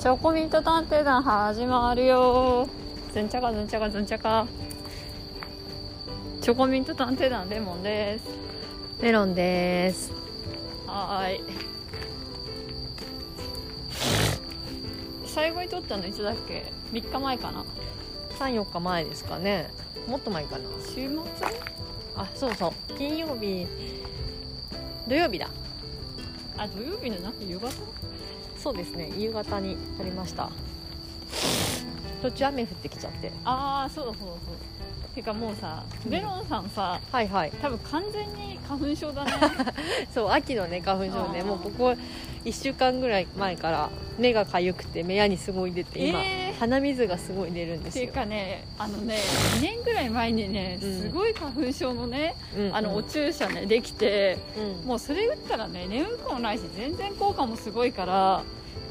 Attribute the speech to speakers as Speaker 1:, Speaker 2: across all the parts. Speaker 1: チョコミント探偵団始まるよずんちゃかずんちゃかずんちゃかチョコミント探偵団レモンです
Speaker 2: メロンです。
Speaker 1: はーい最後に撮ったのいつだっけ3日前かな
Speaker 2: 三四日前ですかね。もっと前かな。
Speaker 1: 週末
Speaker 2: あ、そうそう。金曜日。土曜日だ。
Speaker 1: あ土曜日のなんか夕方
Speaker 2: そうですね。夕方に撮りました。途中雨降ってきちゃって。
Speaker 1: ああそうだそうだそうだてかもうさメロンさんさ
Speaker 2: はいはい。
Speaker 1: 多分完全に花粉症だね
Speaker 2: そう、秋のね、花粉症ね、
Speaker 1: あー
Speaker 2: もうここ。一週間ぐらい前から目が痒くて目やにすごい出 て今、
Speaker 1: えー
Speaker 2: 鼻水がすごい出るんで
Speaker 1: って
Speaker 2: す
Speaker 1: いう
Speaker 2: よ、
Speaker 1: かねあのね2年ぐらい前にね
Speaker 2: うん
Speaker 1: すごい花粉症のね、
Speaker 2: うんうん
Speaker 1: あのお注射ねできて
Speaker 2: うん
Speaker 1: もうそれ打ったらね眠くもないし全然効果もすごいから、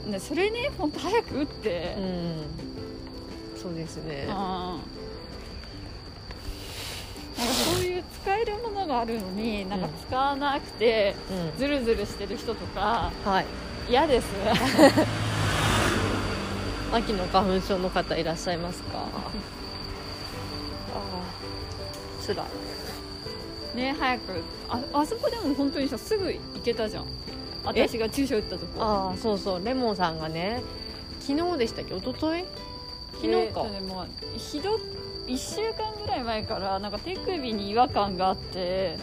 Speaker 1: ね、それねほんと早く打って
Speaker 2: う、ん、そうですね
Speaker 1: うんなんかそういう使えるものがあるのになんか使わなくて
Speaker 2: う
Speaker 1: ズルズルしてる人とか
Speaker 2: んはい
Speaker 1: 嫌 です
Speaker 2: 秋の花粉症の方いらっしゃいますかああつらい
Speaker 1: ね早くああそこでも本当にさすぐ行けたじゃん
Speaker 2: え
Speaker 1: 私が注射打ったとこ
Speaker 2: ああそうそうレモンさんがね昨日でしたっけ一昨日昨
Speaker 1: え
Speaker 2: 日
Speaker 1: ー
Speaker 2: か
Speaker 1: と、ねもうひど1週間ぐらい前からなんか手首に違和感があって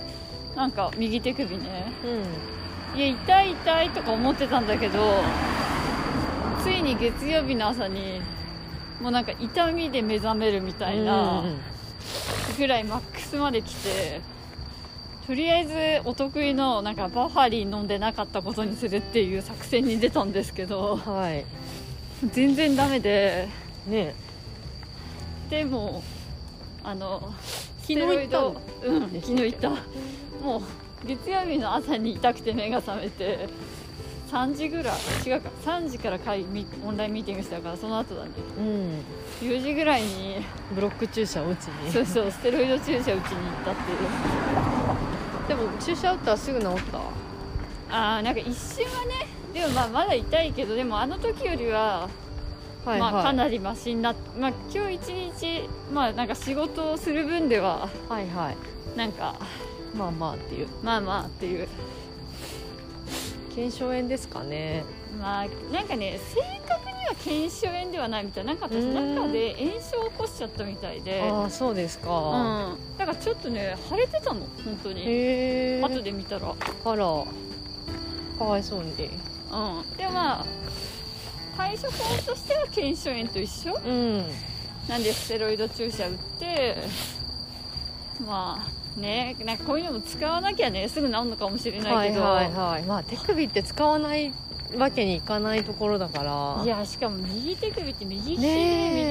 Speaker 1: なんか右手首ねいや痛い痛いとか思ってたんだけどついに月曜日の朝にもうなんか痛みで目覚めるみたいな
Speaker 2: うん
Speaker 1: ぐらいマックスまで来てとりあえずお得意のなんかバファリン飲んでなかったことにするっていう作戦に出たんですけど
Speaker 2: はい
Speaker 1: 全然ダメで
Speaker 2: ね
Speaker 1: でもあの
Speaker 2: 昨日行ったの
Speaker 1: ステロイドうん昨日行ったもう月曜日の朝に痛くて目が覚めて3時ぐらい違うか3時から会みオンラインミーティングしたからその後だね
Speaker 2: うん
Speaker 1: 4時ぐらいに
Speaker 2: ブロック注射を打ちに
Speaker 1: そうそうステロイド注射打ちに行ったっていう
Speaker 2: でも注射打ったらすぐ治った
Speaker 1: ああなんか一瞬はねでもまあまだ痛いけどでもあの時よりは
Speaker 2: はい
Speaker 1: まあか
Speaker 2: はい、
Speaker 1: なりマシになって、まあ、今日一日まあなんか仕事をする分では
Speaker 2: はいはい
Speaker 1: なんか
Speaker 2: まあまあっていう
Speaker 1: まあまあっていう
Speaker 2: 腱鞘炎ですかね
Speaker 1: まあなんかね正確には腱鞘炎ではないみたいななんか私
Speaker 2: うーん
Speaker 1: 中で炎症を起こしちゃったみたいで
Speaker 2: ああそうです
Speaker 1: う
Speaker 2: か、
Speaker 1: んだからちょっとね腫れてたの本当に
Speaker 2: へえ
Speaker 1: 後で見たらうん
Speaker 2: あらかわいそうに
Speaker 1: でもまあ対処法としては腱鞘炎と一緒
Speaker 2: うん
Speaker 1: なんでステロイド注射打ってまあねなんかこういうのも使わなきゃねすぐ治るのかもしれな
Speaker 2: はいい
Speaker 1: けど、
Speaker 2: はいいはいまあ手首って使わないわけにいかないところだから
Speaker 1: やしかも右手首って右利き、
Speaker 2: ね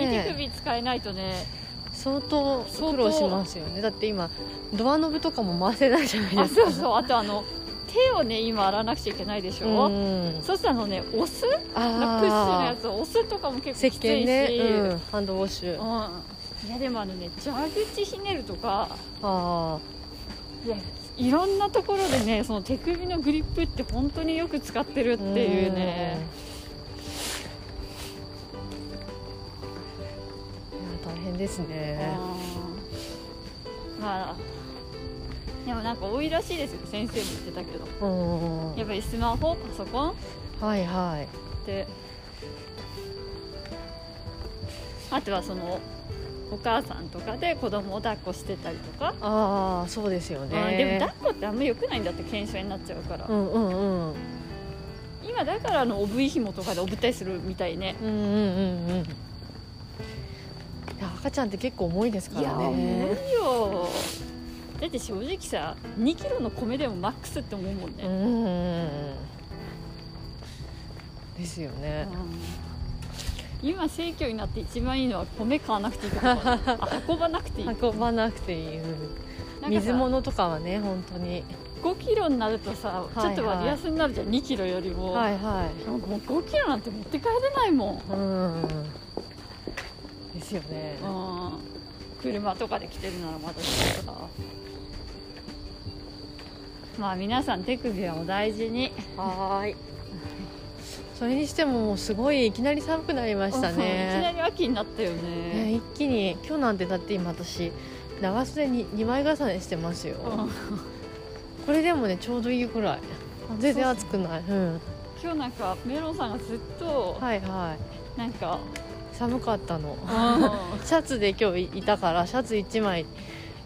Speaker 2: え
Speaker 1: 右手首使えないとね
Speaker 2: 相当
Speaker 1: 相当
Speaker 2: 苦労しますよねだって今ドアノブとかも回せないじゃない
Speaker 1: あ
Speaker 2: ですか
Speaker 1: そうそうあとあの手をね今洗わなくちゃいけないでしょ、
Speaker 2: ん
Speaker 1: そしたらあのね押すプッシュのや
Speaker 2: ああ
Speaker 1: つ押すとかも結
Speaker 2: 石
Speaker 1: 構きつい
Speaker 2: 鹸
Speaker 1: し、
Speaker 2: ね、
Speaker 1: うん
Speaker 2: うん、ハンドウォッシュあ
Speaker 1: いやでもあのね蛇口ひねるとか
Speaker 2: あ
Speaker 1: いやいろんなところでねその手首のグリップって本当によく使ってるっていうね、
Speaker 2: うんいや大変ですね
Speaker 1: うんまあでもなんか多いらしいですよ先生も言ってたけど
Speaker 2: うん
Speaker 1: やっぱりスマホパソコン
Speaker 2: はいはい
Speaker 1: であとはそのお母さんとかで子供を抱っこしてたりとか、
Speaker 2: ああそうですよ
Speaker 1: あー
Speaker 2: ね
Speaker 1: でも抱っこってあんま良くないんだって検証になっちゃうから、
Speaker 2: うんうんうん
Speaker 1: 今だからあのおぶい紐とかでおぶったりするみたいね
Speaker 2: うんうんうんうんいや赤ちゃんって結構重いですか
Speaker 1: いや
Speaker 2: らね
Speaker 1: 重いよだって正直さ2キロの米でもマックスって思うもんね、
Speaker 2: うんうんうんうんですよね、
Speaker 1: うん今生協になって一番いいのは米買わなくていいとかあ運ばなくていい
Speaker 2: 運ばなくていい、水物とかはね本当に
Speaker 1: 5キロになるとさ
Speaker 2: い
Speaker 1: ち
Speaker 2: は
Speaker 1: ょ
Speaker 2: い
Speaker 1: っと割安になるじゃん、2キロよりも、
Speaker 2: はいは
Speaker 1: なんかもう5キロなんて持って帰れないもん、
Speaker 2: いうんですよね
Speaker 1: うん、車とかで来てるならまだしもさまあ皆さん手首はお大事に
Speaker 2: はーいそれにしてももうすごいいきなり寒くなりました
Speaker 1: うんいきな
Speaker 2: ね
Speaker 1: り秋になったよ
Speaker 2: ね
Speaker 1: ね、
Speaker 2: 一気に今日なんてだって今私長袖に2枚重ねしてますよ、
Speaker 1: うん
Speaker 2: これでもねちょうどいいぐらい全然暑くない、うん、
Speaker 1: 今日なんかメロンさんがずっと
Speaker 2: はいはい
Speaker 1: なんか、
Speaker 2: 寒かったの
Speaker 1: うん
Speaker 2: シャツで今日いたからシャツ1枚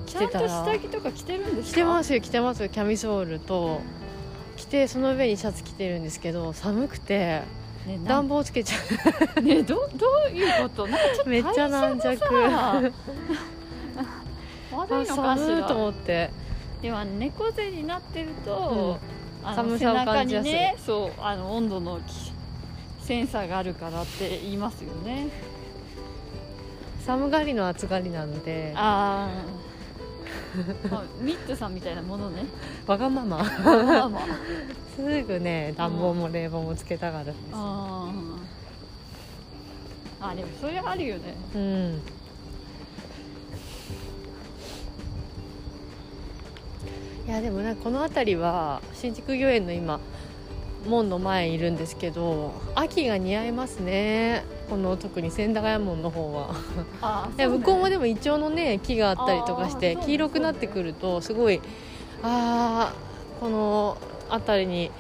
Speaker 1: ち
Speaker 2: 着
Speaker 1: ゃ
Speaker 2: て
Speaker 1: ん
Speaker 2: た
Speaker 1: と
Speaker 2: ら
Speaker 1: 下着とか着てるんですか
Speaker 2: 着てますすよ着てますよキャミソールと着てその上にシャツ着てるんですけど寒くて
Speaker 1: ねな
Speaker 2: 暖
Speaker 1: ん
Speaker 2: 房つけちゃ
Speaker 1: ねどどういうことなんかちょっ
Speaker 2: うめっちゃ軟弱
Speaker 1: とさ悪いのかし
Speaker 2: 寒いと
Speaker 1: ら
Speaker 2: 思って
Speaker 1: では猫背になってると、あの
Speaker 2: 寒さを感じ
Speaker 1: 背中
Speaker 2: や
Speaker 1: に
Speaker 2: すい
Speaker 1: ねそうあの温度のきセンサーがあるからって言いますよね
Speaker 2: 寒がりの暑がりなので
Speaker 1: あーまあミッツさんみたいなものね
Speaker 2: わがま ま
Speaker 1: まあまあ
Speaker 2: すぐね暖房も冷房もつけたがるんです
Speaker 1: あーあでもそれあるよね
Speaker 2: うんいやでもなんかこの辺りは新宿御苑の今門の前にいるんですけど秋が似合いますねこの特に千駄ヶ谷門の方は
Speaker 1: あー
Speaker 2: いや
Speaker 1: そね
Speaker 2: 向こうもでもイチョウのね木があったりとかし
Speaker 1: あー
Speaker 2: て
Speaker 1: そうね
Speaker 2: 黄色くなってくるとすごいああこの辺りに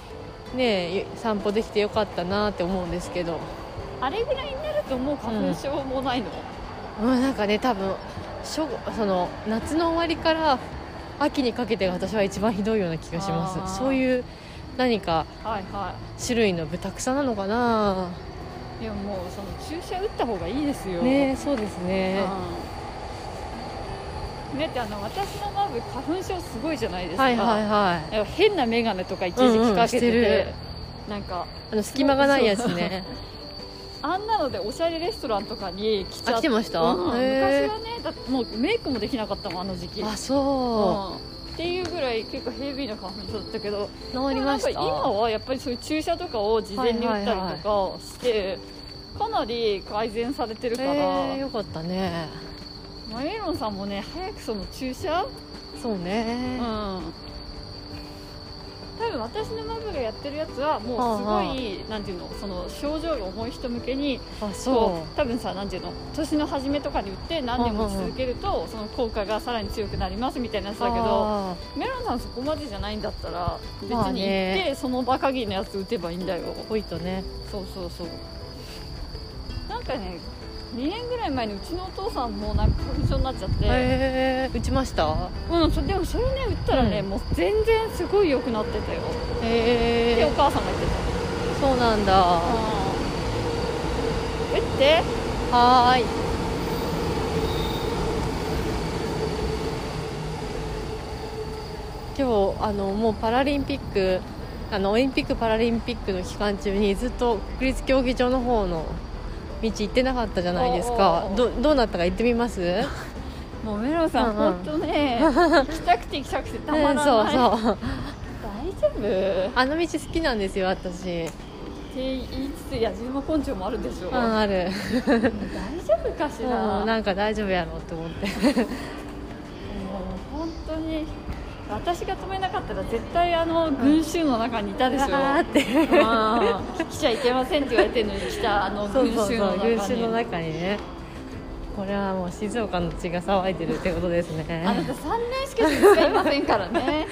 Speaker 2: ね散歩できてよかったなって思うんですけど、
Speaker 1: あれぐらいになるともう花粉症もないの、
Speaker 2: うん、なんかね多分初その夏の終わりから秋にかけてが私は一番ひどいような気がし
Speaker 1: あ
Speaker 2: ま
Speaker 1: ー
Speaker 2: すそういう何か
Speaker 1: はいは
Speaker 2: 種類のブタクサなのかない
Speaker 1: いやもうその注射打った方がいいですよ
Speaker 2: ねそうですね
Speaker 1: うんだってあの私のマブ花粉症すごいじゃないですか、
Speaker 2: はいはいはい
Speaker 1: なんか変な眼鏡とか一時期かけてて,、
Speaker 2: うんうんして
Speaker 1: なんか
Speaker 2: あの隙間がないやつね
Speaker 1: あんなのでおしゃれレストランとかに来ちゃ
Speaker 2: あ
Speaker 1: っ
Speaker 2: 来てました、
Speaker 1: うん昔
Speaker 2: へー
Speaker 1: はねだってもうメイクもできなかったもんあの時期
Speaker 2: あそう、
Speaker 1: うんっていうぐらい結構ヘビーな花粉症だったけど
Speaker 2: 治りました
Speaker 1: でもなんか今はやっぱりそういう注射とかを事前に打ったりとかして、かなり改善されてるから、
Speaker 2: えー、よかったね
Speaker 1: マイロンさんもね早くその注射
Speaker 2: そう
Speaker 1: う
Speaker 2: ね
Speaker 1: ん、多分私のマブがやってるやつはもうすごい、
Speaker 2: はあは
Speaker 1: なんていうのその症状が重い人向けに
Speaker 2: あ
Speaker 1: こ
Speaker 2: そう
Speaker 1: 多分さなんていうの年の初めとかに打って何年も続けるとその効果がさらに強くなりますみたいなやつだけど
Speaker 2: あ
Speaker 1: メロンさんそこまでじゃないんだったら別に
Speaker 2: ま
Speaker 1: 行っ
Speaker 2: あね
Speaker 1: てその場限りのやつ打てばいいんだよ
Speaker 2: ーぽいとね
Speaker 1: そうそうそうなんかね2年ぐらい前にうちのお父さんもなんか花粉症になっちゃって、
Speaker 2: へえー、打ちました
Speaker 1: うんそでもそれね打ったらね、
Speaker 2: うん
Speaker 1: もう全然すごい良くなってたよ
Speaker 2: へ
Speaker 1: でお
Speaker 2: え
Speaker 1: 母さんが言って
Speaker 2: ー、そうなんだ
Speaker 1: た
Speaker 2: は
Speaker 1: 打って
Speaker 2: ーい今日あのもうパラリンピックあのオリンピック・パラリンピックの期間中にずっと国立競技場の方の道行ってなかったじゃないですか
Speaker 1: おー
Speaker 2: どどうなったか行ってみます
Speaker 1: もうメロンさん、
Speaker 2: うん
Speaker 1: ほ
Speaker 2: うん
Speaker 1: んとね 行きたくて行きたくてたまらない、
Speaker 2: うんそう そ
Speaker 1: 大丈
Speaker 2: う
Speaker 1: 夫っ
Speaker 2: あの道好きなんですよ私
Speaker 1: て言いつつ野獣も根性もあるでしょ、
Speaker 2: うんある
Speaker 1: 大丈夫かし
Speaker 2: うん
Speaker 1: ら、もう
Speaker 2: なんか大丈夫やろうって思 って
Speaker 1: 本当に私が止めなかったら絶対あの群衆の中にいたでしょ、
Speaker 2: あーって
Speaker 1: うん来ちゃいけませんって言われてるのに来たあの
Speaker 2: そう
Speaker 1: 群
Speaker 2: そう
Speaker 1: 衆
Speaker 2: そ
Speaker 1: の
Speaker 2: う
Speaker 1: 中
Speaker 2: 群衆
Speaker 1: に
Speaker 2: の中にねこれはもう静岡の血が騒いでるってことです
Speaker 1: あ なた
Speaker 2: ね
Speaker 1: 3年しか使いませんから ね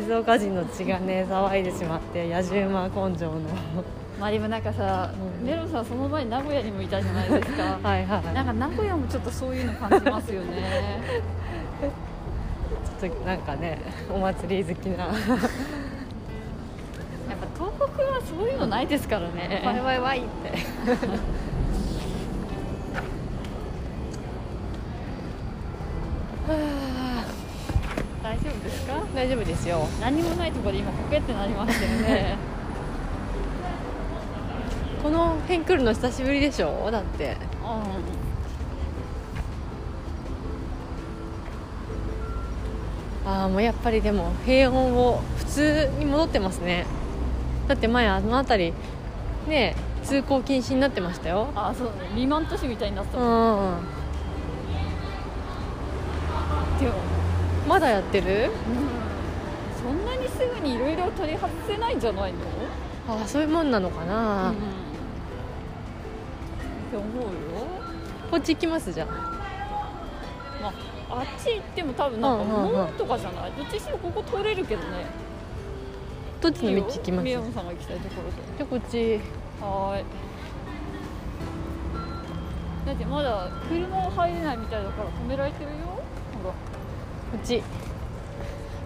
Speaker 2: 静岡人の血がね騒いでしまって野獣馬根性の
Speaker 1: まあでもなんかさ、
Speaker 2: うん
Speaker 1: メロンさんその前に名古屋にもいたじゃないです か
Speaker 2: はいはい
Speaker 1: なんか名古屋もちょっとそういうの感じますよね
Speaker 2: ちょっとなんかねお祭り好きな
Speaker 1: やっぱ東北はそういうのないですからね
Speaker 2: ワイワイワイって
Speaker 1: 大丈夫ですか
Speaker 2: 大丈夫ですよ
Speaker 1: 何もないところで今ポケってなりましたよね
Speaker 2: この辺来るの久しぶりでしょだって
Speaker 1: う
Speaker 2: ああもうやっぱりでも平穏を普通に戻ってますねだって前あの辺りね通行禁止になってましたよ
Speaker 1: んあそうね未満都市みたいになった
Speaker 2: う
Speaker 1: もん、
Speaker 2: ん
Speaker 1: でも、
Speaker 2: まだやってる
Speaker 1: うん、そんなにすぐにいろいろ取り外せないんじゃないの
Speaker 2: あそういうもんなのかな、
Speaker 1: って思うよ
Speaker 2: こっち行きますじゃあ
Speaker 1: あっち行っても多分なんか
Speaker 2: うんうんうん
Speaker 1: 門とかじゃないどっちにしてもここ通れるけどね
Speaker 2: どっちの道行きます
Speaker 1: いい
Speaker 2: じ
Speaker 1: よ宮
Speaker 2: ゃ
Speaker 1: 本さんが行きたいところで
Speaker 2: あこっち
Speaker 1: はーいだってまだ車は入れないみたいだから止められてるよほ
Speaker 2: こっち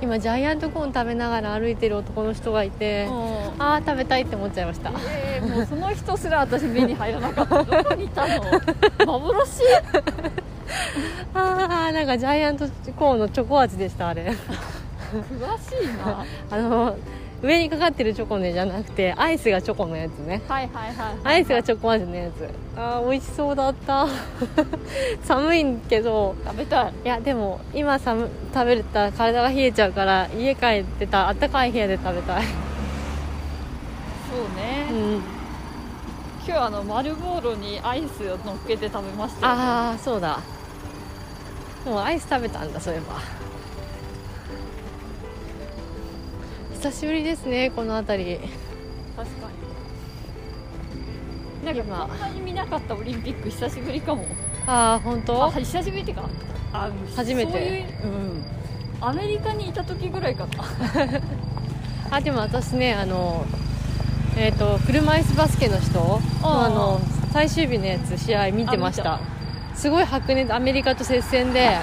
Speaker 2: 今ジャイアントコーン食べながら歩いてる男の人がいて
Speaker 1: ら、うん
Speaker 2: あー食べたいって思っちゃいました
Speaker 1: えー、もうその人すら私目に入らなかったどこにいたの幻
Speaker 2: あーなんかジャイアントコーンのチョコ味でした あれ
Speaker 1: 詳しいなは
Speaker 2: あの上にかかってるチョコねじゃなくてアイスがチョコのやつね
Speaker 1: いはいはい、
Speaker 2: アイスが
Speaker 1: ちょ
Speaker 2: チョコ味のやつあー美味しそうだった 寒いんけど
Speaker 1: 食べたい
Speaker 2: いやでも今寒食べたら体が冷えちゃうから家帰ってたあったかい部屋で食べたい、
Speaker 1: そうね、
Speaker 2: うん、
Speaker 1: 今日あの丸ボーロにアイスを乗っけて食べましたよね、
Speaker 2: ああそうだもうアイス食べたんだそういえば久しぶりですねこの辺り
Speaker 1: 確かになんかこんなに見なかったオリンピック久しぶりかも
Speaker 2: ああ本
Speaker 1: あ
Speaker 2: 当
Speaker 1: 久しぶりってかあうん
Speaker 2: 初めて
Speaker 1: そういう、うん、アメリカにいた時ぐらいかな
Speaker 2: あでも私ねあのえっ、と車椅子バスケの人の
Speaker 1: あー
Speaker 2: あの最終日のやつ試合見てました
Speaker 1: あ見
Speaker 2: すごい白熱アメリカと接戦で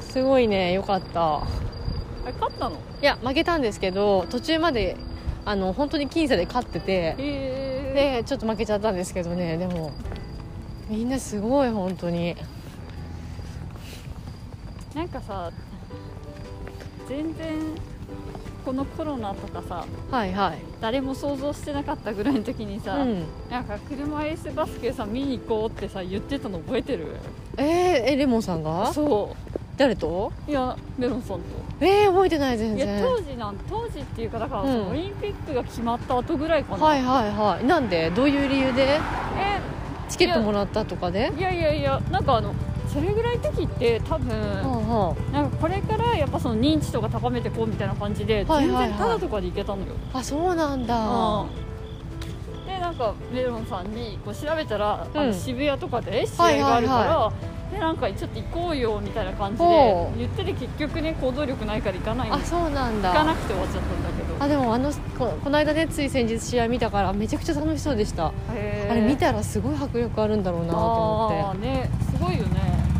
Speaker 2: すごいね良かった
Speaker 1: あれ勝ったの
Speaker 2: いや負けたんですけど途中まであの本当に僅差で勝ってて
Speaker 1: へえ
Speaker 2: でちょっと負けちゃったんですけどねでもみんなすごい本当に
Speaker 1: なんかさ全然このコロナとかさ
Speaker 2: はいはい
Speaker 1: 誰も想像してなかったぐらいの時にさ、
Speaker 2: うん
Speaker 1: なんか車椅子バスケさ見に行こうってさ言ってたの覚えてる
Speaker 2: えー、えレモンさんが
Speaker 1: そう
Speaker 2: 誰と
Speaker 1: いやメロンさんと
Speaker 2: えー、覚えてない全
Speaker 1: いや
Speaker 2: 然
Speaker 1: 当時なん当時っていうかだから、
Speaker 2: うん
Speaker 1: オリンピックが決まった後ぐらいかな、
Speaker 2: はいはいはいなんでどういう理由でチケットもらったとかで
Speaker 1: えいやいやいやなんかあのそれぐらいの時って多分、
Speaker 2: はあは
Speaker 1: なんかこれからやっぱその認知とか高めてこうみたいな感じで、
Speaker 2: はいはいは
Speaker 1: 全
Speaker 2: い
Speaker 1: 然タダとかで行けたのよ、
Speaker 2: ああそうなんだは
Speaker 1: うんでなんかメロンさんにこう調べたら、
Speaker 2: うん
Speaker 1: あの渋谷とかで試合があるから、
Speaker 2: はいはい
Speaker 1: でなんかちょっと行こうよみたいな感じで
Speaker 2: ほう
Speaker 1: 言ってて結局ね行動力ないから行かないん
Speaker 2: あ
Speaker 1: です
Speaker 2: そうなん
Speaker 1: 行かな
Speaker 2: だ
Speaker 1: くて終わっちゃったんだけど
Speaker 2: あでもあのここの間ねつい先日試合見たからめちゃくちゃ楽しそうでした
Speaker 1: へー
Speaker 2: あれ見たらすごい迫力あるんだろうなと思
Speaker 1: あ
Speaker 2: っ
Speaker 1: ーねすごいよね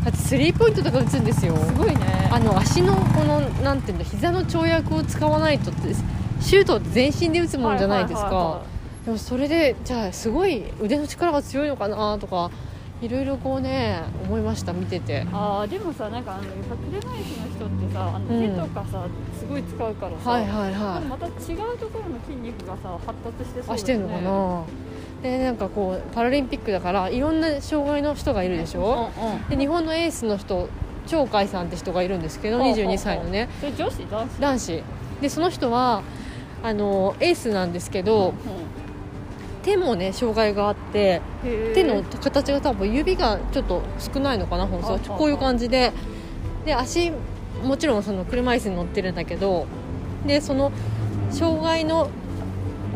Speaker 2: てだってスリーポイントとか打つんですよ
Speaker 1: すごいね
Speaker 2: あの足のこのなんていうんだ膝の跳躍を使わないとってシュートって全身で打つもんじゃないです
Speaker 1: はは
Speaker 2: かでもそれでじゃあすごい腕の力が強いのかなとかいろいろこうね思いました見てて
Speaker 1: いはいはいあーでもさなんかあのやっぱ車椅子の人ってさあの
Speaker 2: うん
Speaker 1: 手とかさ、すごい使うからさ、
Speaker 2: はいはい
Speaker 1: で
Speaker 2: は
Speaker 1: もまた違うところの筋肉がさ発達して
Speaker 2: い
Speaker 1: そう
Speaker 2: あしてんのかなでなんかこうパラリンピックだからいろんな障害の人がいるでしょ
Speaker 1: なうんうん
Speaker 2: で日本のエースの人鳥海さんって人がいるんですけど
Speaker 1: ほうほうほう
Speaker 2: 22歳のね
Speaker 1: それ女子男子
Speaker 2: 男子でその人はあのエースなんですけど手もね障害があって手
Speaker 1: 手
Speaker 2: の形が多分指がちょっと少ないのかな本数
Speaker 1: あ
Speaker 2: は
Speaker 1: ああ
Speaker 2: こういう感じでで足もちろんその車椅子に乗ってるんだけどでその障害の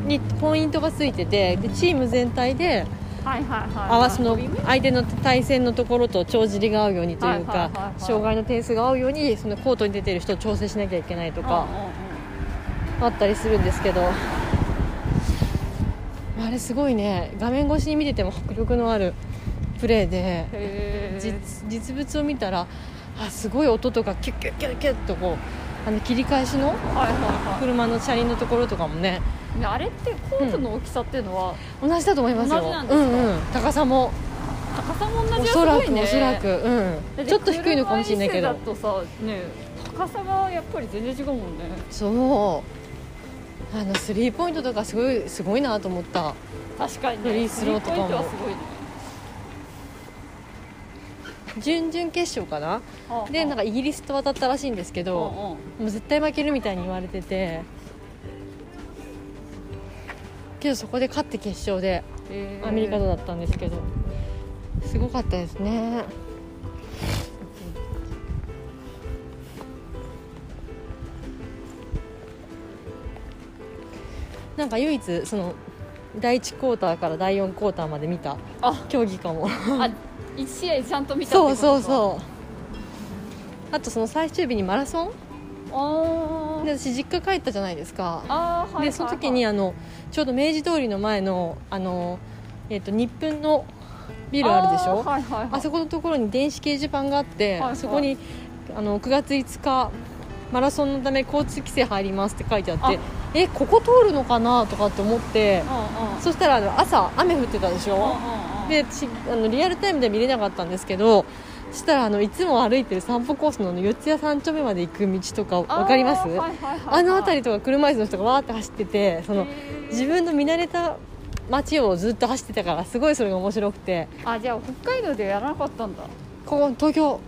Speaker 2: にポイントがついててでチーム全体で
Speaker 1: はいはいはいはい
Speaker 2: 合わせの
Speaker 1: 折り目
Speaker 2: 相手の対戦のところと帳尻が合うようにという
Speaker 1: はいは
Speaker 2: か
Speaker 1: いはいはい
Speaker 2: 障害の点数が合うようにそのコートに出てる人を調整しなきゃいけないとか
Speaker 1: うんうんうん
Speaker 2: あったりするんですけどあれすごいね画面越しに見てても迫力のあるプレーで
Speaker 1: へ
Speaker 2: 実
Speaker 1: ー
Speaker 2: 実物を見たらあすごい音とかキュッキュッキュッキュッとこうあの切り返しの
Speaker 1: はいはいは
Speaker 2: 車の車輪のところとかもね
Speaker 1: いねあれってコートの大きさっていうのは、
Speaker 2: 同じだと思いますよ
Speaker 1: 同じなんですか
Speaker 2: うんうん、高さも
Speaker 1: 高さも同じ
Speaker 2: お
Speaker 1: やす
Speaker 2: そら
Speaker 1: ごい
Speaker 2: く、
Speaker 1: ね
Speaker 2: おそらく、
Speaker 1: だ
Speaker 2: う
Speaker 1: っ
Speaker 2: ん、
Speaker 1: て
Speaker 2: ちょっと低いのかもしれないけど
Speaker 1: 車椅子だとさね高さがやっぱり全然違うもんね
Speaker 2: そうあのスリーポイントとかすごいすごいなと思った
Speaker 1: 確かに
Speaker 2: フリースローとかも
Speaker 1: スリーポイントはすごいね
Speaker 2: 準々決勝かな
Speaker 1: はあ
Speaker 2: でなんかイギリスと渡ったらしいんですけ
Speaker 1: う
Speaker 2: ど、
Speaker 1: んうん
Speaker 2: もう絶対負けるみたいに言われててけどそこで勝って決勝で
Speaker 1: へー
Speaker 2: アメリカとだったんですけどすごかったですねなんか唯一その第1クォーターから第4クォーターまで見た
Speaker 1: あ
Speaker 2: 競技かも
Speaker 1: あ1試合ちゃんと見たってこ
Speaker 2: そ
Speaker 1: と
Speaker 2: うそうそうあとその最終日にマラソ
Speaker 1: うあ
Speaker 2: ン
Speaker 1: ー
Speaker 2: で私実家帰ったじゃないですか
Speaker 1: あーはいはいはい
Speaker 2: でその時にあのちょうど明治通りの前のあの、えっと日本のビルあるでしょ
Speaker 1: ーはいはいはい
Speaker 2: あそこのところに電子掲示板があって、
Speaker 1: はいはい
Speaker 2: そこにあの9月5日マラソンのため交通規制入りますって書いてあって
Speaker 1: あ
Speaker 2: えここ通るのかなとかって思って
Speaker 1: うんうん
Speaker 2: そしたらあの朝雨降ってたでし
Speaker 1: うんう
Speaker 2: ょ
Speaker 1: んうん
Speaker 2: で私あのリアルタイムでは見れなかったんですけどそしたらあのいつも歩いてる散歩コースのあの四谷三丁目まで行く道とか
Speaker 1: あー
Speaker 2: 分かります
Speaker 1: はいはいはいはい
Speaker 2: あの辺りとか車椅子の人がわーって走っててその
Speaker 1: へー
Speaker 2: 自分の見慣れた街をずっと走ってたからすごいそれが面白くて
Speaker 1: あじゃあ北海道でやらなかったんだ
Speaker 2: ここ東京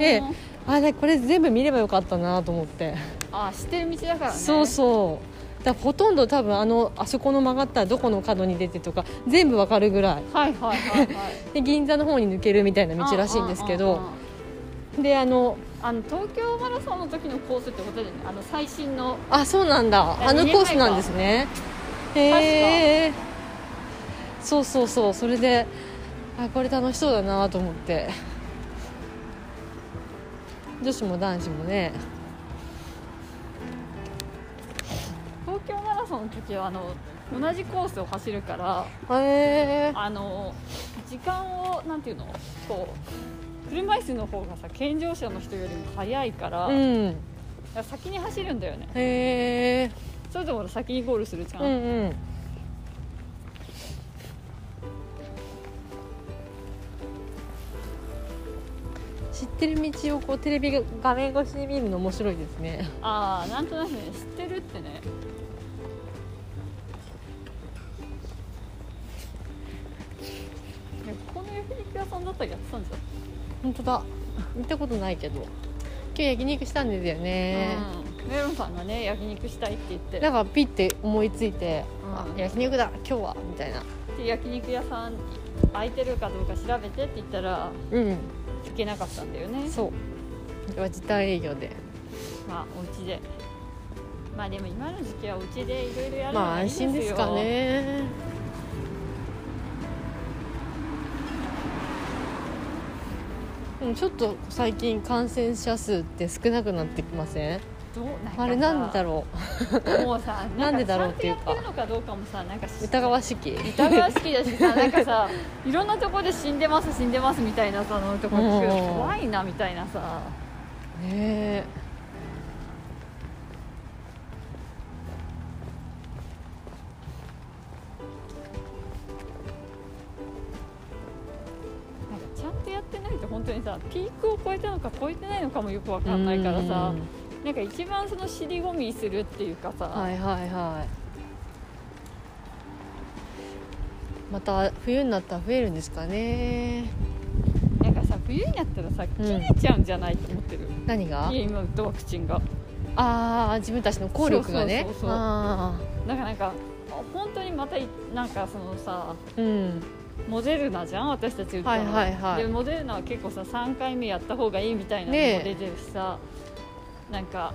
Speaker 1: え
Speaker 2: であれこれ全部見ればよかったなと思って、
Speaker 1: あ知ってる道だからね
Speaker 2: そうそうだからほとんど多分あのあそこの曲がったらどこの角に出てとか全部わかるぐらいう
Speaker 1: はいはいはいはい
Speaker 2: で銀座の方に抜けるみたいな 道らしいんですけ
Speaker 1: うんうんうん
Speaker 2: ど
Speaker 1: うん
Speaker 2: であの
Speaker 1: あの東京マラソンの時のコースってことだよねあの最新の
Speaker 2: あそうなんだ
Speaker 1: え
Speaker 2: あのコースなんですねへえそうそうそうそれであこれ楽しそうだなと思って女子も男子もね
Speaker 1: 東京マラソンの時はあの同じコースを走るから
Speaker 2: へえ
Speaker 1: あの時間をなんていうのこう車椅子の方がさ健常者の人よりも早いから,、
Speaker 2: う
Speaker 1: だか
Speaker 2: ん
Speaker 1: ら先に走るんだよね
Speaker 2: へえ
Speaker 1: それとも先にゴールするじゃん、
Speaker 2: うんうん知ってる道をこうテレビが画面越しで見るの面白いですね
Speaker 1: ああなんとなくね知ってるってねいやここの焼肉屋さんだったらやってたんじゃん、
Speaker 2: 本当だ見たことないけど今日焼肉したんですよね、
Speaker 1: うん、メロンさんがね焼肉したいって言って
Speaker 2: なんかピッて思いついて、
Speaker 1: うん
Speaker 2: あ焼肉だ今日はみたいな
Speaker 1: で焼肉屋さん空いてるかどうか調べてって言ったら
Speaker 2: うん
Speaker 1: 行けなかったんだよね
Speaker 2: そうこれは時短営業で
Speaker 1: まあお家でまあでも今の時期はお家でいろいろやるの
Speaker 2: まあ
Speaker 1: がいい
Speaker 2: 安
Speaker 1: ですよ
Speaker 2: 心ですかねうんちょっと最近感染者数って少なくなってきません
Speaker 1: どうなんか
Speaker 2: あれなんでだ
Speaker 1: ろ
Speaker 2: ろ
Speaker 1: うもうさ
Speaker 2: なんでだろうっていう
Speaker 1: ち
Speaker 2: か
Speaker 1: ゃんとやってるのかどうかもさなんか
Speaker 2: う疑わしき
Speaker 1: 疑わしきだしさなんかさいろんなところで死んでます死んでますみたいなさのとこ聞く
Speaker 2: うん
Speaker 1: の怖いなみたいなさ
Speaker 2: ねえ
Speaker 1: なんかちゃんとやってないと本当にさピークを超えたのか超えてないのかもよくわかんないからさ
Speaker 2: うん
Speaker 1: なんか一番その尻込みするっていうかさ、
Speaker 2: はいはいはいまた冬になったら増えるんですかね
Speaker 1: なんかさ冬になったらさ切れちゃうんじゃないって思ってる、
Speaker 2: 何が
Speaker 1: いや今打ったワクチンが
Speaker 2: ああ自分たちの効力がね
Speaker 1: そうそうそうそう
Speaker 2: あ
Speaker 1: だからなんか本当にまたいなんかそのさ
Speaker 2: あうん
Speaker 1: モデルナじゃん私たち打ったの、
Speaker 2: はいはいはい
Speaker 1: でモデルナは結構さ3回目やった方がいいみたいなの
Speaker 2: ね
Speaker 1: も
Speaker 2: え
Speaker 1: 出てるしさ、なんか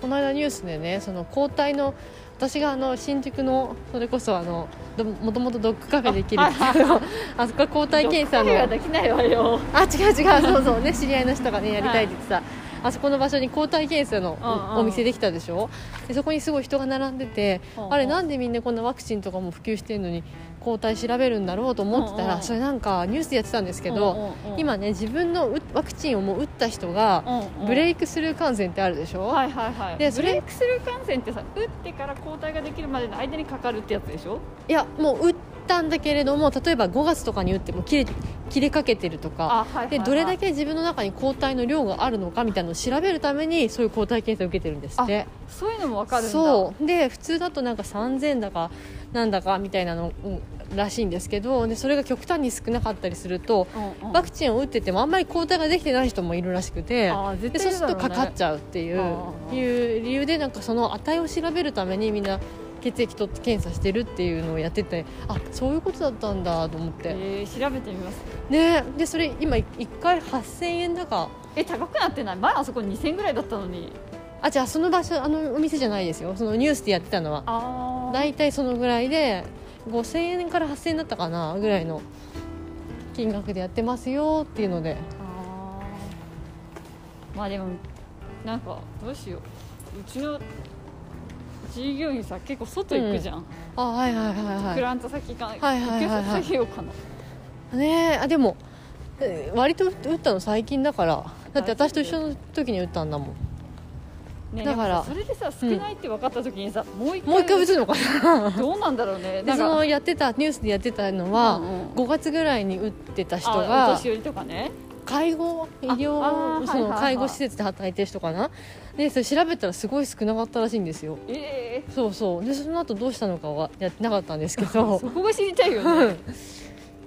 Speaker 2: この間ニュースでねその交代の私があの新宿のそれこそあのどもともとドッグカフェできる
Speaker 1: あ
Speaker 2: あのあそこは交代検査
Speaker 1: どっかでは
Speaker 2: の
Speaker 1: できないわよ
Speaker 2: あ違う違うそうそうね知り合いの人がねやりたいって言ってさ、あそこの場所に交代検査の
Speaker 1: うんうん
Speaker 2: おお店できたでしょでそこにすごい人が並んでてあれなんんでみんなこんなワクチンとかも普及してるのに交代調べるんだろうと思ってた
Speaker 1: うんう
Speaker 2: ら
Speaker 1: ん
Speaker 2: それなんかニュースでやってたんですけど今ね自分のうワクチンをもう打った人がブレ
Speaker 1: イ
Speaker 2: イクスルー感染ってあるでしょ、
Speaker 1: はいはいはい
Speaker 2: で
Speaker 1: ブ
Speaker 2: それ
Speaker 1: レイクスルー感染ってさ打ってから抗体ができるまでの間にかかるってやつでしょ
Speaker 2: いやもう打ったんだけれども例えば5月とかに打っても切れ切れかけてるとか
Speaker 1: あはいはいはい、
Speaker 2: でどれだけ自分の中に抗体の量があるのかみたいなのを調べるためにそういう抗体検査を受けてるんですって
Speaker 1: そういうのもわかるんだ
Speaker 2: そうで普通だとなんか3000だかなんだかみたいなのうんらしいんですけどでそれが極端に少なかったりすると
Speaker 1: うんうん、
Speaker 2: ワクチンを打っててもあんまり抗体ができてない人もいるらしくて
Speaker 1: あー絶
Speaker 2: で
Speaker 1: 対
Speaker 2: そう
Speaker 1: い
Speaker 2: す
Speaker 1: だ
Speaker 2: る
Speaker 1: ろ
Speaker 2: と
Speaker 1: うね
Speaker 2: かかっちゃうっていう
Speaker 1: あー
Speaker 2: いう理由でなんかその値を調べるためにみんな血液と検査してるっていうのをやっててあそういうことだったんだと思って、
Speaker 1: えー調べてみます
Speaker 2: ねでそれ今1回8000円だか
Speaker 1: え高くなってない前あそこ2000ぐらいだったのに
Speaker 2: ああじゃあその場所あのお店じゃないですよそのニュースでやってたのは
Speaker 1: ああ
Speaker 2: 大体そのぐらいで5000円から8000円だったかなぐらいの金額でやってますよっていうので
Speaker 1: あーまあでもなんかどうしよううちの従業員さ結構外行くじゃん、
Speaker 2: あはいはいはい
Speaker 1: ク
Speaker 2: は
Speaker 1: ラント先行かない、
Speaker 2: はいはいはいは
Speaker 1: 行
Speaker 2: い
Speaker 1: く先ようかない
Speaker 2: ねえあでもえ割と打ったの最近だからだって私と一緒の時に打ったんだもん
Speaker 1: ね
Speaker 2: だから
Speaker 1: でもさそれでさ少ないって分かった時にさ、もう一回
Speaker 2: もう一回打つのかな
Speaker 1: どうなんだろう ね
Speaker 2: で
Speaker 1: なん
Speaker 2: そ
Speaker 1: か
Speaker 2: のやってたニュースでやってたの
Speaker 1: う
Speaker 2: は
Speaker 1: んうん
Speaker 2: 5月ぐらいに打ってた人
Speaker 1: あお
Speaker 2: が
Speaker 1: 年寄りとかね
Speaker 2: 介護医
Speaker 1: ああー
Speaker 2: 療そ
Speaker 1: はいはい
Speaker 2: の
Speaker 1: はい
Speaker 2: 介護施設で働いてる人かなでそれ調べたらすごい少なかったらしいんですよ
Speaker 1: ええ
Speaker 2: そうそうでその後どうしたのかはやってなかったんですけ
Speaker 1: そ
Speaker 2: ど
Speaker 1: こが知りたいよね、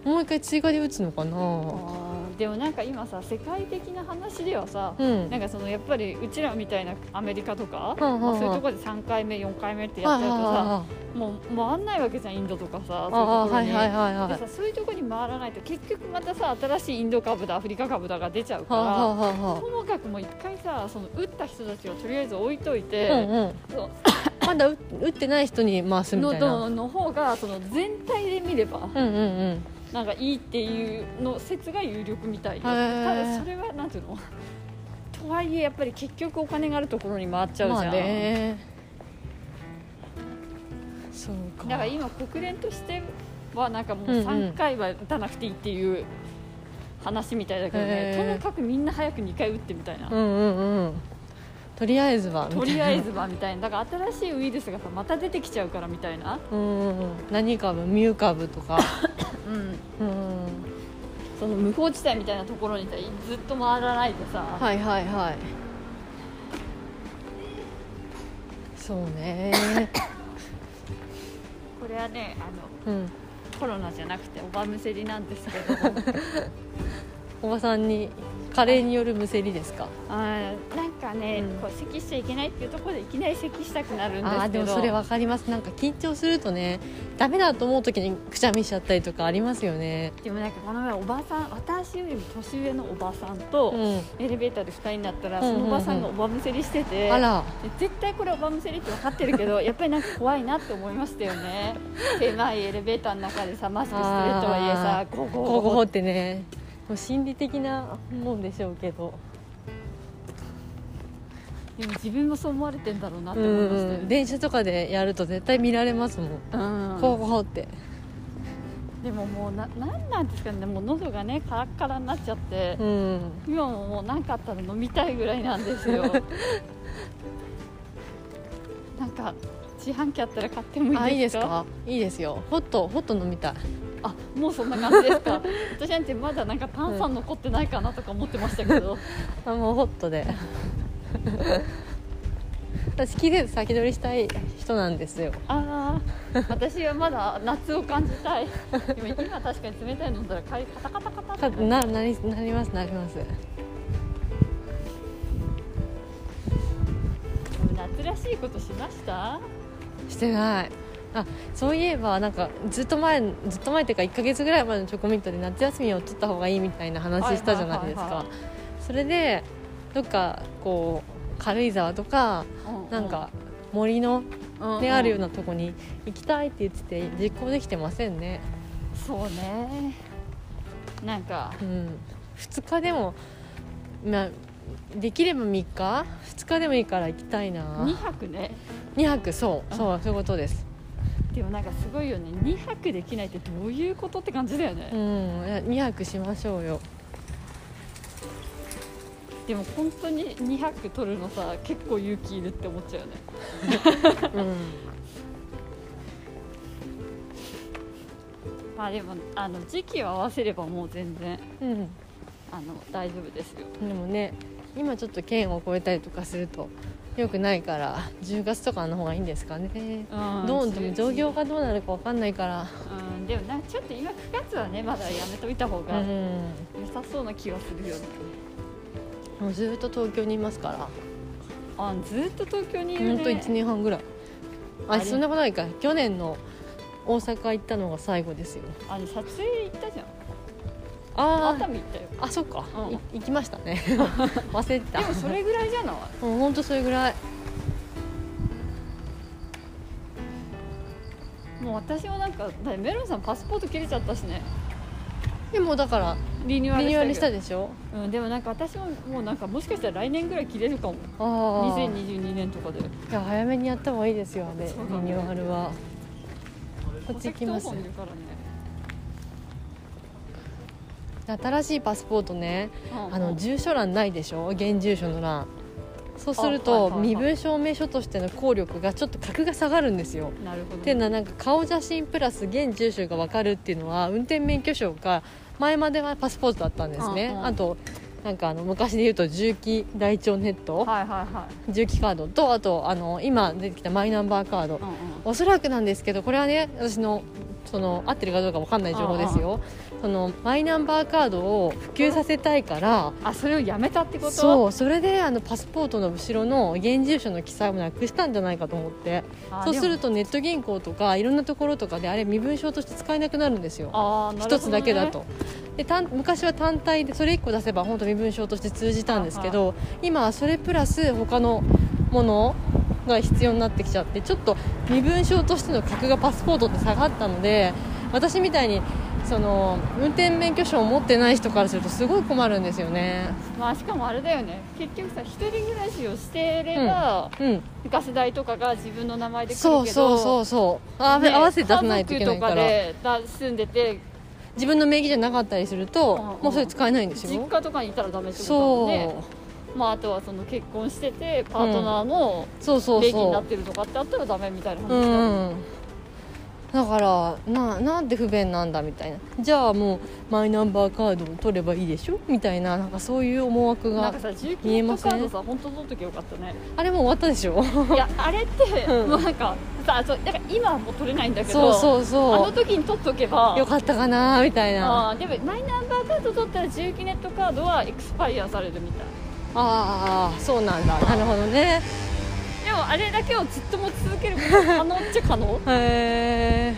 Speaker 2: もう一回追加で打つのかな
Speaker 1: あーでもなんか今さ世界的な話ではさ、
Speaker 2: うん
Speaker 1: なんかそのやっぱりうちらみたいなアメリカとか、
Speaker 2: うんうんうん
Speaker 1: まあそういうところで3回目4回目ってやっちゃうとさ、もう回んないわけじゃんインドとかさ
Speaker 2: あ
Speaker 1: そういうところ
Speaker 2: あは
Speaker 1: に、
Speaker 2: いはいはいはい
Speaker 1: でさそういうところに回らないと結局またさ新しいインド株だアフリカ株だが出ちゃうから、
Speaker 2: はあはあは
Speaker 1: ともかくもう一回さその打った人たちをとりあえず置いといて、
Speaker 2: あうんうん
Speaker 1: そう
Speaker 2: まだ打打ってない人に回すみ
Speaker 1: の
Speaker 2: たいな
Speaker 1: のの方がその全体で見れば
Speaker 2: うんうんうん
Speaker 1: なんかいいっていうの説が有力みたいよ
Speaker 2: へー
Speaker 1: ただそれはなんていうのとはいえやっぱり結局お金があるところに回っちゃうじゃん、
Speaker 2: まあねそうか
Speaker 1: だから今国連としてはなんかもう
Speaker 2: うんうん
Speaker 1: 3回は打たなくていいっていう話みたいだけどね、
Speaker 2: へー
Speaker 1: ともかくみんな早く2回打ってみたいな、
Speaker 2: うんうんうんとりあえずはみたい
Speaker 1: と
Speaker 2: な
Speaker 1: りあえずはみたいなだから新しいウイルスがさまた出てきちゃうからみたいな、
Speaker 2: うんうんうん何株ミュー株 とか
Speaker 1: うん、
Speaker 2: うん
Speaker 1: その無法地帯みたいなところにさずっと回らないでさ、
Speaker 2: はいはいはいそう ね
Speaker 1: これはねあの
Speaker 2: うん
Speaker 1: コロナじゃなくておばむせりなんですけど
Speaker 2: おばさんに加齢によるむせりですか
Speaker 1: あーなんかね、
Speaker 2: うん
Speaker 1: こう咳しちゃいけないっていうところでいきなり咳したくなるんですけど
Speaker 2: あーでもそれわかりますなんか緊張するとねダメだと思う時にくしゃみしちゃったりとかありますよね
Speaker 1: でもなんかこの前おばさん私よりも年上のおばさんと、
Speaker 2: うん
Speaker 1: エレベーターで2人になったら
Speaker 2: うんうん
Speaker 1: そ
Speaker 2: うん
Speaker 1: のおばさんがおばむせりしてて、
Speaker 2: あら
Speaker 1: で絶対これおばむせりって分かってるけどやっぱりなんか怖いなって思いましたよ ね狭いエレベーターの中でさマスクしてるとはいえさ
Speaker 2: あ
Speaker 1: ゴーゴー
Speaker 2: こう
Speaker 1: ゴー
Speaker 2: こうってねもう心理的なもんでしょうけど
Speaker 1: でも自分もそう思われてんだろうなって
Speaker 2: う
Speaker 1: 思いましたよ
Speaker 2: ん
Speaker 1: ね、
Speaker 2: 電車とかでやると絶対見られますもん
Speaker 1: うん
Speaker 2: こうこうって
Speaker 1: でももうななんなんですかねもう喉がねカラッカラになっちゃって
Speaker 2: う、ん
Speaker 1: 今ももう何かあったら飲みたいぐらいなんです よなんか自販機あったら買っても
Speaker 2: あい
Speaker 1: い
Speaker 2: い
Speaker 1: い
Speaker 2: で
Speaker 1: ですすか
Speaker 2: かいいですよホットホット飲みたい
Speaker 1: あもうそんな感じですか私なんてまだなんか炭酸残ってないかなとか思ってましたけど、
Speaker 2: あもうホットで 私季節先取りしたい人なんですよ
Speaker 1: ああ私はまだ夏を感じたいでも今確かに冷たいの飲んだらかいカタカタカタってなる
Speaker 2: ななりなりますなります
Speaker 1: でも夏らしいことしました
Speaker 2: してないあそういえばなんかずっと前ずっと前っていうか1か月ぐらい前のチョコミントで夏休みを取った方がいいみたいな話したじゃないです
Speaker 1: はいはい
Speaker 2: か
Speaker 1: は
Speaker 2: それでどっかこう軽井沢とかなんか森の、
Speaker 1: うん
Speaker 2: ねあるようなとこに行きたいって言ってて実行できてませんね、
Speaker 1: そうねなんか
Speaker 2: うん、2日でも、まあ、できれば3日2日でもいいから行きたいな
Speaker 1: 2泊ね
Speaker 2: 2泊そうそうそういうことです
Speaker 1: でもなんかすごいよね2泊できないってどういうことって感じだよね
Speaker 2: うん、2泊しましょうよ
Speaker 1: でも本当に2泊取るのさ結構勇気いるって思っちゃうよねまあでもあの時期を合わせればもう全然
Speaker 2: うん、うん
Speaker 1: あの大丈夫ですよ
Speaker 2: でもね今ちょっと県を越えたりとかするとよくないから10月とかの方がいいんですかね、
Speaker 1: うん
Speaker 2: どうでも状況がどうなるかわかんないから、
Speaker 1: うんでもなちょっと今9月はねまだやめといた方
Speaker 2: う
Speaker 1: が良
Speaker 2: ん、
Speaker 1: さそうな気はするよね、
Speaker 2: もうずっと東京にいますから、
Speaker 1: あずっと東京にい
Speaker 2: ほ
Speaker 1: る
Speaker 2: んと
Speaker 1: ね
Speaker 2: 1年半ぐらい
Speaker 1: あ
Speaker 2: あ
Speaker 1: れ
Speaker 2: そんなことないか去年の大阪行ったのが最後ですよ
Speaker 1: あれ撮影行ったじゃん
Speaker 2: あ
Speaker 1: 熱
Speaker 2: ー
Speaker 1: 海行ったよ
Speaker 2: あそっか、
Speaker 1: うん
Speaker 2: い行きました ね忘れてた
Speaker 1: でもそれぐらいじゃない
Speaker 2: もうほんとそれぐらい
Speaker 1: もう私もなんかだメロンさんパスポート切れちゃったしね
Speaker 2: でもだから
Speaker 1: リニューア
Speaker 2: リ
Speaker 1: ル
Speaker 2: ニューアルした
Speaker 1: け
Speaker 2: でしょ
Speaker 1: どうん、でもなんか私ももうなんかもしかしたら来年ぐらい切れるかも
Speaker 2: ああい
Speaker 1: 2022年とかで
Speaker 2: や早めにやった方がいいですよあれリ
Speaker 1: そうだね
Speaker 2: ニューアルはこっち
Speaker 1: 戸籍
Speaker 2: 行きま
Speaker 1: 謄
Speaker 2: す
Speaker 1: 本いるからね、
Speaker 2: 新しいパスポートね
Speaker 1: うん
Speaker 2: あの住所欄ないでしょ現住所の欄そうする
Speaker 1: あは
Speaker 2: と
Speaker 1: いはいはい
Speaker 2: 身分証明書としての効力がちょっと格が下がるんですよ
Speaker 1: なるほどね
Speaker 2: ていうのはなんか顔写真プラス現住所が分かるっていうのは運転免許証か前まではパスポートだったんですね
Speaker 1: うんうん
Speaker 2: あとなんかあの昔で言うと重機台帳ネット
Speaker 1: はいはいはい
Speaker 2: 重機カードとあとあの今出てきたマイナンバーカード
Speaker 1: うんうん
Speaker 2: おそらくなんですけどこれはね私のその合ってるかどうか分かんない情報ですよそのマイナンバーカードを普及させたいから
Speaker 1: あそれをやめたってこと
Speaker 2: そうそれであのパスポートの後ろの現住所の記載をなくしたんじゃないかと思って
Speaker 1: あ
Speaker 2: そうする
Speaker 1: でも
Speaker 2: とネット銀行とかいろんなところとかであれ身分証として使えなくなるんですよ
Speaker 1: あーなるほどね
Speaker 2: 一、つだけだと。で単昔は単体でそれ1個出せば本当身分証として通じたんですけど今はそれプラス他のものが必要になってきちゃってちょっと身分証としての格がパスポートって下がったので私みたいにその運転免許証を持ってない人からするとすごい困るんですよね。
Speaker 1: まあしかもあれだよね結局さ一人暮らしをしてれば、
Speaker 2: うん、
Speaker 1: ガス代とかが自分の名前で来るけ
Speaker 2: そ
Speaker 1: ど
Speaker 2: うそうそうそうあ、
Speaker 1: ね
Speaker 2: 合わせて出さないといけないか
Speaker 1: 家族とからでだ住んでて
Speaker 2: 自分の名義じゃなかったりすると、
Speaker 1: うんうん
Speaker 2: もうそれ使えないんです
Speaker 1: 実
Speaker 2: よ
Speaker 1: 家とかにいたらダメってことだもん
Speaker 2: そう,、
Speaker 1: ねまあ、あとはその結婚しててパートナーの
Speaker 2: そうそう
Speaker 1: 礼儀に
Speaker 2: そ
Speaker 1: なっ
Speaker 2: う
Speaker 1: てるとかってあったらダメみたいな話
Speaker 2: う
Speaker 1: だよね
Speaker 2: んうんだからななんで不便なんだみたいなじゃあもうマイナンバーカードを取ればいいでしょみたいななんかそういう思惑
Speaker 1: なん
Speaker 2: が
Speaker 1: かさ重
Speaker 2: 見え
Speaker 1: 機
Speaker 2: ま
Speaker 1: の
Speaker 2: せん
Speaker 1: カードさ本当取っときゃよかったね
Speaker 2: あれもう終わったでしょ
Speaker 1: いやあれって、
Speaker 2: うん
Speaker 1: もうなんかさそうだから今はもう取れないんだけ
Speaker 2: そ
Speaker 1: ど
Speaker 2: うそう
Speaker 1: あ
Speaker 2: そ
Speaker 1: の
Speaker 2: う
Speaker 1: 時に取っとけば
Speaker 2: よかったかなみたいなあ
Speaker 1: あーでもマイナンバーカード取ったら重機ネットカードはエクスパイアされるみたい
Speaker 2: あーそうなんだなるほどね
Speaker 1: でもあれだけをずっと持ち続けることは可能っちゃ可能
Speaker 2: へえ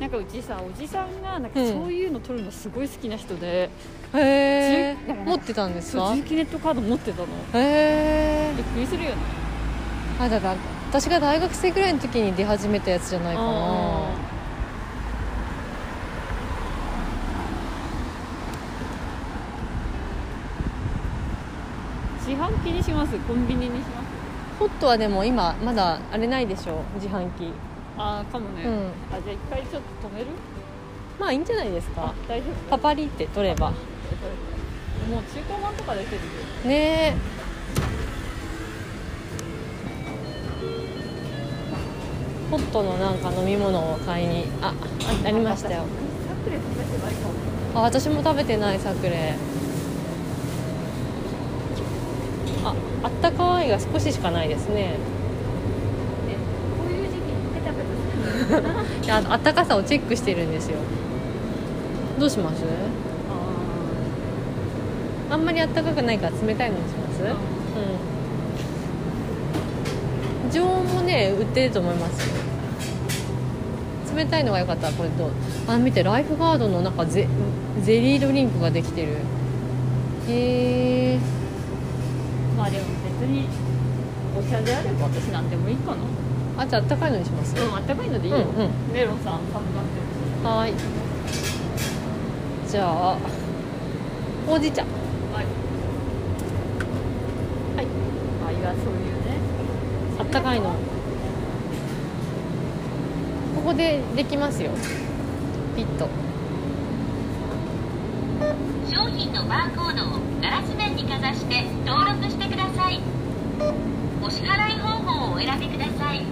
Speaker 1: なんかうちさおじさんがなんか
Speaker 2: うん
Speaker 1: そういうの取るのすごい好きな人で、
Speaker 2: へえ
Speaker 1: 自由
Speaker 2: 持ってたんです
Speaker 1: そう
Speaker 2: か
Speaker 1: 重
Speaker 2: へ
Speaker 1: 機ネットカード持ってたの
Speaker 2: え
Speaker 1: びっくりするよね
Speaker 2: あだから私が大学生ぐらいの時に出始めたやつじゃないかな
Speaker 1: 自販機にしますコンビニにします
Speaker 2: ホットはでも今まだあれないでしょ自販機
Speaker 1: ああかもね、
Speaker 2: うん
Speaker 1: あじゃあ一回ちょっと止める
Speaker 2: まあいいんじゃないです
Speaker 1: あ
Speaker 2: か
Speaker 1: 大丈夫
Speaker 2: パパリって取れば
Speaker 1: もう中古版とか出てるよ
Speaker 2: ねえホットのなんか飲み物を買いにああありましたよ
Speaker 1: サプレ食べてないかも
Speaker 2: あ私も食べてないサクレああったかいが少ししかないですね
Speaker 1: ねこういう時期にペタペタする
Speaker 2: でああったかさをチェックしてるんですよどうします
Speaker 1: あ
Speaker 2: あんまりあったかくないから冷たいのにします
Speaker 1: ー
Speaker 2: うん常温もね売ってると思いますよ冷たいのが良かったらこれどうあ見てライフガードの中ゼゼリードリンクができてるへえ
Speaker 1: まあでも別にお茶であれば私なんでもいいかな
Speaker 2: あじゃああったかいのにします
Speaker 1: でもあったかいのでいいよ、
Speaker 2: うんうん
Speaker 1: メロンさん寒がってる
Speaker 2: はいじゃあほうじ茶
Speaker 1: はいはいまあいやそういうね
Speaker 2: あったかいのここでできますよピッと
Speaker 3: 商品のバーコードをガラス面にかざして登録してくださいお支払い方法をお選びください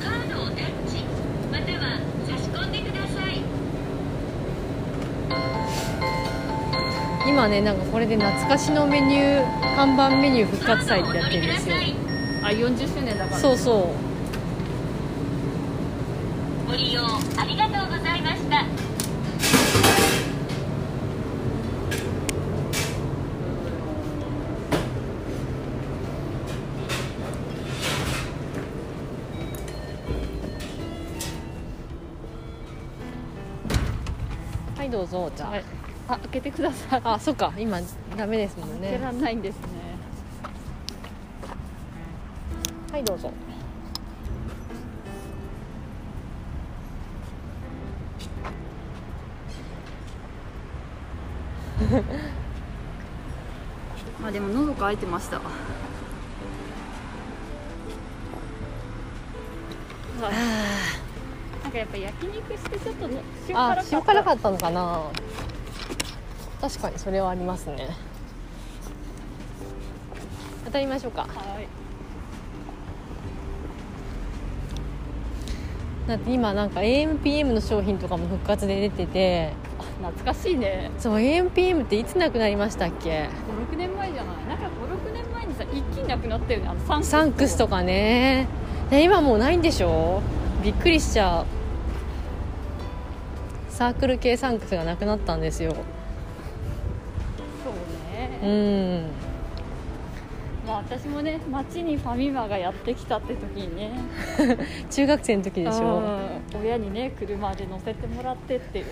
Speaker 3: カードをタッチまたは差し込んでください
Speaker 2: 今ねなんかこれで懐かしのメニュー看板メニュー復
Speaker 3: カ
Speaker 2: 活祭
Speaker 3: ード
Speaker 2: ってやっ
Speaker 3: をお取
Speaker 2: て
Speaker 3: り
Speaker 2: るんで
Speaker 3: くだ
Speaker 2: すよ
Speaker 3: さい
Speaker 1: あ40周年だから
Speaker 2: そううそう
Speaker 3: ご利用ありがとうございました
Speaker 2: どうぞじゃあ、
Speaker 1: はい、あ開けてください
Speaker 2: あそっか今ダメですもん
Speaker 1: 開けら
Speaker 2: ね
Speaker 1: んないんですね
Speaker 2: はいどうぞ
Speaker 1: あでも喉乾いてましたなんかやっぱ焼肉してちょっとの塩
Speaker 2: あ
Speaker 1: 辛
Speaker 2: 塩辛
Speaker 1: か
Speaker 2: か
Speaker 1: っ
Speaker 2: ったのかな確かにそれはありますね当たりましょうか
Speaker 1: たはい
Speaker 2: だって今なんか AMPM の商品とかも復活で出てて
Speaker 1: 懐かしいね
Speaker 2: そう AMPM っていつなくなりましたっけ
Speaker 1: 56年前じゃないなんか56年前にさ一気になくなったよねあのサンクス
Speaker 2: サンクスとかねで今もうないんでしょびっくりしちゃうサークル系サンクスがなくなったんですよ
Speaker 1: そうね
Speaker 2: うん
Speaker 1: まあ私もね町にファミマがやってきたって時にね
Speaker 2: 中学生の時でしょ
Speaker 1: うん親にね車で乗せてもらってっていう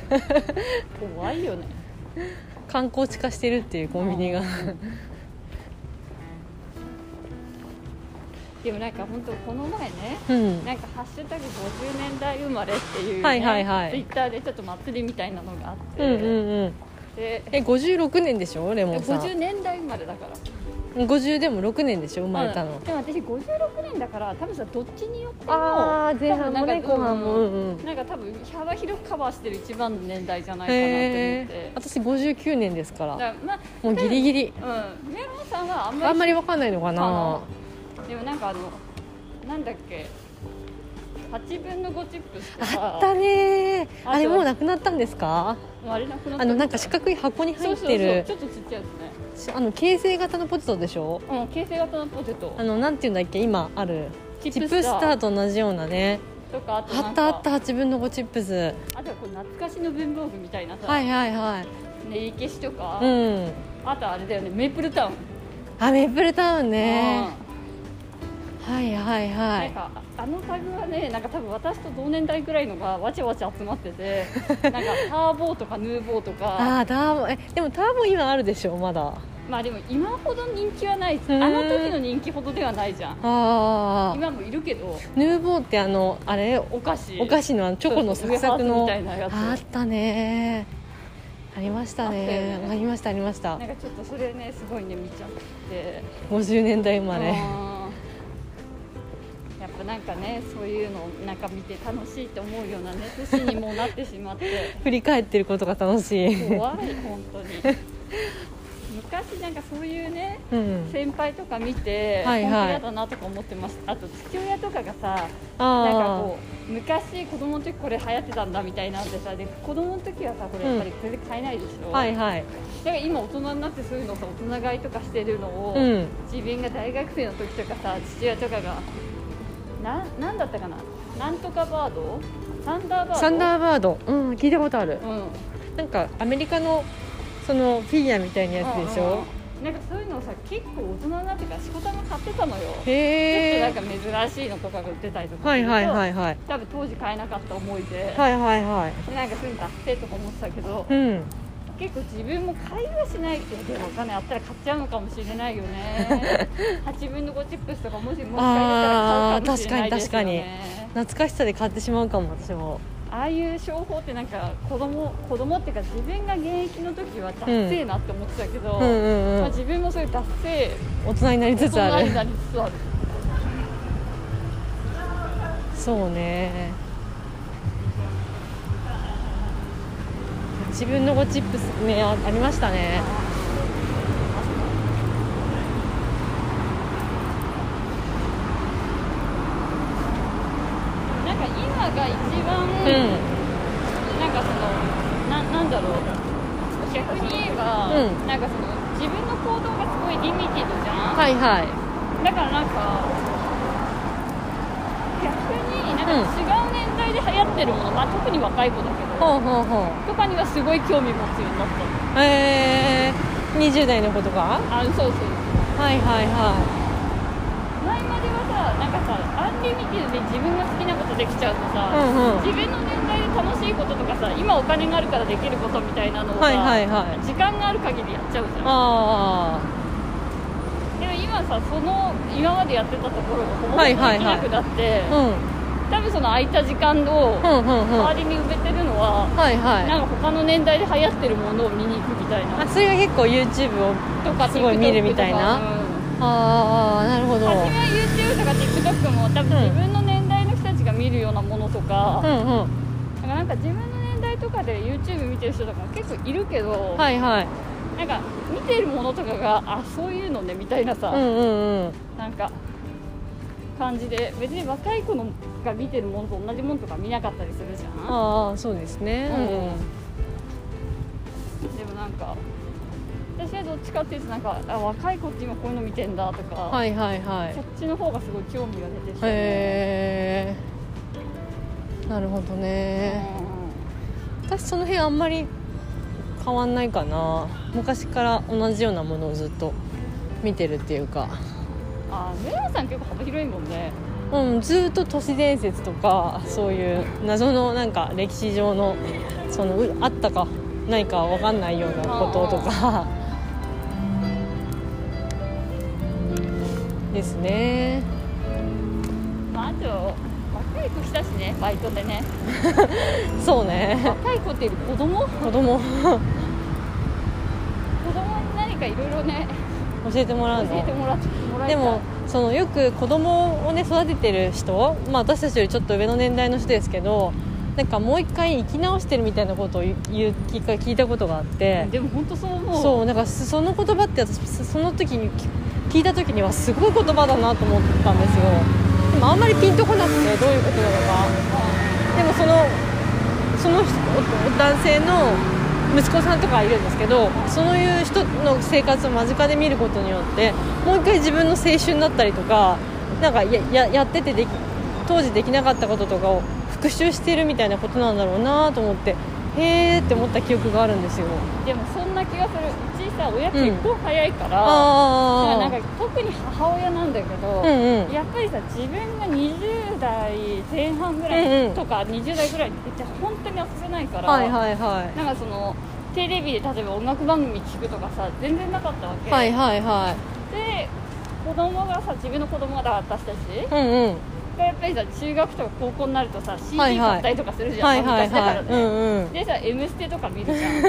Speaker 1: 怖いよね
Speaker 2: 観光地化してるっていうコンビニが
Speaker 1: でもなんか本当この前ね
Speaker 2: うん
Speaker 1: なんか「ハッシュタグ #50 年代生まれ」っていう、ね
Speaker 2: はいはいはい
Speaker 1: ツイッターでちょっと祭りみたいなのがあっ
Speaker 2: う
Speaker 1: て、
Speaker 2: んうんうん
Speaker 1: で
Speaker 2: え56年でしょレモンさん
Speaker 1: 50年代生まれだから
Speaker 2: 50でも6年でしょ生まれたの
Speaker 1: うん、でも私56年だから多分さどっちによっても
Speaker 2: あー前半もね
Speaker 1: 多分なんか
Speaker 2: 後半も
Speaker 1: う
Speaker 2: うんんうん
Speaker 1: なんか多分幅広くカバーしてる一番の年代じゃないかなと思
Speaker 2: へ
Speaker 1: って
Speaker 2: え、私59年ですか
Speaker 1: だ
Speaker 2: ら
Speaker 1: からまあ
Speaker 2: もうギリギリ
Speaker 1: うん、メロンさんはあんまり
Speaker 2: あんまりわかんないのかな
Speaker 1: あのでもなんかあのなんだっけ8分の5チップしてさ
Speaker 2: あったねー
Speaker 1: あ
Speaker 2: あれもうなくなったんですか
Speaker 1: もうあれなくなった
Speaker 2: あのなんか四角い箱に入ってる
Speaker 1: そうそうそうちょっとちっちゃいやつね
Speaker 2: あの形成型のポテトでしょ
Speaker 1: うん、形成型のポテト
Speaker 2: あのなんていうんだっけ今ある
Speaker 1: チ
Speaker 2: チップスターと同じようなね
Speaker 1: とかあと
Speaker 2: あ
Speaker 1: な
Speaker 2: っ
Speaker 1: んか
Speaker 2: たあった8分の5チップス
Speaker 1: あとはこう懐かしの文房具みたいなさ、
Speaker 2: はいはいはい
Speaker 1: 練り消しとか、
Speaker 2: うん
Speaker 1: あとあれだよねメープルタウン
Speaker 2: あメープルタウンね
Speaker 1: うん
Speaker 2: はいはいは
Speaker 1: なん
Speaker 2: い
Speaker 1: かあのタグはねなんか多分私と同年代ぐらいのがわちゃわちゃ集まって てなんかターボーとかヌーボーとか
Speaker 2: ああダーボンえでもターボン今あるでしょまだ
Speaker 1: まあでも今ほど人気はないあ
Speaker 2: ん
Speaker 1: の時の人気ほどではないじゃん
Speaker 2: ああ
Speaker 1: 今もいるけど
Speaker 2: ヌーボーってあのあれ
Speaker 1: お菓子
Speaker 2: お菓子のあのチョコのサクサク
Speaker 1: ウ
Speaker 2: の
Speaker 1: エハースみたいなやつ
Speaker 2: あったねありました
Speaker 1: あったよ
Speaker 2: ね
Speaker 1: ね
Speaker 2: ありましたありました
Speaker 1: なんかちょっとそれねすごいね見ちゃって
Speaker 2: 50年代生まれ
Speaker 1: うんやっぱなんかねそういうのをなんか見て楽しいと思うようなね年にもなってしまって
Speaker 2: 振り返ってることが楽しい
Speaker 1: 怖い本当に昔なんかそういうね
Speaker 2: うん
Speaker 1: 先輩とか見て、
Speaker 2: はいは
Speaker 1: 本
Speaker 2: い
Speaker 1: 当嫌だなとか思ってましたあと父親とかがさ
Speaker 2: あ
Speaker 1: なん
Speaker 2: ー
Speaker 1: かこう昔子供の時これ流行ってたんだみたいなんでさで子供の時はさこれやっぱり全然買えないでしょ、
Speaker 2: はいはい
Speaker 1: だから今大人になってそういうのさ大人買いとかしてるのを、
Speaker 2: うん
Speaker 1: 自分が大学生の時とかさ父親とかがななんだったかななんとかバードサンダーバード
Speaker 2: サンダ
Speaker 1: ー
Speaker 2: ーバードうん聞いたことある
Speaker 1: うん
Speaker 2: なんかアメリカのそのフィギュアみたいなやつでし
Speaker 1: うんうん
Speaker 2: ょ
Speaker 1: うんなんかそういうのをさ結構大人になってからしこたま買ってたのよ
Speaker 2: へ
Speaker 1: ちょっ
Speaker 2: え
Speaker 1: となんか珍しいのとかが売ってたりとか
Speaker 2: はいはい
Speaker 1: すると
Speaker 2: はいはい
Speaker 1: 多分当時買えなかった思いで、
Speaker 2: はいはいはい
Speaker 1: なんかそういうの達成とか思ってたけど、
Speaker 2: うん
Speaker 1: 結構自分も会話しないけどでもお金あったら買っちゃうのかもしれないよ ね8分の5チップスとかもしもう一回出たら買うかもしれないですよね
Speaker 2: 懐かしさで買ってしまうかも私も
Speaker 1: ああいう商法ってなんか子供子供っていうか自分が現役の時はダッセーなって思ってたけど、
Speaker 2: うんうんう
Speaker 1: まあ、
Speaker 2: ん
Speaker 1: 自分もそういうダッセ
Speaker 2: 大人になり
Speaker 1: ー
Speaker 2: つつあ
Speaker 1: 大人
Speaker 2: る
Speaker 1: になりつつある
Speaker 2: そうね自分のごチップスねあありましたね
Speaker 1: なんか今が一番、
Speaker 2: うん
Speaker 1: なんかそのななんだろう逆に言えば、
Speaker 2: うん
Speaker 1: なんかその自分の行動がすごいリミテッドじゃん、
Speaker 2: はいはい
Speaker 1: だからなんか逆になんか
Speaker 2: うん
Speaker 1: 違う年代で流行ってるもの、まあ、特に若い子だけど
Speaker 2: ほうほうほ
Speaker 1: とかにはすごい興味持つようになっ
Speaker 2: うえー、20代の子とか
Speaker 1: たあそうそう
Speaker 2: はいはいは
Speaker 1: 前まではさなんかさアンリミティドで自分が好きなことできちゃうとさ、
Speaker 2: うんうん
Speaker 1: 自分の年代で楽しいこととかさ今お金があるからできることみたいなのをさ、
Speaker 2: はいはいはい
Speaker 1: 時間がある限りやっちゃうじゃん
Speaker 2: あ
Speaker 1: でも今さその今までやってたところがほぼほぼ
Speaker 2: は
Speaker 1: で
Speaker 2: い
Speaker 1: き
Speaker 2: はいはい
Speaker 1: なくなって、
Speaker 2: あうん
Speaker 1: 多分その空いた時間を
Speaker 2: うんうんうん
Speaker 1: 周りに埋めてるのは、
Speaker 2: はい
Speaker 1: な
Speaker 2: は
Speaker 1: んか
Speaker 2: い
Speaker 1: 他の年代で流行ってるものを見に行くみたいな
Speaker 2: あそれが結構 YouTube を
Speaker 1: とか
Speaker 2: すごい見る
Speaker 1: TikTok
Speaker 2: みたいな
Speaker 1: とかうん
Speaker 2: ああなるほど
Speaker 1: 初めは YouTube とか TikTok も多分
Speaker 2: うん
Speaker 1: 自分の年代の人たちが見るようなものと
Speaker 2: う
Speaker 1: か,、
Speaker 2: んうん
Speaker 1: なんか自分の年代とかで YouTube 見てる人とかも結構いるけど、
Speaker 2: はいはい
Speaker 1: なんか見てるものとかがあそういうのねみたいなさ、
Speaker 2: うんうんうん
Speaker 1: なんか感じで別に若い子のが見てるものと同じものとか見なかったりするじゃん
Speaker 2: ああそうですね
Speaker 1: う
Speaker 2: うんん
Speaker 1: でもなんか私はどっちかっていうとなんかあ若い子って今こういうの見てんだとか、
Speaker 2: はいはいは
Speaker 1: そっ
Speaker 2: い
Speaker 1: ちの方がすごい興味が出てきたね
Speaker 2: へえなるほどね
Speaker 1: うん
Speaker 2: 私その辺あんまり変わんないかな昔から同じようなものをずっと見てるっていうか
Speaker 1: あメロンさん結構幅広いもんね
Speaker 2: うん、ずっと都市伝説とかそういう謎のなんか歴史上のそのうあったかないかわかんないようなこととかですね
Speaker 1: まああと若い子来たしねバイトでね
Speaker 2: そうね
Speaker 1: 若い子っていうより子供子
Speaker 2: 子供
Speaker 1: 供に何かいろいろね
Speaker 2: 教えてもら
Speaker 1: 教
Speaker 2: うの
Speaker 1: えてもらってもらえた
Speaker 2: でもそのよく子供をね育ててる人、まあ、私たちよりちょっと上の年代の人ですけどなんかもう一回生き直してるみたいなことを言う言う聞いた聞いたことがあって
Speaker 1: でも本当そう思う
Speaker 2: そうなんかすその言葉って私そその時にき聞いた時にはすごい言葉だなと思ったんですよでもあんまりピンとこなくてどういうことなのかでもそのその人お男性の息子さんとかいるんですけどそういう人の生活を間近で見ることによってもう一回自分の青春だったりとかなんかやややっててでき当時できなかったこととかを復習してるみたいなことなんだろうなと思ってへーって思った記憶があるんですよ
Speaker 1: でもそんな気がするうちさ親
Speaker 2: うん
Speaker 1: 結婚早いから、だから
Speaker 2: ああ
Speaker 1: なんか特に母親なんだけど、
Speaker 2: うんうん
Speaker 1: やっぱりさ自分が20代前半ぐら
Speaker 2: うんう
Speaker 1: い
Speaker 2: ん
Speaker 1: とか、20代ぐらいってじゃあ本当に遊べないから、
Speaker 2: はいはいは
Speaker 1: なんかそのテレビで例えば音楽番組聞くとかさ全然なかったわけ、
Speaker 2: いはいはいは
Speaker 1: で子供がさ自分の子供がだから私たち
Speaker 2: いうんうん
Speaker 1: がやっぱりさ中学とか高校になるとさ CD
Speaker 2: はいはい
Speaker 1: 買ったりとかするじゃん、
Speaker 2: はいはい
Speaker 1: 昔だ
Speaker 2: は
Speaker 1: から
Speaker 2: い
Speaker 1: ね、
Speaker 2: うんうん
Speaker 1: でさ「M ステ」とか見るじゃん で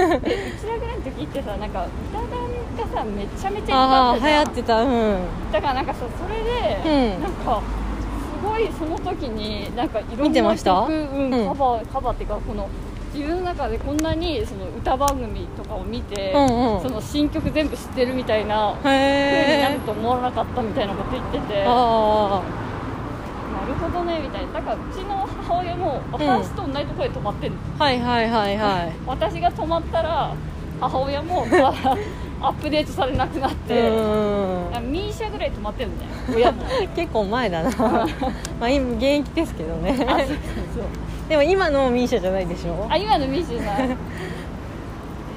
Speaker 1: うちらぐらいの時ってさなんか歌番がさめちゃめちゃいっぱいあ
Speaker 2: あ
Speaker 1: った
Speaker 2: あ
Speaker 1: じ
Speaker 2: 流
Speaker 1: ゃ
Speaker 2: 行
Speaker 1: ん
Speaker 2: ってたうん
Speaker 1: だからなんかさそれで、
Speaker 2: うん
Speaker 1: なんかすごいその時になんかいろん
Speaker 2: 見てま
Speaker 1: な
Speaker 2: した
Speaker 1: 曲、うん
Speaker 2: うん
Speaker 1: カバーカバーっていうかこの自分の中でこんなにその歌番組とかを見て、
Speaker 2: うんうん
Speaker 1: その新曲全部知ってるみたいな
Speaker 2: へ
Speaker 1: 風になる
Speaker 2: え
Speaker 1: と思わなかったみたいなこと言っててな
Speaker 2: あ
Speaker 1: るほどねみたいなだからうちの母親も私と同じところで泊まってる、
Speaker 2: あはいはいはいはい
Speaker 1: 私が泊まったら母親も アップデートされなくなって、
Speaker 2: うん
Speaker 1: ミーシャぐらい泊まってるんだよ親 も
Speaker 2: 結構前 だなまあ今現役ですけど
Speaker 1: あそう
Speaker 2: ね
Speaker 1: そうそう
Speaker 2: でも今のミーシャじゃないでしょ
Speaker 1: あ今のミーシャじゃない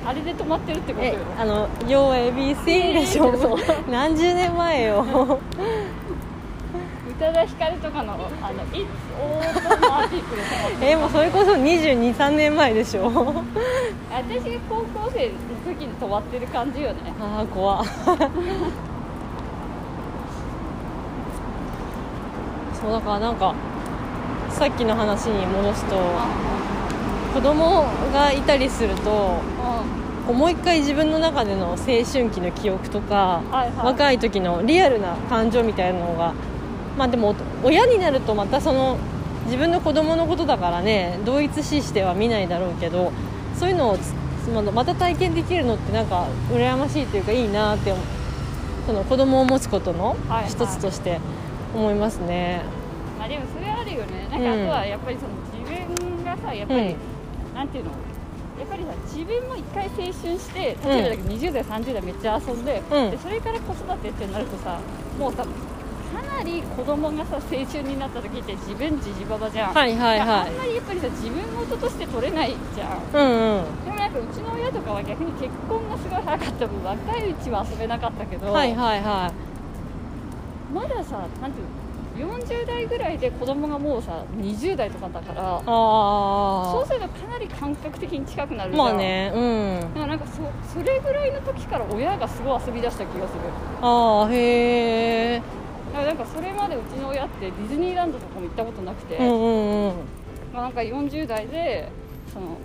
Speaker 1: あれで泊まってるってことよ
Speaker 2: えあの「よう ABC」でしょ
Speaker 1: そう
Speaker 2: 何十年前よ
Speaker 1: 宇多田ヒカルとかの「あの It's All the Magic」で泊まって
Speaker 2: えもうそれこそ223年前でしょ
Speaker 1: 私が高校生の時に泊まってる感じよね
Speaker 2: ああ怖 そうだからなんかさっきの話に戻すと子供がいたりすると
Speaker 1: う
Speaker 2: こうもう一回自分の中での青春期の記憶とか、
Speaker 1: はいはい
Speaker 2: 若い時のリアルな感情みたいなのがまあでも親になるとまたその自分の子供のことだからね同一視しては見ないだろうけどそういうのをつまあまた体験できるのってなんか羨ましいというかいいなって思うその子供を持つことの
Speaker 1: はいはい
Speaker 2: 一つとして思いますね。
Speaker 1: んまあでもそれはあるよねなんかあとはやっぱりその自分がさやっぱり、なんていうのやっぱりさ自分も一回青春して例えばだけど20代30代めっちゃ遊んで,、
Speaker 2: うん
Speaker 1: でそれから子育てってなるとさもうさかなり子供がさ青春になった時って自分自じばばじゃん、
Speaker 2: はいはい
Speaker 1: だから
Speaker 2: は
Speaker 1: あ
Speaker 2: い
Speaker 1: んまりやっぱりさ自分事として取れないじゃん
Speaker 2: うんうん
Speaker 1: でもなんかうちの親とかは逆に結婚がすごい早かった分若いうちは遊べなかったけど、
Speaker 2: はいはいは
Speaker 1: まださなんていうの40代ぐらいで子供がもうさ20代とかだからそ
Speaker 2: あ
Speaker 1: うするとかなり感覚的に近くなる
Speaker 2: あ
Speaker 1: じゃん
Speaker 2: まあねうん
Speaker 1: だからなんかそそれぐらいの時から親がすごい遊び出した気がする
Speaker 2: ああへえ
Speaker 1: だからなんかそれまでうちの親ってディズニーランドとかも行ったことなくて、
Speaker 2: うんうんうん
Speaker 1: まあ、なんか40代でその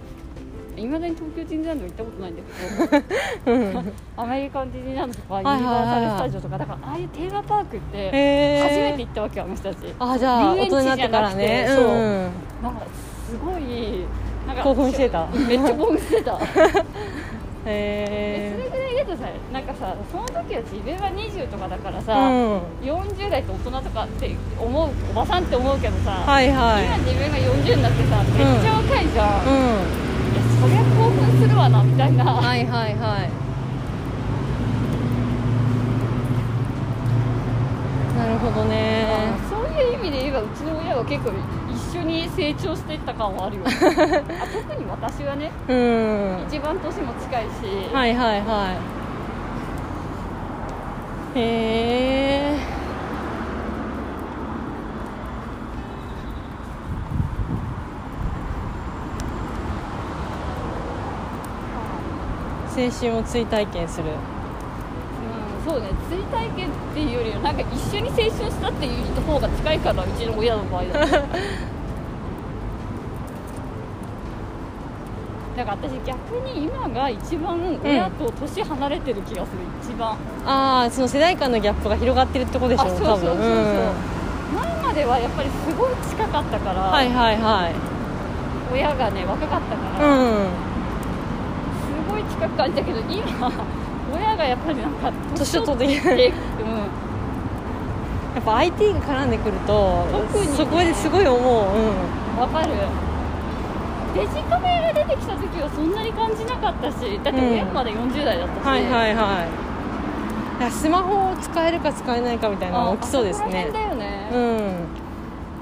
Speaker 1: いまだに東京ディズニーランドも行ったことないんだけど アメリカンディズニーランドとかユニバ
Speaker 2: いはいはい
Speaker 1: ーサル・スタジオとかだからああいうテーマパークって
Speaker 2: へえ
Speaker 1: 初めて行ったわけよあの人たち
Speaker 2: あじゃあ
Speaker 1: 遊園
Speaker 2: 大
Speaker 1: 地
Speaker 2: 人になってからね
Speaker 1: じゃなくてそうんなんかすごいなんか
Speaker 2: 興奮してた
Speaker 1: めっちゃ興奮して たえそれ
Speaker 2: へ
Speaker 1: ぐらいだとさなんかさその時は自分は20とかだから
Speaker 2: えう
Speaker 1: さ、
Speaker 2: ん
Speaker 1: 40代って大人とかって思うおばさんって思うけどさ、
Speaker 2: はいはい
Speaker 1: 今自分が40になってさめっちゃ若いじゃん、
Speaker 2: う
Speaker 1: いや
Speaker 2: ん
Speaker 1: そりゃ興奮するわなみたいな、
Speaker 2: はいはいはいなるほどね
Speaker 1: そういう意味で言えばうちの親は結構一緒に成長していった感はある よあ特に私はね
Speaker 2: うん
Speaker 1: 一番年も近いし、
Speaker 2: はいはいはいへえ青春を追体験する
Speaker 1: うん、そうね追体験っていうよりはなんか一緒に青春したっていう方が近いからうちの親の場合だ とだから私逆に今が一番親と年離れてる気がする、一番
Speaker 2: ああその世代間のギャップが広がってるってことでしょ
Speaker 1: あそうそう
Speaker 2: 多
Speaker 1: そうそう、
Speaker 2: 分うん
Speaker 1: 前まではやっぱりすごい近かったから、
Speaker 2: はいはいはい
Speaker 1: 親がね若かったから、
Speaker 2: う
Speaker 1: すごい近く感じたけど今親がやっぱりなん か
Speaker 2: 年を取って
Speaker 1: 年取ってうん
Speaker 2: んやっぱ IT が絡んでくると
Speaker 1: 特にね
Speaker 2: そこですごい思ううん
Speaker 1: わかるデジカメが出てきた時はそんなに感じなかったしだって親まだ40代だったし、
Speaker 2: はいはいはいいやスマホを使えるか使えないかみたいなの
Speaker 1: あ
Speaker 2: 大きそうですね
Speaker 1: あそこら辺だよね、
Speaker 2: うん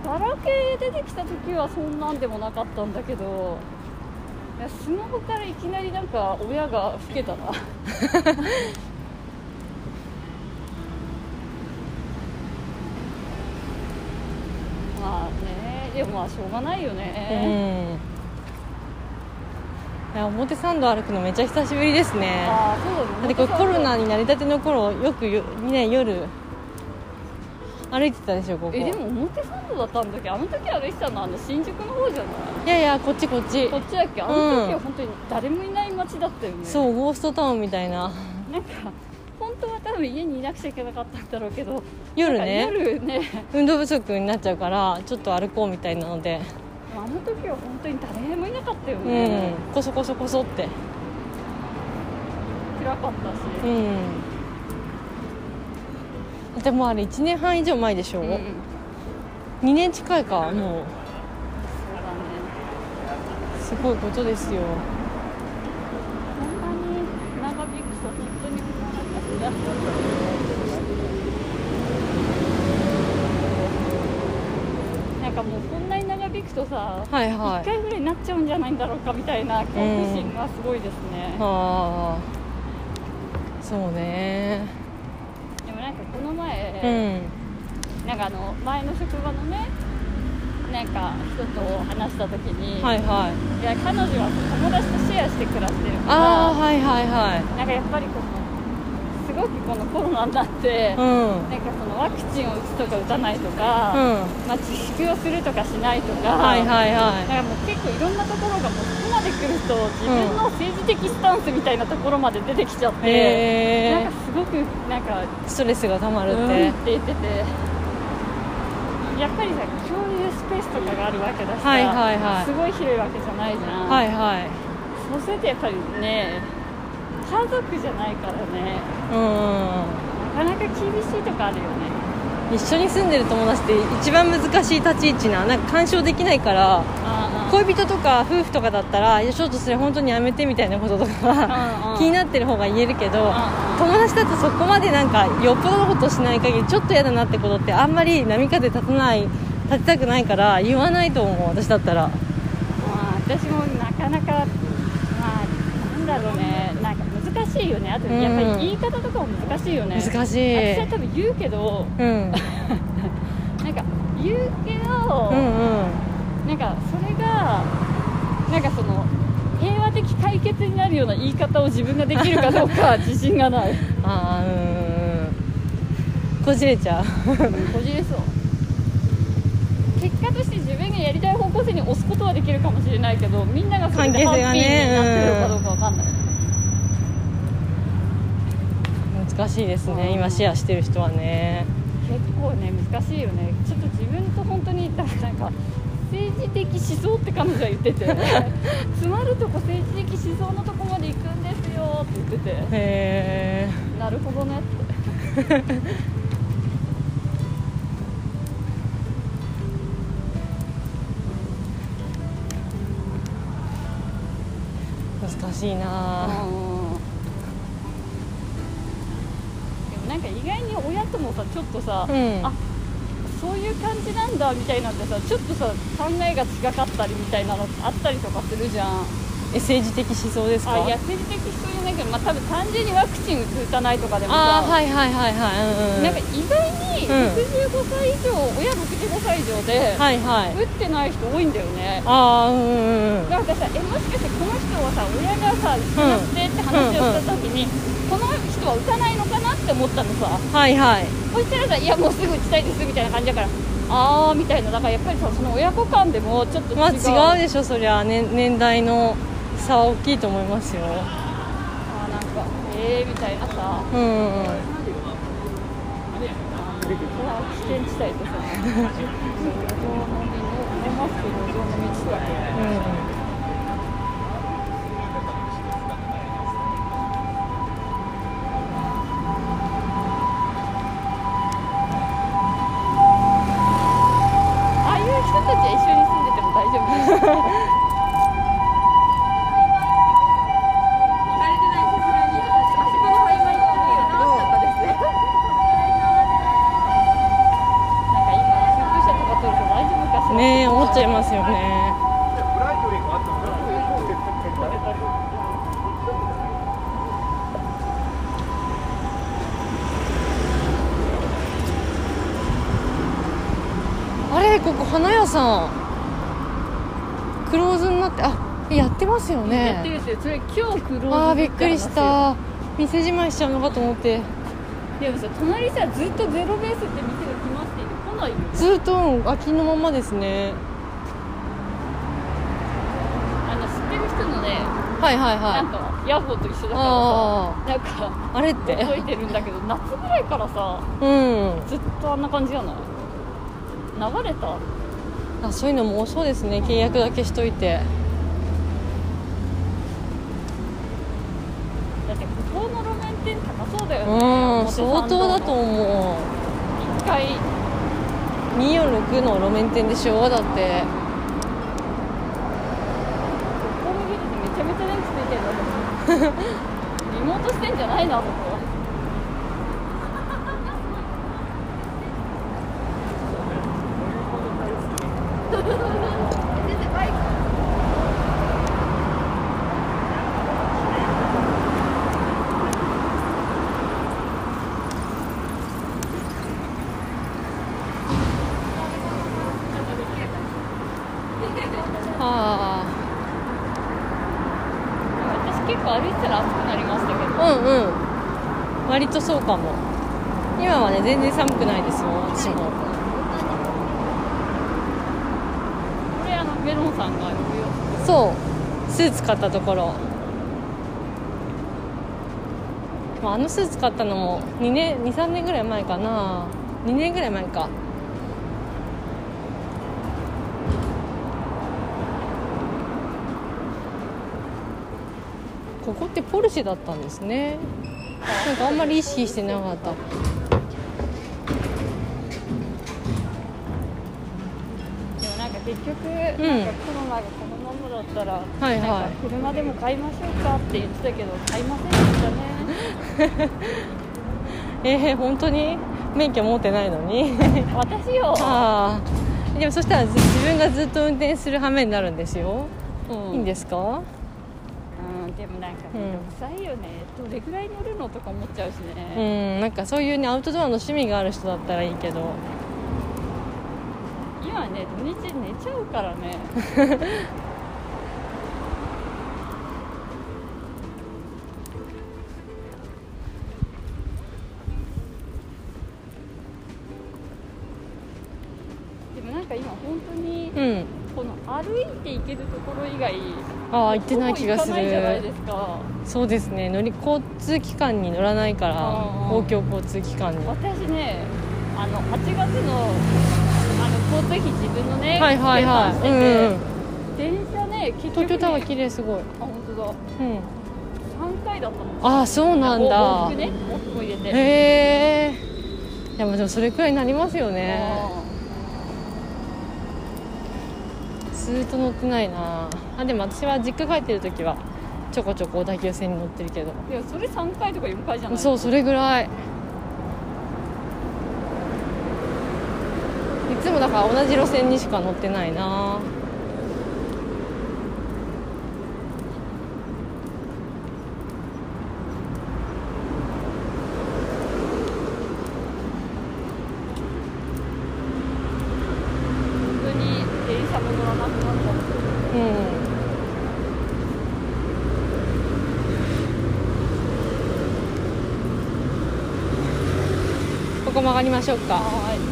Speaker 1: ガラケー出てきた時はそんなんでもなかったんだけどいやスマホからいきなりなんか親が老けた なまあねでもまあしょうがないよね、
Speaker 2: うんいや表参道歩くのめっちゃ久しぶりですね
Speaker 1: ああそうだ
Speaker 2: だっ
Speaker 1: ね
Speaker 2: てこれコロナになりたての頃よくよね夜歩いてたでしょここ
Speaker 1: えでも表参道だったんだっけあの時歩いてたのはあの新宿の方じゃない
Speaker 2: いやいやこっちこっち
Speaker 1: こっちだっけあの時は本当に誰もいない街だったよね、
Speaker 2: そうゴーストタウンみたいな
Speaker 1: なんか本当は多分家にいなくちゃいけなかったんだろうけど
Speaker 2: 夜ね
Speaker 1: なんか夜ね
Speaker 2: 運動不足になっちゃうからちょっと歩こうみたいなので
Speaker 1: あの時は本当に誰もいなかったよ
Speaker 2: うん
Speaker 1: ね、
Speaker 2: こそこそこそって
Speaker 1: 暗かったし、
Speaker 2: うんだってもうあれ1年半以上前でしょ、
Speaker 1: う
Speaker 2: うん
Speaker 1: うん
Speaker 2: 2年近いかもう
Speaker 1: そうだね
Speaker 2: すごいことですよ
Speaker 1: こんなに長引くと本当に困らなくなっちゃうなんかもうこんなに長引くとさ
Speaker 2: はい
Speaker 1: 一、
Speaker 2: はい
Speaker 1: 回ぐらいになっちゃうんじゃないんだろうかみたいな恐怖心がすごいですね、
Speaker 2: はあそうね
Speaker 1: でもなんかこの
Speaker 2: う
Speaker 1: 前、
Speaker 2: ん
Speaker 1: なんかあの前の職場のねなんか人と話した時に、
Speaker 2: はいはい
Speaker 1: いや彼女は友達とシェアして暮らしてるから
Speaker 2: ああはいはいはい
Speaker 1: なんかやっぱりこのすごくこのコロナになって、
Speaker 2: うん
Speaker 1: なんかそのワクチンを打つとか打たないとか、
Speaker 2: うん
Speaker 1: まあ、自粛をするとかしないとか、
Speaker 2: はいはい
Speaker 1: なん
Speaker 2: は
Speaker 1: かもう結構いろんなところがもうここまで来ると自分の政治的スタンスみたいなところまで出てきちゃっ
Speaker 2: い
Speaker 1: て、
Speaker 2: へ
Speaker 1: な
Speaker 2: え
Speaker 1: んかすごくなんか
Speaker 2: ストレスがたまる
Speaker 1: うん
Speaker 2: っ
Speaker 1: ってて言ってて。やっぱりさ共有スペースとかがあるわけだしさ、
Speaker 2: はいはいはい
Speaker 1: すごい広いわけじゃないじゃん、
Speaker 2: はいはい
Speaker 1: そうするとやっぱりね家族じゃないからね
Speaker 2: う
Speaker 1: なかなか厳しいとこあるよね
Speaker 2: ん一緒に住んでる友達って一番難しい立ち位置ななんか干渉できないから
Speaker 1: あ
Speaker 2: 恋人とか夫婦とかだったら「いやちょっとそれ本当にやめて」みたいなことと
Speaker 1: うんう
Speaker 2: か
Speaker 1: ん
Speaker 2: 気になってる方が言えるけど
Speaker 1: んうん
Speaker 2: 友達だとそこまでなんかよっぽどのことしない限りちょっと嫌だなってことってあんまり波風立たない立てたくないから言わないと思う私だったら
Speaker 1: まあ私もなかなかまあなんだろうねなんか難ししいよねあと
Speaker 2: うん
Speaker 1: やっぱり言い方とかも難しいよね、
Speaker 2: 難し
Speaker 1: 私
Speaker 2: い
Speaker 1: は多分言うけど
Speaker 2: うん
Speaker 1: なんか言うけど、
Speaker 2: うんうん
Speaker 1: なんかそれがなんかその平和的解決になるような言い方を自分ができるかどうか自信が ない
Speaker 2: ああうんこじれちゃう
Speaker 1: こじれそう結果として自分がやりたい方向性に押すことはできるかもしれないけどみんながそれでハ
Speaker 2: 関
Speaker 1: ッピー
Speaker 2: 係性がね
Speaker 1: になってるかどうかわかんない、
Speaker 2: 難しいです
Speaker 1: うん
Speaker 2: ね今シェアしてる人はね
Speaker 1: 結構ね難しいよねちょっと自分と本当に多分なんか政治的思想って彼女が言って て詰まるとこ政治的思想のとこまで行くんですよって言ってて
Speaker 2: へえ
Speaker 1: なるほどねって
Speaker 2: 難しいな
Speaker 1: でもなんか意外に親ともさちょっとさ、
Speaker 2: うん
Speaker 1: あそういう感じなんだみたいなんてさちょっとさ考えが違かったりみたいなのあったりとかするじゃん
Speaker 2: え政治的思想ですか
Speaker 1: あいや政治的人じゃないけど、まあ、多分単純にワクチン打つ打たないとかでも
Speaker 2: あ
Speaker 1: さ、
Speaker 2: ーはいはいはいはいうんうん
Speaker 1: なんか意外に
Speaker 2: うん
Speaker 1: 65歳以上、親65歳以上で、
Speaker 2: はいはい
Speaker 1: 打ってない人多いんだよね
Speaker 2: ああうんうんうん
Speaker 1: なんかさえもしかしてこの人はさ親がさ話してって話をした時に、この人は打たないのかなって思ったのさ
Speaker 2: はいはい
Speaker 1: そしたらさいやもうすぐ打ちたいですみたいな感じだからあーみたいなだからやっぱりさその親子間でもちょっと違う,、
Speaker 2: まあ違うでしょそりゃ、ね、年代の差は大きいと思いますよ
Speaker 1: あーなんかえーみたいなさ
Speaker 2: うんうんうん
Speaker 1: これは危険地帯とさ路上飲みの寝ますけど路上飲み地帯ああいう人たちは一緒に住んでても大丈夫ですなんか今救急車とか通ると大丈夫かしら
Speaker 2: うんねえ思っちゃい
Speaker 1: す
Speaker 2: ますよねあれここ花屋さんクローズになってあやってますよね
Speaker 1: やってるってそれ今日クローズ
Speaker 2: あーび
Speaker 1: て
Speaker 2: っくりし
Speaker 1: 話よ
Speaker 2: た店じまいしちゃうのかと思って
Speaker 1: でもさ隣さずっとゼロベースって店が来ますって言って来ないよね
Speaker 2: ずっとうん空きのままですね
Speaker 1: あの知ってる人のね
Speaker 2: はいはい
Speaker 1: なん
Speaker 2: は
Speaker 1: かヤッホーと一緒だ
Speaker 2: あ
Speaker 1: からさなんか
Speaker 2: いあれって
Speaker 1: 届いてるんだけど夏ぐらいからさ
Speaker 2: うん
Speaker 1: ずっとあんな感じやない流れた
Speaker 2: あそういうのも多そうですね契約だけしといて
Speaker 1: だってここの路面店高そうだよね
Speaker 2: うん
Speaker 1: 表参道
Speaker 2: 相当だと思う
Speaker 1: 一回
Speaker 2: 246の路面店でしょだっ
Speaker 1: 六
Speaker 2: て
Speaker 1: 本木ヒルズめちゃめちゃ電気ついてるのリモートしてんじゃないなここ
Speaker 2: あ
Speaker 1: 私結構歩いてたら暑くなりましたけど
Speaker 2: あうんうん割とそうかも今はね全然寒くないですよ私
Speaker 1: こ
Speaker 2: も
Speaker 1: れあのメロンさんが呼ぶよ
Speaker 2: そうスーツ買ったところまああのスーツ買ったのも2年23年ぐらい前かな2年ぐらい前かここってポルシェだったんですねなんかあんまり意識してなかった
Speaker 1: でもなんか結局、
Speaker 2: うん
Speaker 1: なんかコロナがこのままだったら、
Speaker 2: はいはい
Speaker 1: なんか車でも買いましょうかって言ってたけど買いませんでしたね
Speaker 2: えー、本当に免許持ってないのに
Speaker 1: 私よ、
Speaker 2: ああでもそしたらず自分がずっと運転する羽目になるんですよ、
Speaker 1: うん
Speaker 2: いいんですか
Speaker 1: うん、でもなんか
Speaker 2: うん
Speaker 1: 面倒くさいよね、どれぐらい乗るのとか思っちゃうし
Speaker 2: う
Speaker 1: ね、
Speaker 2: んなんかそういうねアウトドアの趣味がある人だったらいいけど
Speaker 1: 今ね土日寝ちゃうからねでもなんか今本当に
Speaker 2: うん
Speaker 1: この歩いて行けるところ以外
Speaker 2: ああ行ってない気がす
Speaker 1: ほぼ行か
Speaker 2: る
Speaker 1: ないじゃないですか
Speaker 2: そうですね乗り交通機関に乗らないから
Speaker 1: あー
Speaker 2: 公共交通機関には
Speaker 1: 私ねあの8月のあの交通費自分のね、
Speaker 2: いはいは
Speaker 1: 計算し
Speaker 2: い、
Speaker 1: て
Speaker 2: うん
Speaker 1: て
Speaker 2: うんうん、
Speaker 1: 電車ね結局ね
Speaker 2: 東京タワー綺麗すご
Speaker 1: あ
Speaker 2: い、
Speaker 1: 本当だ
Speaker 2: うん、
Speaker 1: 3回だったの
Speaker 2: ああそうなん
Speaker 1: 往
Speaker 2: だ
Speaker 1: 復ね往復も入れて
Speaker 2: へえいやまあでもそれくらいになりますよね
Speaker 1: う
Speaker 2: ずーっと乗ってないなあでも私は実家帰ってる時はちょこちょこ小田急線に乗ってるけど
Speaker 1: んいやそれ3回とか4回じゃない
Speaker 2: そうそれぐらいいつもだから同じ路線にしか乗ってないな
Speaker 1: 本当に電車も乗らなくなったんですよ
Speaker 2: うんここ曲がりましょうか
Speaker 1: はーい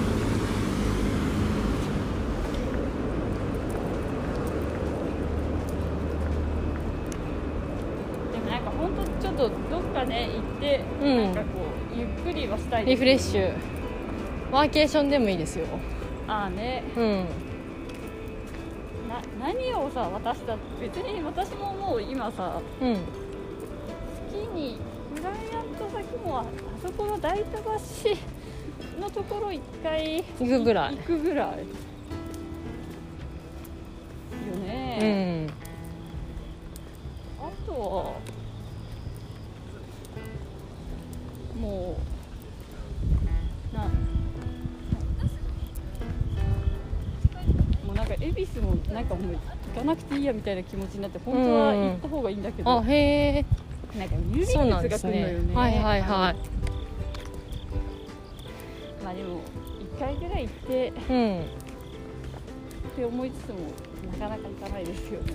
Speaker 1: でもなんか本当ちょっとどっかね行って、
Speaker 2: うん
Speaker 1: なんかこうゆっくりはしたい
Speaker 2: リ
Speaker 1: です
Speaker 2: フレッシュワーケーションでもいいですよ
Speaker 1: ああね
Speaker 2: うん
Speaker 1: な何をさ私だ別に私ももう今さ
Speaker 2: うん
Speaker 1: 月にクライアント先もああそこの大田橋のところ一回
Speaker 2: 行くぐらい
Speaker 1: 行くぐらいよ
Speaker 2: う
Speaker 1: ね、
Speaker 2: ん
Speaker 1: あとはもうなもうなんか恵比寿もなんかもう行かなくていいやみたいな気持ちになって本当は行った方がいいんだけど、
Speaker 2: あへ
Speaker 1: なんか郵
Speaker 2: えそう
Speaker 1: 便
Speaker 2: な
Speaker 1: 物
Speaker 2: んで
Speaker 1: が
Speaker 2: す
Speaker 1: 来るのよ
Speaker 2: ね
Speaker 1: ね
Speaker 2: はいはいは
Speaker 1: まあでも1回ぐらい行って
Speaker 2: いうん
Speaker 1: って思いつつもなかなか行かないですよね、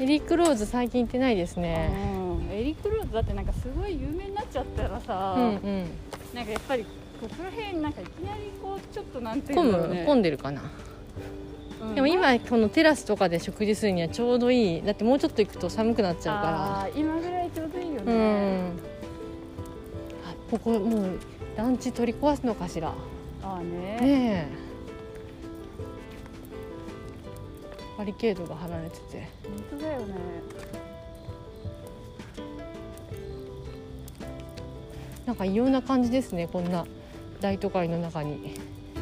Speaker 2: エリック・ローズ最近行ってないですね
Speaker 1: うん、エリクローズだってなんかすごい有名になっちゃったらさ、
Speaker 2: うんうん
Speaker 1: なんかやっぱりここら辺なんかいきなりこうちょっとなんていうん
Speaker 2: 混
Speaker 1: だろうね
Speaker 2: む混んでるかな
Speaker 1: うん
Speaker 2: でも
Speaker 1: っ
Speaker 2: 今このテラスとかで食事するにはちょうどいいだってもうちょっと行くと寒くなっちゃうから
Speaker 1: 今ぐらいちょうどいいよ
Speaker 2: らう
Speaker 1: ね、
Speaker 2: んあここもう団地取り壊すのかしら
Speaker 1: ああね
Speaker 2: ねえバリケードが張られてて
Speaker 1: 本当だよね
Speaker 2: なんか異様な感じですねこんな大都会の中に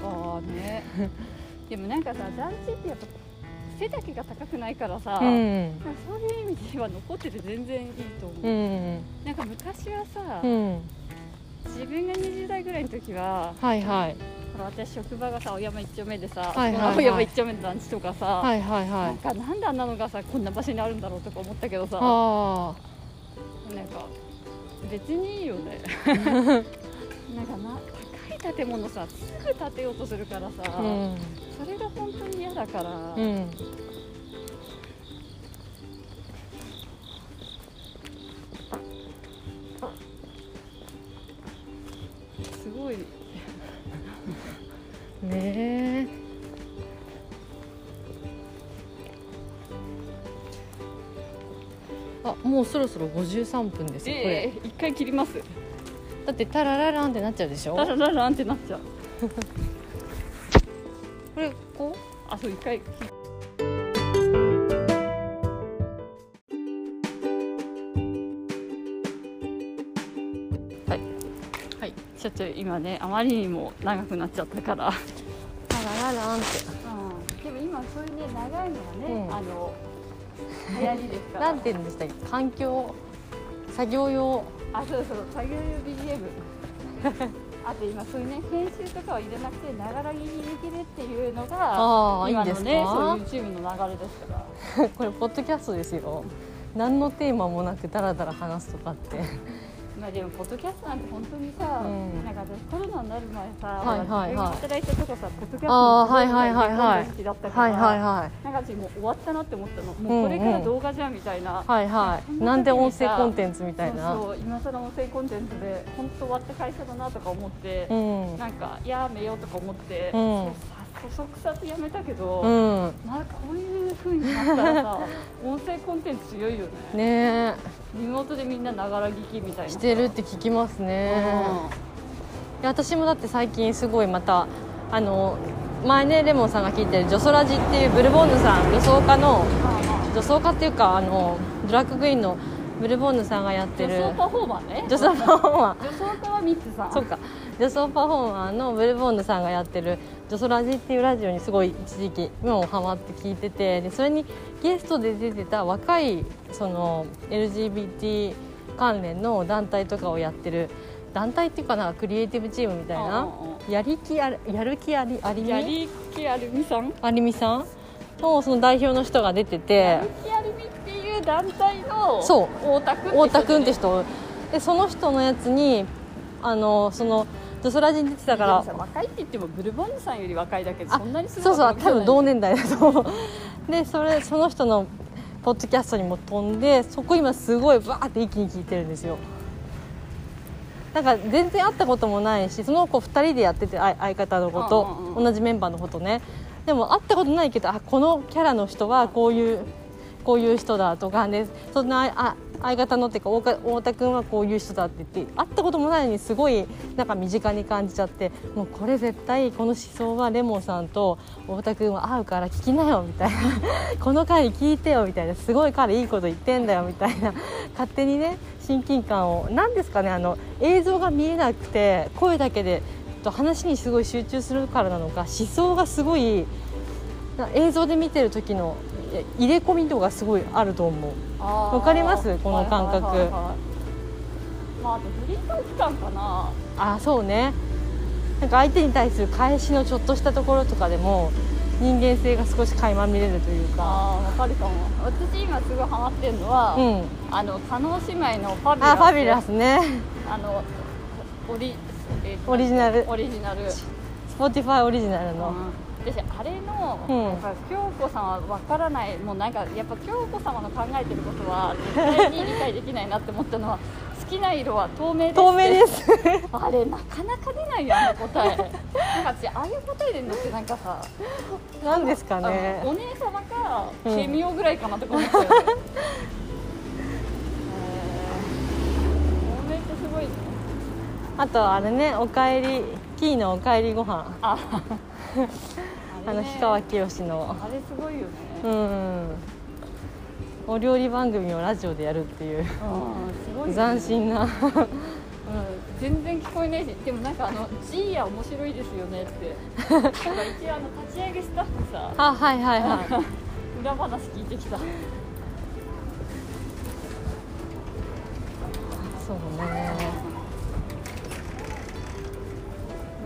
Speaker 1: ああねでもなんかさ団地ってやっぱ背丈が高くないからさ、
Speaker 2: うん
Speaker 1: なんかそういう意味では残ってて全然いいと思う、
Speaker 2: うん
Speaker 1: なんか昔はさ、
Speaker 2: うん
Speaker 1: 自分が20代ぐらいの時は
Speaker 2: はいはい
Speaker 1: ほら私職場がさ青山一丁目でさ、
Speaker 2: はいはいはい
Speaker 1: 青山一丁目の団地とかさ、
Speaker 2: はいはいは
Speaker 1: なん
Speaker 2: い
Speaker 1: かなんであんなのがさこんな場所にあるんだろうとか思ったけどさなんか
Speaker 2: あ
Speaker 1: 別にいいよ ねなんかな高い建物さすぐ建てようとするからさ、
Speaker 2: あうん
Speaker 1: それが本当に嫌だから、
Speaker 2: うん
Speaker 1: すごい
Speaker 2: ねえあもうそろそろ53分ですよこ
Speaker 1: え
Speaker 2: れ、
Speaker 1: え一回切ります
Speaker 2: だってタララランってなっちゃうでしょ
Speaker 1: ラララランってなっちゃう
Speaker 2: これこ
Speaker 1: あそう一回切はいはいちょっと今ねあまりにも長くなっちゃったから
Speaker 2: うタララランって
Speaker 1: でも今そういうね長いのはね、
Speaker 2: うん
Speaker 1: あの 流行りですか
Speaker 2: な
Speaker 1: ら
Speaker 2: んて言うんでしたっけ環境作業用
Speaker 1: あそうそう作業用 BGM あと今そういうね編集とかは入れなくてながら聞きにできるっていうのが
Speaker 2: ああいい
Speaker 1: 今
Speaker 2: んで
Speaker 1: の
Speaker 2: す
Speaker 1: ねそう
Speaker 2: か
Speaker 1: YouTube の流れですから
Speaker 2: これポッドキャストですよ何のテーマもなくダラダラ話すとかって
Speaker 1: まあでもポッドキャストなんて本当にさ、
Speaker 2: うん
Speaker 1: なんか私コロナになる前さ、
Speaker 2: はいはいはい
Speaker 1: 自分が働いてたとこさポッドキャスト
Speaker 2: あー
Speaker 1: の動画
Speaker 2: はいはいはいはい
Speaker 1: が好きだったから、
Speaker 2: はいはいはい
Speaker 1: なんか私もう終わったなって思ったのもうこれから動画じゃんみたいな、
Speaker 2: はいはいなんで音声コンテンツみたいな
Speaker 1: そうそう今更音声コンテンツで本当終わった会社だなとか思って、
Speaker 2: うん
Speaker 1: なんかやめようとか思って、
Speaker 2: うん
Speaker 1: そうさそそくさとやめたけど、
Speaker 2: うん
Speaker 1: まあこういう風になったらさ音声コンテンツ強いよね
Speaker 2: ね
Speaker 1: リモートでみんなながら聞きみたい
Speaker 2: え
Speaker 1: な
Speaker 2: してるって聞きます
Speaker 1: う
Speaker 2: ね
Speaker 1: ん
Speaker 2: いや私もだって最近すごいまたあの前ねレモンさんが聞いてる「ジョソラジ」っていうブルボンヌさん女装家の女装家っていうかあのドラッグクイーンのブルボンヌさんがやって
Speaker 1: 女
Speaker 2: る
Speaker 1: 装パフォーマーね
Speaker 2: 女装パフォーマー
Speaker 1: 女装家はミッツさん
Speaker 2: そうか女装パフォーマーのブルボンヌさんがやってる「女装ラジ」っていうラジオにすごい一時期もうハマって聞いててでそれにゲストで出てた若いその LGBT 関連の団体とかをやってる団体っていうかなクリエイティブチームみたいな
Speaker 1: うんうん
Speaker 2: やりきあるやる気ありありみ
Speaker 1: やりきあるみさん
Speaker 2: ありみさんのその代表の人が出てて
Speaker 1: やる気ありみっていう団体の
Speaker 2: そう
Speaker 1: 太田君
Speaker 2: 太田君って人でその人のやつにあのその女装ラジに出てた
Speaker 1: だか
Speaker 2: から
Speaker 1: ら若いって言ってもブルボンヌさんより若いだけど
Speaker 2: あ
Speaker 1: そんなにすご
Speaker 2: そう
Speaker 1: い
Speaker 2: そう
Speaker 1: 若くな
Speaker 2: 多
Speaker 1: い
Speaker 2: 分同年代だと思うでそれその人のポッドキャストにも飛んでそこ今すごいバーって一気に聞いてるんですよなんか全然会ったこともないしその子2人でやっててあ相方の子と
Speaker 1: うんうんうん
Speaker 2: 同じメンバーのことねでも会ったことないけどあこのキャラの人はこういうこういう人だとかねそんなあ相方のっていうか太田太田君はこういう人だって言って会ったこともないのにすごいなんか身近に感じちゃってもうこれ絶対この思想はレモンさんと太田君は合うから聞きなよみたいな この回聞いてよみたいなすごい彼いいこと言ってんだよみたいな勝手にね親近感を何ですかねあの映像が見えなくて声だけでと話にすごい集中するからなのか思想がすごいな映像で見てる時のえ入れ込み度がすごいあると思う
Speaker 1: あー
Speaker 2: わかりますこの感覚
Speaker 1: はいはいはいはいまああとフリートーク感かな
Speaker 2: あそうねなんか相手に対する返しのちょっとしたところとかでも人間性が少し垣間見れるというか
Speaker 1: あーわかるかも私今すごいハマってるのは、
Speaker 2: うん
Speaker 1: あの加納姉妹のファビュラス
Speaker 2: あファビュラスね
Speaker 1: あのオリ,、えーと
Speaker 2: オリジナル
Speaker 1: オリジナル、うん、
Speaker 2: Spotify オリジナルの
Speaker 1: 私あれの、
Speaker 2: うん
Speaker 1: なんか京子さんはわからないもうなんかやっぱ京子様の考えてることは絶対に理解できないなって思ったのは好きな色は透明ですって
Speaker 2: 透明です
Speaker 1: あれなかなか出ないよあの答えなんか私ああいう答え出るのってなんかさ
Speaker 2: 何ですかね
Speaker 1: あのお姉様か
Speaker 2: うん
Speaker 1: ケミオぐらいかなとか思っちゃう、 よねえー透明ってすごいね
Speaker 2: あとあれね「おかえりキーのおかえりご飯
Speaker 1: あ
Speaker 2: あの
Speaker 1: ね
Speaker 2: 氷川きよしの
Speaker 1: あれすごいよね、
Speaker 2: うんお料理番組をラジオでやるっていう
Speaker 1: うんすごいよね
Speaker 2: 斬新な
Speaker 1: うん、全然聞こえないしでもなんかあの「G や面白いですよね」ってなんか一応あの立ち上げスタッフさ
Speaker 2: あはいはいはい
Speaker 1: 裏話聞いてきた
Speaker 2: そうね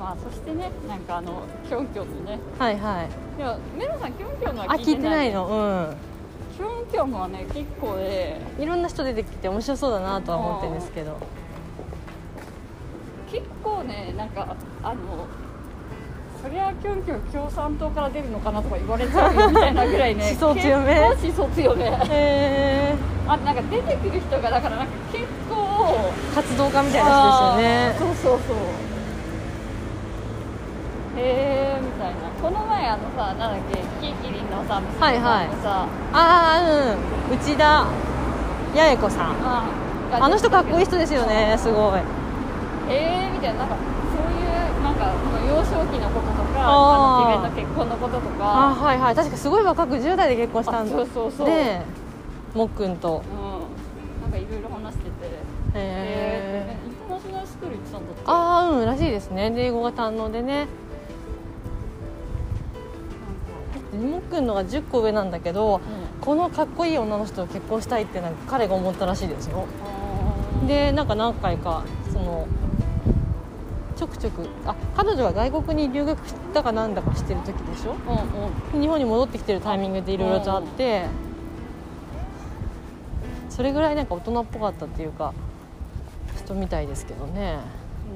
Speaker 1: まあそしてねなんかあのキョンキョンのね
Speaker 2: はいはい
Speaker 1: でもメロさんキョンキョンの
Speaker 2: あ
Speaker 1: は
Speaker 2: 聞
Speaker 1: 聞
Speaker 2: い
Speaker 1: い
Speaker 2: て
Speaker 1: て
Speaker 2: な
Speaker 1: ないい
Speaker 2: の
Speaker 1: キョンキョンはね結構ね
Speaker 2: うんいろんな人出てきて面白そうだなとは思ってるんですけど
Speaker 1: 結構ねなんかあのそりゃキョンキョン共産党から出るのかなとか言われちゃうよみたいなぐらいね
Speaker 2: 思想強め
Speaker 1: 結構思想強め
Speaker 2: へえ
Speaker 1: あなんか出てくる人がだからなんか結構
Speaker 2: 活動家みたいな人ですよ
Speaker 1: あ
Speaker 2: ね
Speaker 1: ーそうそうそうへえみたいなこの前あのさなんだっけキキリンのさ娘
Speaker 2: はいはい
Speaker 1: さんのさ
Speaker 2: ああーうん内田八重子さん
Speaker 1: あ
Speaker 2: あの人かっこいい人ですよねすごい
Speaker 1: へえみたいななんかそういうなんかこの幼少期のこととか
Speaker 2: あ
Speaker 1: あの自
Speaker 2: ー
Speaker 1: 分の結婚のことと
Speaker 2: あ
Speaker 1: か
Speaker 2: はいはい確かすごい若く10代で結婚したんだ
Speaker 1: あそうそうそう
Speaker 2: でもっくんと
Speaker 1: うんなんかいろいろ話してて
Speaker 2: へ
Speaker 1: え
Speaker 2: え
Speaker 1: インターナショナルスクール行ってたんだってなんか
Speaker 2: ああうんらしいですねで英語が堪能でねもっくんのが10個上なんだけどこのかっこいい女の人と結婚したいってなんか彼が思ったらしいですよ
Speaker 1: うんで
Speaker 2: でなんか何回かそのちょくちょくあ彼女が外国に留学したかなんだかしてる時でしょ
Speaker 1: うんうん
Speaker 2: 日本に戻ってきてるタイミングでいろいろとあってそれぐらいなんか大人っぽかったっていうか人みたいですけどね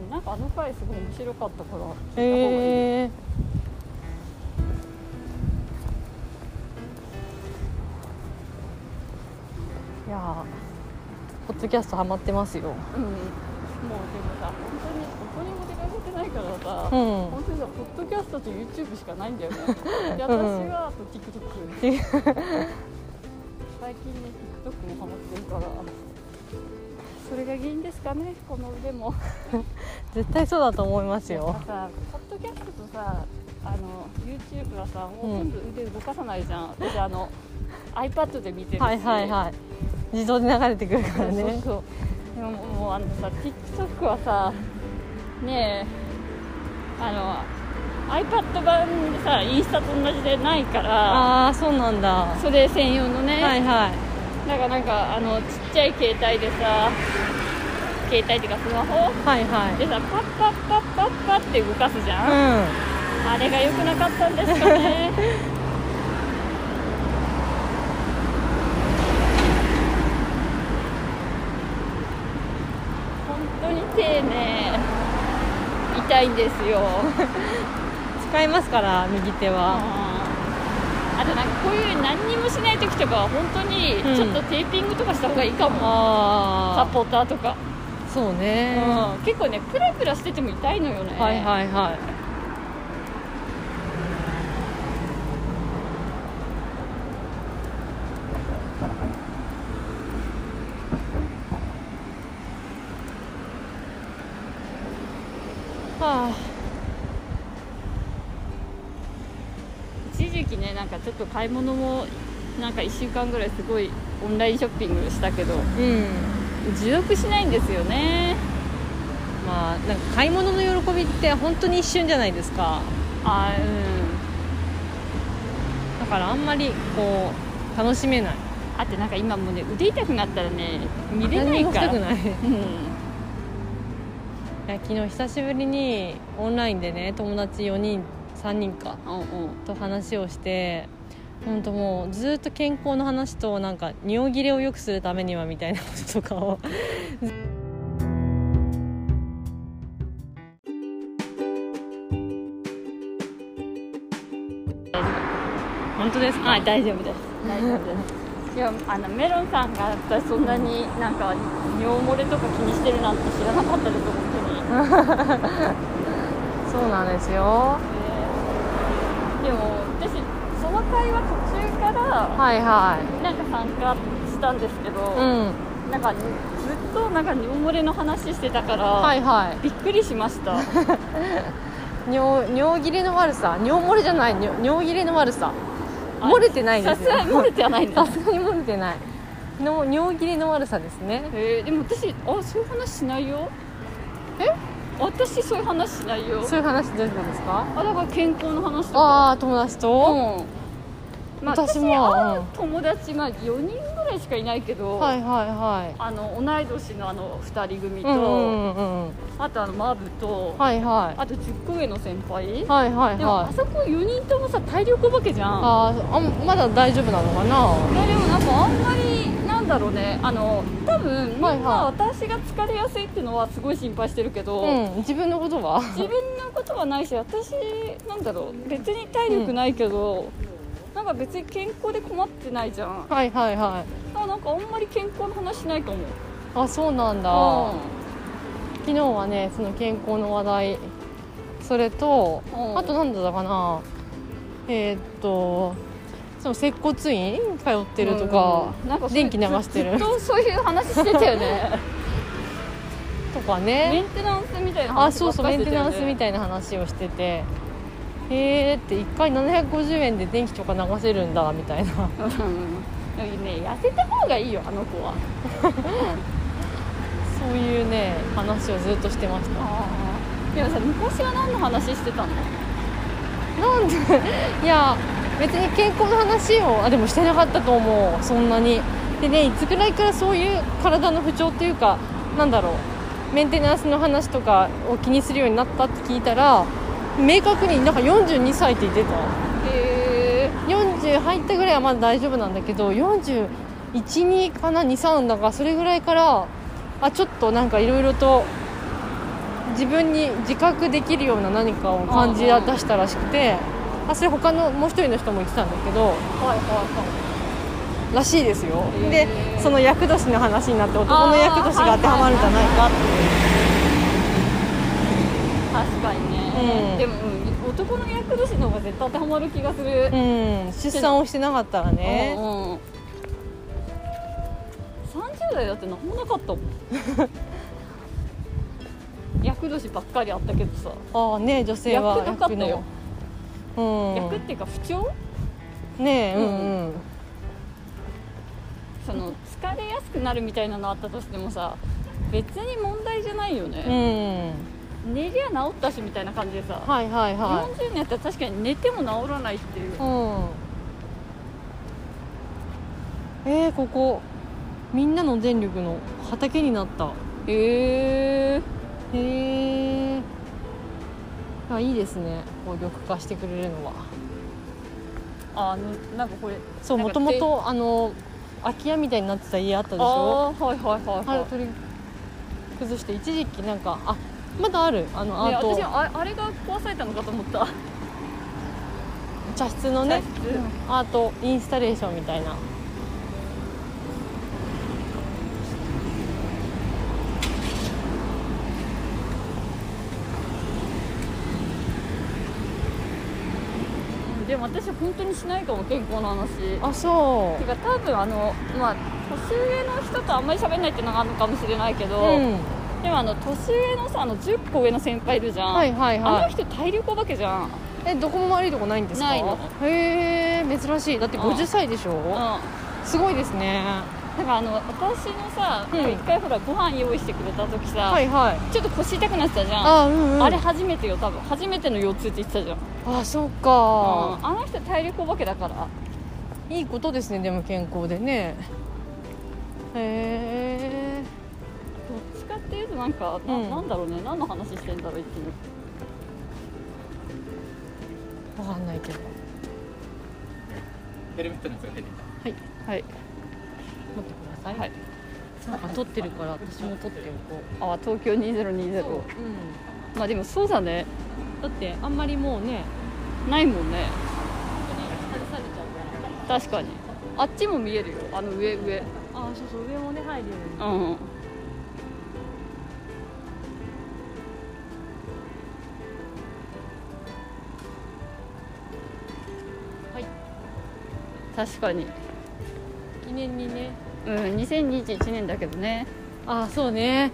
Speaker 1: うんなんかあの回すごい面白かったから聞いた方がいい、
Speaker 2: へえいやーポッドキャストハマってますよ
Speaker 1: うんもうでもさ本当にどこにも出かけてないからさ、
Speaker 2: うん
Speaker 1: 本当にさポッドキャストと YouTube しかないんだよねで私
Speaker 2: うん
Speaker 1: はあと TikTok 最近ね TikTok もハマってるからそれが原因ですかねこの腕も
Speaker 2: 絶対そうだと思います
Speaker 1: やっ
Speaker 2: よ
Speaker 1: ぱさポッドキャストとさあの YouTube はさもう
Speaker 2: うん
Speaker 1: 全部腕動かさないじゃん、私あの iPad で見てるし
Speaker 2: はいはいはい自動で流れてくるか
Speaker 1: そう
Speaker 2: ら
Speaker 1: そう
Speaker 2: ね
Speaker 1: そうでももうあのさ TikTok はさねえあの iPad 版でさインスタと同じでないから
Speaker 2: ああそうなんだは
Speaker 1: それ専用のね、
Speaker 2: いはい
Speaker 1: なんかなんかあのちっちゃい携帯でさ携帯っていうかスマホ
Speaker 2: はいはい
Speaker 1: でさパッパッパッパッパッって動かすじゃん、
Speaker 2: う
Speaker 1: あれが良くなかったんですかね本当に手ね痛いんです よ
Speaker 2: ん使いますから右手は
Speaker 1: あとなんかこういう何にもしない時とかは本当に
Speaker 2: うん
Speaker 1: ちょっとテーピングとかした方がいいかも、サ
Speaker 2: あ
Speaker 1: ポーターとか、
Speaker 2: あそうね
Speaker 1: うん結構ねプラプラしてても痛いのよね
Speaker 2: はいはいはいはあ
Speaker 1: 一時期ねなんかちょっと買い物もなんか1週間ぐらいすごいオンラインショッピングしたけど
Speaker 2: うん
Speaker 1: 持続しないんですよね
Speaker 2: まあなんか買い物の喜びって本当に一瞬じゃないですか
Speaker 1: あうん
Speaker 2: だからあんまりこう楽しめない
Speaker 1: あってなんか今もうね腕痛くなったらね見れない
Speaker 2: 何もし
Speaker 1: か
Speaker 2: た
Speaker 1: ら
Speaker 2: くない
Speaker 1: うん
Speaker 2: いや昨日久しぶりにオンラインでね友達4人3人か
Speaker 1: うんうん
Speaker 2: と話をして本当もうずっと健康の話となんか尿切れを良くするためにはみたいなこととかを 本当ですか、
Speaker 1: はい大丈夫です大丈夫 ですいやあのメロンさんが私そんなになんか尿漏れとか気にしてるなんて知らなかったです本当に
Speaker 2: そうなんですよ
Speaker 1: でも私その会話途中から
Speaker 2: はいは
Speaker 1: なんか参加したんですけど、
Speaker 2: いうん
Speaker 1: なんかずっとなんか尿漏れの話してたから、
Speaker 2: はいは
Speaker 1: びっくりしました
Speaker 2: い尿尿切れの悪さ尿漏れじゃない尿尿切れの悪さ漏れてないんで
Speaker 1: さ
Speaker 2: す
Speaker 1: す
Speaker 2: よ
Speaker 1: がに漏れてはないんだ
Speaker 2: さすがに 漏れてないの尿切れの悪さですね
Speaker 1: えーでも私あそういう話しないよえ私そういう話しないよ
Speaker 2: そういう話どうしたんですか
Speaker 1: あだから健康の話とか
Speaker 2: ああ友達と、
Speaker 1: うん、まあ、
Speaker 2: 私
Speaker 1: 私
Speaker 2: も
Speaker 1: は
Speaker 2: うん
Speaker 1: 友達、まあ、4人ぐらいしかいないけど、
Speaker 2: はいはいはい
Speaker 1: あの同い年のあの2人組と、
Speaker 2: うんうんうんうん
Speaker 1: あとあのマブと、
Speaker 2: はいは
Speaker 1: あと10個上の先輩
Speaker 2: いはいはい
Speaker 1: でもあ
Speaker 2: はい
Speaker 1: そこ4人ともさ体力お化けじゃん
Speaker 2: あーあまだ大丈夫なのか
Speaker 1: い
Speaker 2: な
Speaker 1: やでもなんかあんまりなんだろうねあの多分みんな
Speaker 2: はいは
Speaker 1: 私が疲れやすいっていうのはすごい心配してるけど、
Speaker 2: うん自分のことは
Speaker 1: 自分のことはないし私なんだろう別に体力ないけど、なんか別に健康で困ってないじゃん
Speaker 2: はいはいはい
Speaker 1: あなんかあんまり健康の話しないかも
Speaker 2: あそうなんだ、昨日はねその健康の話題それと、
Speaker 1: うん
Speaker 2: あと何だったかなえーっとその接骨院通ってるとか、
Speaker 1: うんなんかそういう
Speaker 2: 電気流して
Speaker 1: ず
Speaker 2: る
Speaker 1: っとそういう話してたよ ね
Speaker 2: とか
Speaker 1: メ
Speaker 2: ね
Speaker 1: ンテナンスみたいな
Speaker 2: あ
Speaker 1: 話
Speaker 2: そうそうメンテナンスみ
Speaker 1: い
Speaker 2: たいな話をしててへえって1回750円で電気とか流せるんだみたいな
Speaker 1: な、うん、でもね痩せた方がいいよあの子は
Speaker 2: そういうね話をずっとしてました
Speaker 1: あーでもさ昔は何の話してたの
Speaker 2: なんで いや別に健康の話をあでもしてなかったと思うそんなにでねいつぐらいからそういう体の不調っていうかなんだろうメンテナンスの話とかを気にするようになったって聞いたら明確になんか42歳って言ってた
Speaker 1: へえ
Speaker 2: 40入ったぐらいはまだ大丈夫なんだけど40 12かな23だからそれぐらいからあちょっとなんかいろいろと自分に自覚できるような何かを感じ出したらしくてあそれ他のもう一人の人も言ってたんだけど
Speaker 1: はいは
Speaker 2: らしいですよ
Speaker 1: へー
Speaker 2: でその厄年の話になって男の厄年が当てはまるんじゃないかって
Speaker 1: いはい確かにね、
Speaker 2: うん
Speaker 1: でも、うん、男の役年の方が絶対当てはまる気がする、
Speaker 2: うん出産をしてなかったらね
Speaker 1: うんうん30代だって何もなか ったもん役年ばっかりあったけどさ
Speaker 2: ああね女性は
Speaker 1: 役なかったよ
Speaker 2: 役の
Speaker 1: 役っていうか不調
Speaker 2: うんねえうんうん
Speaker 1: その疲れやすくなるみたいなのあったとしてもさ別に問題じゃないよ
Speaker 2: う
Speaker 1: ね、
Speaker 2: ん
Speaker 1: 寝りゃ治ったしみたいな感じでさ、
Speaker 2: はいはいは
Speaker 1: 40年やったら確かに寝ても治らないっていう
Speaker 2: いうんえー、ここみんなの電力の畑になった
Speaker 1: へえ
Speaker 2: へえあいいですねこう緑化してくれるのは
Speaker 1: あのなんかこれ
Speaker 2: そう
Speaker 1: な
Speaker 2: も
Speaker 1: んか
Speaker 2: ともとあの空き家みたいになってた家あったでしょ
Speaker 1: ああーはいはいはい
Speaker 2: あれ
Speaker 1: はい
Speaker 2: 取り崩して一時期なんかあまだあるあのア
Speaker 1: ね、
Speaker 2: ート、
Speaker 1: 私ああれが壊されたのかと思った
Speaker 2: 茶室のね
Speaker 1: 茶室
Speaker 2: アートインスタレーションみたいな
Speaker 1: うんでも私本当にしないかも健康の話
Speaker 2: あそ
Speaker 1: てか多分あのまあ年上の人とあんまり喋んないっていうのがあるのかもしれないけ
Speaker 2: う
Speaker 1: ど、
Speaker 2: うん
Speaker 1: でもあの年上のさあの10個上の先輩いるじゃん、
Speaker 2: はいはい
Speaker 1: あの
Speaker 2: はい
Speaker 1: 人体力お化けじゃん、うん、
Speaker 2: えどこも悪いとこないんですか
Speaker 1: ないの
Speaker 2: へえ珍しいだって
Speaker 1: うん
Speaker 2: 50歳でしょ、
Speaker 1: だか
Speaker 2: すごいですね
Speaker 1: らあの私のさ
Speaker 2: うん
Speaker 1: なんか一回ほらご飯用意してくれた時さ、
Speaker 2: はいはい
Speaker 1: ちょっと腰痛くなってたじゃんあ,、
Speaker 2: あうんうん
Speaker 1: れ初めてよ多分初めての腰痛って言ってたじゃん
Speaker 2: あそっ
Speaker 1: あ,、
Speaker 2: か
Speaker 1: うん、あの人体力お化けだから
Speaker 2: いいことですねでも健康でねへえ
Speaker 1: どっちかっていうとなんか、な
Speaker 2: うん
Speaker 1: なんだろうね何の話してんだろういつも
Speaker 2: わかんないけど
Speaker 4: ヘルメットのやつが入ってきた。
Speaker 2: は
Speaker 1: は
Speaker 2: い
Speaker 1: い
Speaker 2: 持ってください、
Speaker 1: はい
Speaker 2: なんか撮ってるから私も撮っておこう
Speaker 1: あ東京2020
Speaker 2: そう、うん、
Speaker 1: まあでもそうだね
Speaker 2: だってあんまりもうね
Speaker 1: ないもんね確かにあっちも見えるよあの上上
Speaker 2: あそうそう上もね入るように
Speaker 1: うん
Speaker 2: はい
Speaker 1: 確かに
Speaker 2: 記念にね
Speaker 1: うん2021年だけどね
Speaker 2: あそうね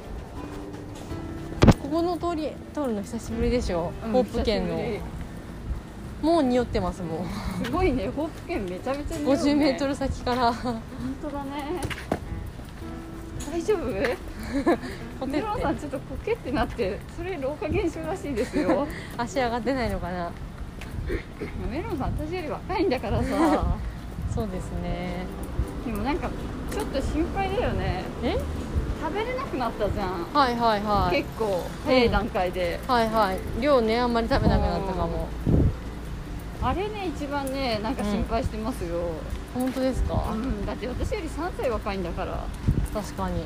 Speaker 2: ここの通り通るの久しぶりでしょ、
Speaker 1: うん
Speaker 2: ホープ県
Speaker 1: 久し
Speaker 2: のもう匂ってますも
Speaker 1: ぶりすごいねホープ県めちゃめちゃ
Speaker 2: う
Speaker 1: 匂う
Speaker 2: 50メート
Speaker 1: ル
Speaker 2: ル先から
Speaker 1: 本当だね大丈夫
Speaker 2: ホテ
Speaker 1: メ
Speaker 2: ル
Speaker 1: ロンさんちょっとコケってなってそれ老化現象らしいです よ
Speaker 2: 足上がってないのかな
Speaker 1: メロンさん私より若いんだからさ
Speaker 2: そうですね
Speaker 1: でもなんかちょっと心配だよね
Speaker 2: え
Speaker 1: 食べれなくなったじゃん、
Speaker 2: はいはいはい
Speaker 1: 結構早い段階で、
Speaker 2: はいはい量ねあんまり食べなくなったかも
Speaker 1: あれね一番ねなんか心配してますよ、
Speaker 2: 本当ですか
Speaker 1: うんだって私より3歳若いんだ から
Speaker 2: 確かに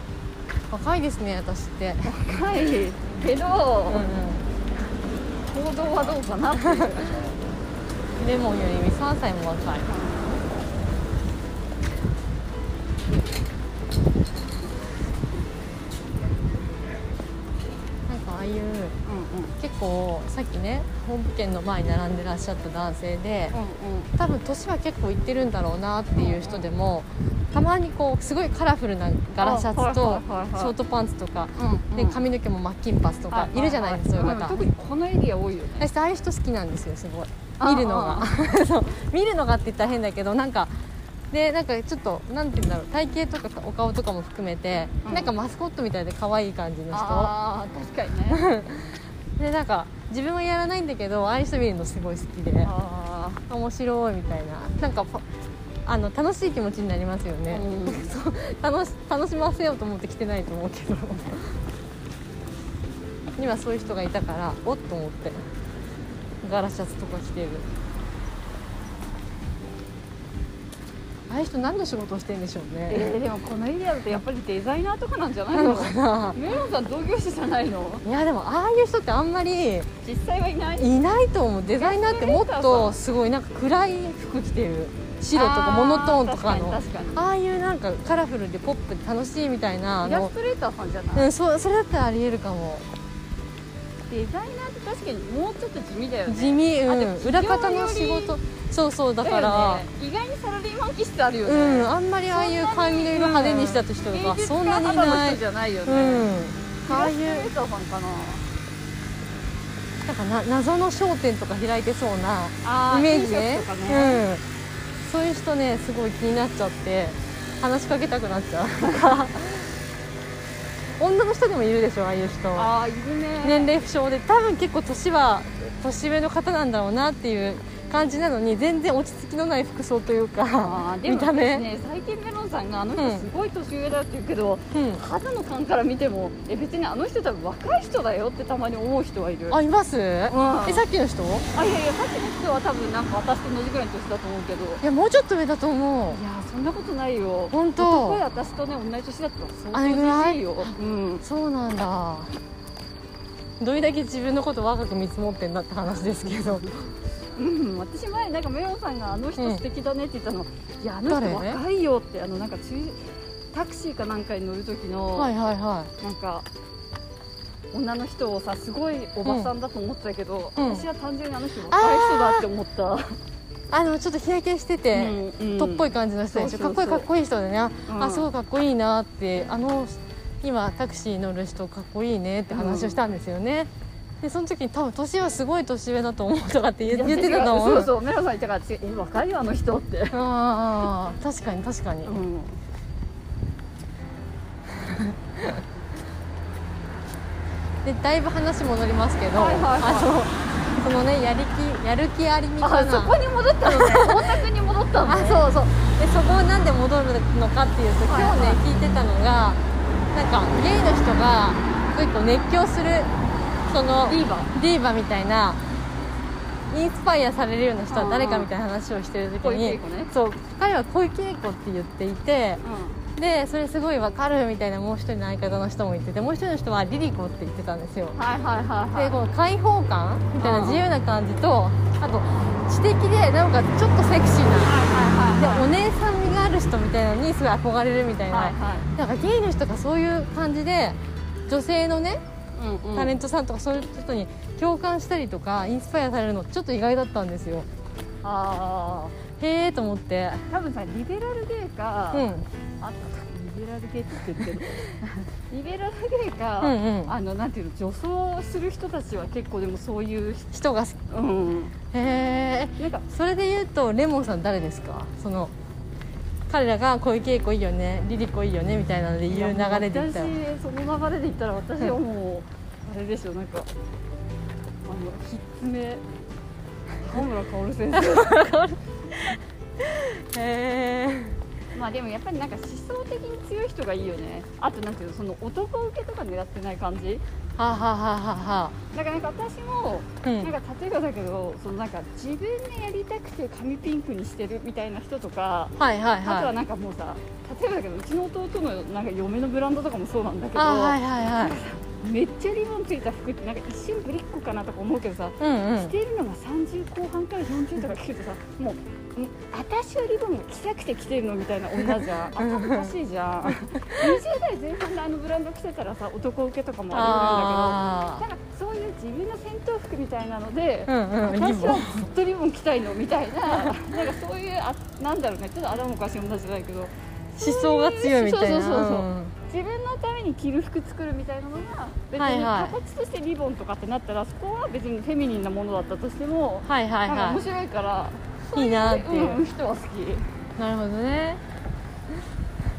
Speaker 2: 若いですね私って
Speaker 1: 若いけど、行動はどうかなっていう
Speaker 2: レモンより3歳も若いなんかああいう
Speaker 1: うんうん
Speaker 2: 結構さっきね本部県の前に並んでらっしゃった男性で
Speaker 1: うんうん
Speaker 2: 多分年は結構いってるんだろうなっていう人でもたまにこうすごいカラフルなガラシャツと
Speaker 1: あはいはいはいはい
Speaker 2: ショートパンツとか
Speaker 1: うん
Speaker 2: で髪の毛も真っ金髪とかいるじゃないですかそういう
Speaker 1: うん
Speaker 2: 方
Speaker 1: 特にこのエリア多いよね
Speaker 2: 私ああいう人好きなんですよすごい
Speaker 1: あ
Speaker 2: 見るのが
Speaker 1: あ
Speaker 2: そう見るのがって言ったら変だけどなんかでなんかちょっとなんて言うんだろう体型とかお顔とかも含めて、
Speaker 1: うん
Speaker 2: なんかマスコットみたいで可愛い感じの人
Speaker 1: ああ確かに ね
Speaker 2: でなんか自分はやらないんだけどああいう人見るのすごい好きで
Speaker 1: ああ
Speaker 2: 面白いみたいななんかパあの楽しい気持ちになりますよね、
Speaker 1: うん
Speaker 2: そう楽し楽しませようと思って来てないと思うけど今そういう人がいたからおっと思ってガラシャツとか着てるああいう人何の仕事をしてんでしょうね
Speaker 1: えーでもこのエリアだとやっぱりデザイナーとかなんじゃない
Speaker 2: なの
Speaker 1: の
Speaker 2: かな
Speaker 1: メロンさん同業者じゃないの
Speaker 2: いやでもああいう人ってあんまり
Speaker 1: 実際はいない
Speaker 2: いないと思うデザイナーってもっとすごいなんか暗い服着てる白とかモノトーンとかの
Speaker 1: あー確かに確か
Speaker 2: ああいうなんかカラフルでポップで楽しいみたいな
Speaker 1: にイラ
Speaker 2: の
Speaker 1: ストレーターさんじゃない、
Speaker 2: うんそうそれだったらありえるかも
Speaker 1: デザイナーって確かにもうちょっと地味だよね
Speaker 2: 地味、
Speaker 1: あ
Speaker 2: う
Speaker 1: で
Speaker 2: ん
Speaker 1: も、
Speaker 2: 裏方の
Speaker 1: 企
Speaker 2: 仕
Speaker 1: 業より
Speaker 2: 事そうそうだ
Speaker 1: だ
Speaker 2: か
Speaker 1: よ
Speaker 2: ら
Speaker 1: ね、意外にサラリーマン気質あるよ
Speaker 2: う
Speaker 1: ね、
Speaker 2: んあんまりああいう髪の色派手にした人とか
Speaker 1: 芸術
Speaker 2: そ
Speaker 1: 家
Speaker 2: んなにい
Speaker 1: 肌の
Speaker 2: ない
Speaker 1: 人じゃないよ
Speaker 2: う
Speaker 1: ね、
Speaker 2: んああい
Speaker 1: イラストレ
Speaker 2: う
Speaker 1: ーターさんかな
Speaker 2: なんかな謎の商店とか開いてそうな
Speaker 1: あー
Speaker 2: イメージ
Speaker 1: T シャ
Speaker 2: ね
Speaker 1: ツとかね、
Speaker 2: うん、そういう人ねすごい気になっちゃって話しかけたくなっちゃう女の人でもいるでしょああいう人
Speaker 1: ああいるね
Speaker 2: 年齢不詳で多分結構年は年上の方なんだろうなっていう感じなのに全然落ち着きのない服装という
Speaker 1: あ
Speaker 2: か
Speaker 1: ーで
Speaker 2: 見
Speaker 1: も
Speaker 2: た
Speaker 1: 私
Speaker 2: 目、
Speaker 1: ね最近メロンさんがあの
Speaker 2: うん
Speaker 1: 人すごい年上だって言うけど、
Speaker 2: うん、
Speaker 1: 肌の感から見てもえ別にあの人多分若い人だよってたまに思う人はいる
Speaker 2: あいます、
Speaker 1: ん
Speaker 2: えさっきの人
Speaker 1: あいやいやさっきの人は多分なんか私と同じぐらいの年だと思うけどい
Speaker 2: いやもうちょっと上だと思う
Speaker 1: やーそんなことないよ
Speaker 2: 本当
Speaker 1: 男は私とね同じ年だったら相
Speaker 2: あれぐらい
Speaker 1: 当じじいよ、うん、
Speaker 2: そうなんだどれだけ自分のこと若く見積もってんだって話ですけど
Speaker 1: うん、私前なんかメロンさんがあの人素敵だねって言ったの、いやあの
Speaker 2: 誰
Speaker 1: 人若いよってあのなんか中タクシーかなんかに乗る時の、
Speaker 2: はいはいはい
Speaker 1: なんか女の人をさすごいおばさんだと思ってたけど、
Speaker 2: うん
Speaker 1: 私は単純にあの人若い人だって思った、
Speaker 2: あのちょっと日焼けしてて、
Speaker 1: うん
Speaker 2: とっぽい感じの人でしょ、
Speaker 1: そうそう
Speaker 2: か
Speaker 1: そう
Speaker 2: っこいいかっこいい人でね、あ
Speaker 1: うん
Speaker 2: あすごいかっこいいなってあの今タクシー乗る人かっこいいねって話をしたんですよね、でその時に多分年はすごい年上だと思うとかって言
Speaker 1: いや
Speaker 2: 言ってたと思う
Speaker 1: そうそうメロンさん言ったから私え若いよあの人って、
Speaker 2: ああ確かに確かに、
Speaker 1: うん、
Speaker 2: でだいぶ話戻りますけど、
Speaker 1: はいはいはい
Speaker 2: あのそのねやる気やる気ありみか
Speaker 1: あ
Speaker 2: な
Speaker 1: そこに戻ったのね大田区に戻ったの
Speaker 2: あ
Speaker 1: ね
Speaker 2: そうそうでそこをなんで戻るのかっていうと今
Speaker 1: はい
Speaker 2: 日ね、
Speaker 1: はい
Speaker 2: 聞いてたのがなんかゲイの人が結構熱狂するその
Speaker 1: リーバ
Speaker 2: ディーバみたいなインスパイアされるような人は誰かみたいな話をしてる時
Speaker 1: 小池
Speaker 2: に
Speaker 1: 栄子ね
Speaker 2: そう彼は小池栄子って言っていてでそれすごいわかるみたいなもう一人の相方の人も言っててもう一人の人はリリコって言ってたんですよ
Speaker 1: うん、はいはいはい
Speaker 2: で
Speaker 1: は
Speaker 2: この開放感みたいな
Speaker 1: うん
Speaker 2: 自由な感じとあと知的でなんかちょっと
Speaker 1: はい
Speaker 2: セクシーないで
Speaker 1: はいはい
Speaker 2: お姉さん味がある人みたいなのにすごい憧れるみたいな、
Speaker 1: はいはい
Speaker 2: なんかゲイの人がそういう感じで女性のね
Speaker 1: うんうん
Speaker 2: タレントさんとかそういう人に共感したりとかインスパイアされるのちょっと意外だったんですよ
Speaker 1: あ
Speaker 2: へえと思って
Speaker 1: あ多分さリベラルゲイか、
Speaker 2: うん
Speaker 1: あリベラルゲイって言ってるけどリベラルゲイか、
Speaker 2: うんうん
Speaker 1: あのなんていうの女装する人たちは結構でもそういう人、
Speaker 2: 人が好き
Speaker 1: うん、
Speaker 2: へえ
Speaker 1: なんか
Speaker 2: それで言うとレモンさん誰ですかその彼らが小池栄子いいよねリリコいいよねみたいなので言う流れで言ったら
Speaker 1: いやもう私その流れで言ったら私はもうあれでしょなんかあのひっつめ小村薫先 生
Speaker 2: へえ
Speaker 1: まあでもやっぱりなんか思想的に強い人がいいよねあとなんていうのその男受けとか狙ってない感じ
Speaker 2: はあはあはあはあは
Speaker 1: だからなんか私も
Speaker 2: あう
Speaker 1: なん
Speaker 2: ん
Speaker 1: か例えばだけどそのなんか自分がやりたくて髪ピンクにしてるみたいな人とか
Speaker 2: はいはい
Speaker 1: あと
Speaker 2: は
Speaker 1: はいなんかもうさ例えばだけどうちの弟のなんか嫁のブランドとかもそうなんだけど、
Speaker 2: あはいはいはい
Speaker 1: めっちゃリボンついた服ってなんか一瞬ぶりっ子かなとか思うけどさ、
Speaker 2: うんう
Speaker 1: 着
Speaker 2: ん
Speaker 1: てるのが30後半から40とか着る とさもううん私はリボンが着たくて着てるのみたいな女じゃん頭おかしいじゃん 20代前半であのブランド着てたらさ男受けとかもあ
Speaker 2: あ
Speaker 1: るんだけどなんかそういう自分の戦闘服みたいなので、
Speaker 2: あうんうんリ
Speaker 1: 私
Speaker 2: ボ
Speaker 1: は
Speaker 2: ン
Speaker 1: ずっとリボン着たいのみたいななんかそういうあなんだろうねちょっと頭おかしい女じゃないけど
Speaker 2: 思想が強いみたいな
Speaker 1: そうそうそうそうん自分のために着る服作るみたいなのが別
Speaker 2: はい
Speaker 1: に
Speaker 2: はい
Speaker 1: 形としてリボンとかってなったらそこは別にフェミニンなものだったとしても、
Speaker 2: はいはい
Speaker 1: なんか
Speaker 2: は
Speaker 1: 面白いから
Speaker 2: いいいなっていう、
Speaker 1: うん、人は好き
Speaker 2: なるほどね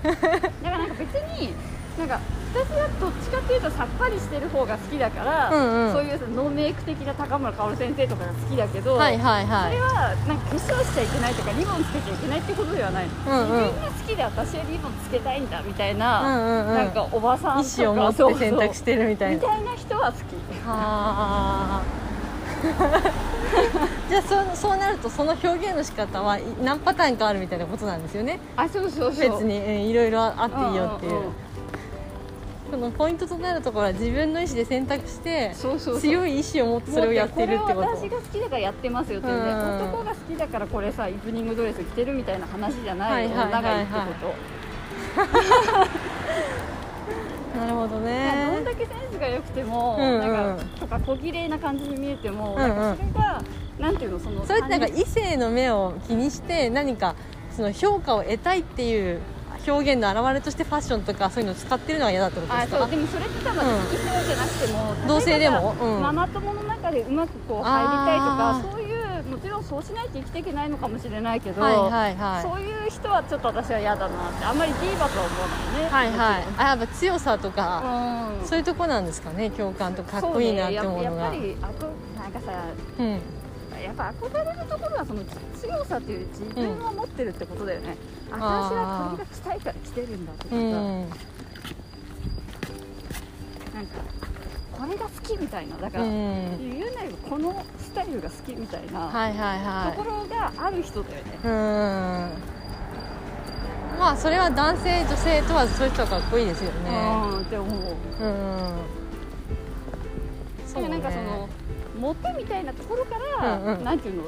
Speaker 1: だからなんか別になんか私はどっちかっていうとさっぱりしてる方が好きだから、
Speaker 2: うんうん
Speaker 1: そういうノーメイク的な高村薫先生とかが好きだけど、
Speaker 2: はいはいは
Speaker 1: それ
Speaker 2: い
Speaker 1: はなんか化粧しちゃいけないとかリボンつけちゃいけないってことではないの、
Speaker 2: うんうん
Speaker 1: 自分が好きで私はリボンつけたいんだみたい
Speaker 2: うん
Speaker 1: な、
Speaker 2: うんうん
Speaker 1: なんかおばさん
Speaker 2: 意
Speaker 1: とか
Speaker 2: 思を持
Speaker 1: そう
Speaker 2: って
Speaker 1: そう
Speaker 2: 選択してるみたい
Speaker 1: み
Speaker 2: なは
Speaker 1: たいな人は好き
Speaker 2: あじじゃあそそうなるとその表現の仕方はい何パターンかあるみたいなことなんですよね
Speaker 1: あそうそうそう
Speaker 2: 別にうんいろいろあっていいよってい
Speaker 1: んん
Speaker 2: うんそのポイントとなるところは自分の意思で選択して
Speaker 1: そうそうそう
Speaker 2: 強い意志を持ってそれをやってるってこ
Speaker 1: もうねこれは私が
Speaker 2: と
Speaker 1: 好きだからやってますよっていうね、
Speaker 2: うん
Speaker 1: 男が好きだからこれさイブニングドレス着てるみたいな話じゃないよ、
Speaker 2: はいはい
Speaker 1: 女
Speaker 2: はいはい
Speaker 1: がいいってこと、
Speaker 2: なるほど
Speaker 1: どん
Speaker 2: ね
Speaker 1: だけセンスが良くても、
Speaker 2: うんうん
Speaker 1: なんかとか小綺麗な感じに見えても、
Speaker 2: うんうん
Speaker 1: なんかそれがなんていうのその
Speaker 2: それってなんか
Speaker 1: 他人
Speaker 2: 異性の目を気にして何かその評価を得たいっていう表現の表れとしてファッションとかそういうのを使ってるのは嫌だってことで
Speaker 1: あ
Speaker 2: す
Speaker 1: そう
Speaker 2: か
Speaker 1: でもそれって多分、
Speaker 2: うん
Speaker 1: 異性じゃなくても
Speaker 2: 同性でも
Speaker 1: 例えば
Speaker 2: うん
Speaker 1: ママ友の中でうまくこう入りたいとか
Speaker 2: あー
Speaker 1: そういうもちろんそうしないと生きていけないのかもしれないけど、
Speaker 2: はいはいはい
Speaker 1: そういう人はちょっと私は嫌だなってあんまりディーバとは思わないね
Speaker 2: はいはいあやっぱ強さとか、
Speaker 1: うん
Speaker 2: そういうとこなんですかね共感とかっこいいなって思うのが
Speaker 1: そうねややっぱりあこなんかさ
Speaker 2: うん
Speaker 1: やっぱ憧れるところはその強さという自分を持ってるってことだよね、私はこれが着たいから着てるんだとかさ、
Speaker 2: うん
Speaker 1: なんかこれが好きみたいなだか
Speaker 2: う
Speaker 1: ら、
Speaker 2: ん
Speaker 1: 言うなればこのスタイルが好きみたいな
Speaker 2: はいはいはい
Speaker 1: ところがある人だよね、
Speaker 2: うーんまあそれは男性女性問わずそういう人はかっこいいですよね
Speaker 1: うんって思う
Speaker 2: うーんそ
Speaker 1: でもなんかそのモテみたいなところから、
Speaker 2: うんうん
Speaker 1: なんていうの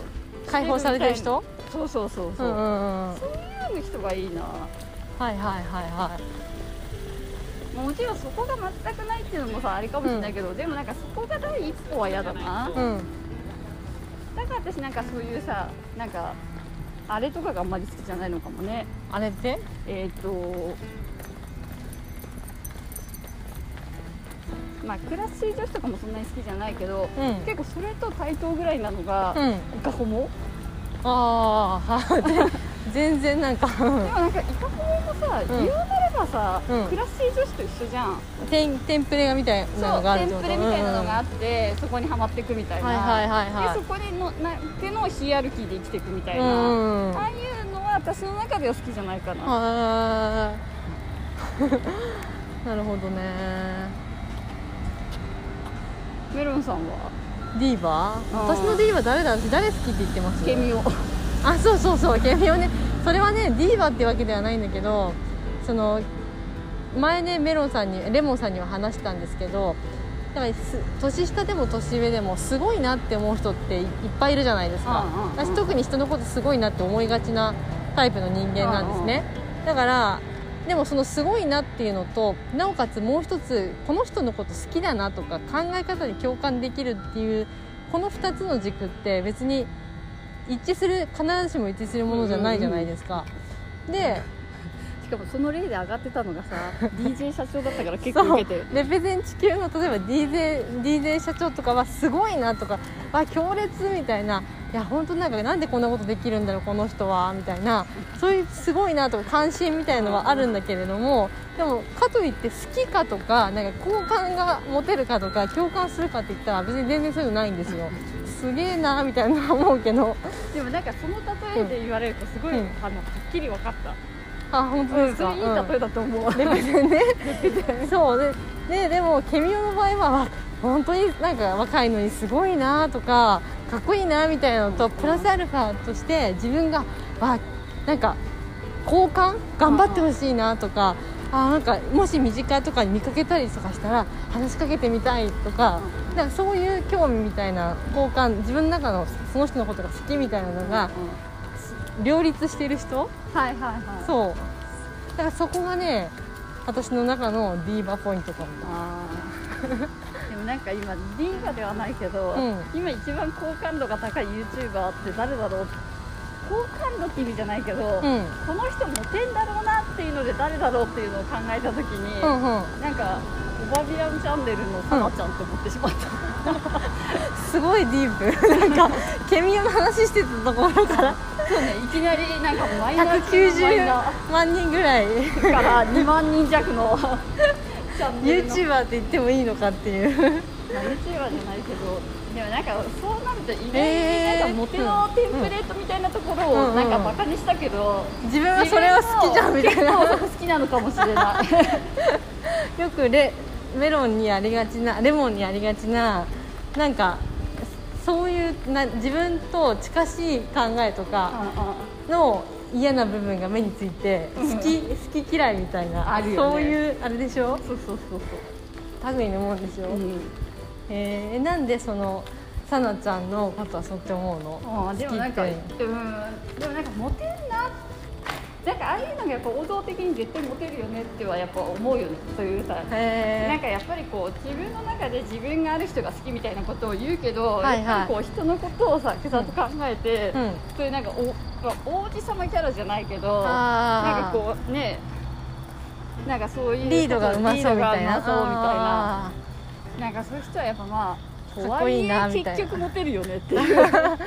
Speaker 2: 解放されてる人
Speaker 1: そうそうそう
Speaker 2: う
Speaker 1: そ
Speaker 2: ん
Speaker 1: う、
Speaker 2: うんうんはい
Speaker 1: そういう人がいいな
Speaker 2: はいはいは
Speaker 1: もちろんそこが全くないっていうのもさあれかもしれないけど、でもなんかそこが第一歩は嫌だな、
Speaker 2: いうん
Speaker 1: だから私なんかそういうさなんかあれとかがあんまり好きじゃないのかもね
Speaker 2: あれって
Speaker 1: えっ、とまあクラッシー女子とかもそんなに好きじゃないけど、
Speaker 2: うん
Speaker 1: 結構それと対等ぐらいなのが、
Speaker 2: うん
Speaker 1: イカホモ
Speaker 2: ああー はい全然なんか
Speaker 1: でもなんかイカホモもさ、
Speaker 2: ん
Speaker 1: 言うなればさ、
Speaker 2: うん
Speaker 1: クラッシー女子と一緒じゃん
Speaker 2: テンテンプレみたいな
Speaker 1: そ
Speaker 2: の
Speaker 1: う
Speaker 2: があ
Speaker 1: テ
Speaker 2: るっ
Speaker 1: ン
Speaker 2: てこ
Speaker 1: プ
Speaker 2: と
Speaker 1: レみたいなのがあって、そこにはまっていくみたいな、
Speaker 2: はいはいはいはい
Speaker 1: でそこにのなってのヒアルキーで生きていくみたい
Speaker 2: うん
Speaker 1: な、
Speaker 2: うんうん
Speaker 1: ああいうのは私の中では好きじゃないかな、
Speaker 2: あー なるほどね
Speaker 1: メロンさんは
Speaker 2: ディーバー
Speaker 1: うん
Speaker 2: 私のディーバー誰だ私誰好きって言ってます
Speaker 1: ケミオ
Speaker 2: あそうそうそうケミオねそれはねディーバーってわけではないんだけどその前ねメロンさんにレモンさんには話したんですけどだからす年下でも年上でもすごいなって思う人っていいっぱいいるじゃないですか、
Speaker 1: うんうんうん
Speaker 2: 私特に人のことすごいなって思いがちなタイプの人間なんですね、だからでもそのすごいなっていうのとなおかつもう一つこの人のこと好きだなとか考え方に共感できるっていうこの2つの軸って別に一致する必ずしも一致するものじゃないじゃないですか、で
Speaker 1: しかもその例で上がってたの がさ DJ 社長だったから結
Speaker 2: そ
Speaker 1: 構
Speaker 2: う
Speaker 1: 受けてる
Speaker 2: レペゼン地球の例えば DJ, DJ 社長とかはすごいなとかわ強烈みたいないや本当なんかなんでこんなことできるんだろうこの人はみたいなそういうすごいなとか関心みたいのはあるんだけれどもでもかといって好きかとかなんか好感が持てるかとか共感するかって言ったら別に全然そういうのないんですよすげえなみたいな思うけど
Speaker 1: でもなんかその例えで言われるとすごい、
Speaker 2: うん
Speaker 1: あのはっきり分かった、
Speaker 2: あ本当
Speaker 1: う
Speaker 2: で
Speaker 1: ん、
Speaker 2: す
Speaker 1: そ
Speaker 2: か、
Speaker 1: れいい例えだと思う、
Speaker 2: レペゼ ンねそうでででもケミオの場合はわ本当になんか若いのにすごいなとかかっこいいなみたいなのとプラスアルファとして自分がわなんか好感頑張ってほしいなとかあなんかもし身近とかに見かけたりとかしたら話しかけてみたいとかなんかそういう興味みたいな好感自分の中のその人のことが好きみたいなのが
Speaker 1: うん
Speaker 2: 両立してる人
Speaker 1: はいはいはい
Speaker 2: そうだからそこがね私の中のディーバーポイントかも
Speaker 1: あーでもなんか今ディーバではないけど、
Speaker 2: うん
Speaker 1: 今一番好感度が高い YouTuber って誰だろう好感度って意味じゃないけど、
Speaker 2: うんうん
Speaker 1: この人モテんだろうなっていうので誰だろうっていうのを考えた時に、
Speaker 2: うん
Speaker 1: なんかオバビアンチャンネルのサナちゃんって思ってしまった、
Speaker 2: すごいディープなんかケミオの話してたところから
Speaker 1: そうねいきなりなんかマイナー中のマイナ
Speaker 2: 190万人 ぐらい
Speaker 1: ーから2万人弱のチャンネルの
Speaker 2: YouTuber って言ってもいいのかっていう
Speaker 1: まあ YouTuber じゃないけどでもなんかそうなると意外に
Speaker 2: えー
Speaker 1: なんかモテのテンプレートみたいなところ
Speaker 2: うんうんう
Speaker 1: を
Speaker 2: ん
Speaker 1: なんかバカにしたけど、
Speaker 2: 自分はそれは好きじゃんみたいな
Speaker 1: 結構好きなのかもしれ ない
Speaker 2: よくレメロンにありがちなレモンにありがちななんかそういうな自分と近しい考えとか
Speaker 1: あ
Speaker 2: の嫌な部分が目について
Speaker 1: うん
Speaker 2: 好き好き嫌いみたいな
Speaker 1: あるよね
Speaker 2: そういうあれでしょ
Speaker 1: そうそうそう
Speaker 2: 類のもんでしょ、
Speaker 1: そう、
Speaker 2: えーなんでそのさなちゃんのことはそうって思うの
Speaker 1: あーでもなんか、う
Speaker 2: 好
Speaker 1: ん
Speaker 2: き、
Speaker 1: でもなんかモテんななんかああいうのがやっぱ王道的に絶対モテるよねってはやっぱ思うよねそういうさなん
Speaker 2: へ
Speaker 1: かやっぱりこう自分の中で自分がある人が好きみたいなことを言うけど、
Speaker 2: はいはい
Speaker 1: やっぱりこう人のことをさちゃんと考えて、
Speaker 2: うんうん
Speaker 1: そういうなんかおまあ王子様キャラじゃないけどなん
Speaker 2: あ
Speaker 1: か
Speaker 2: ー
Speaker 1: こうねなんかそういう
Speaker 2: リードがうまそうみたいな
Speaker 1: リードがうまそうみたいな
Speaker 2: あ
Speaker 1: なんかそういう人はやっぱまあと
Speaker 2: かっ
Speaker 1: は
Speaker 2: こ
Speaker 1: い
Speaker 2: いい
Speaker 1: え
Speaker 2: なみたいな
Speaker 1: 結局モテるよねっていう
Speaker 2: ー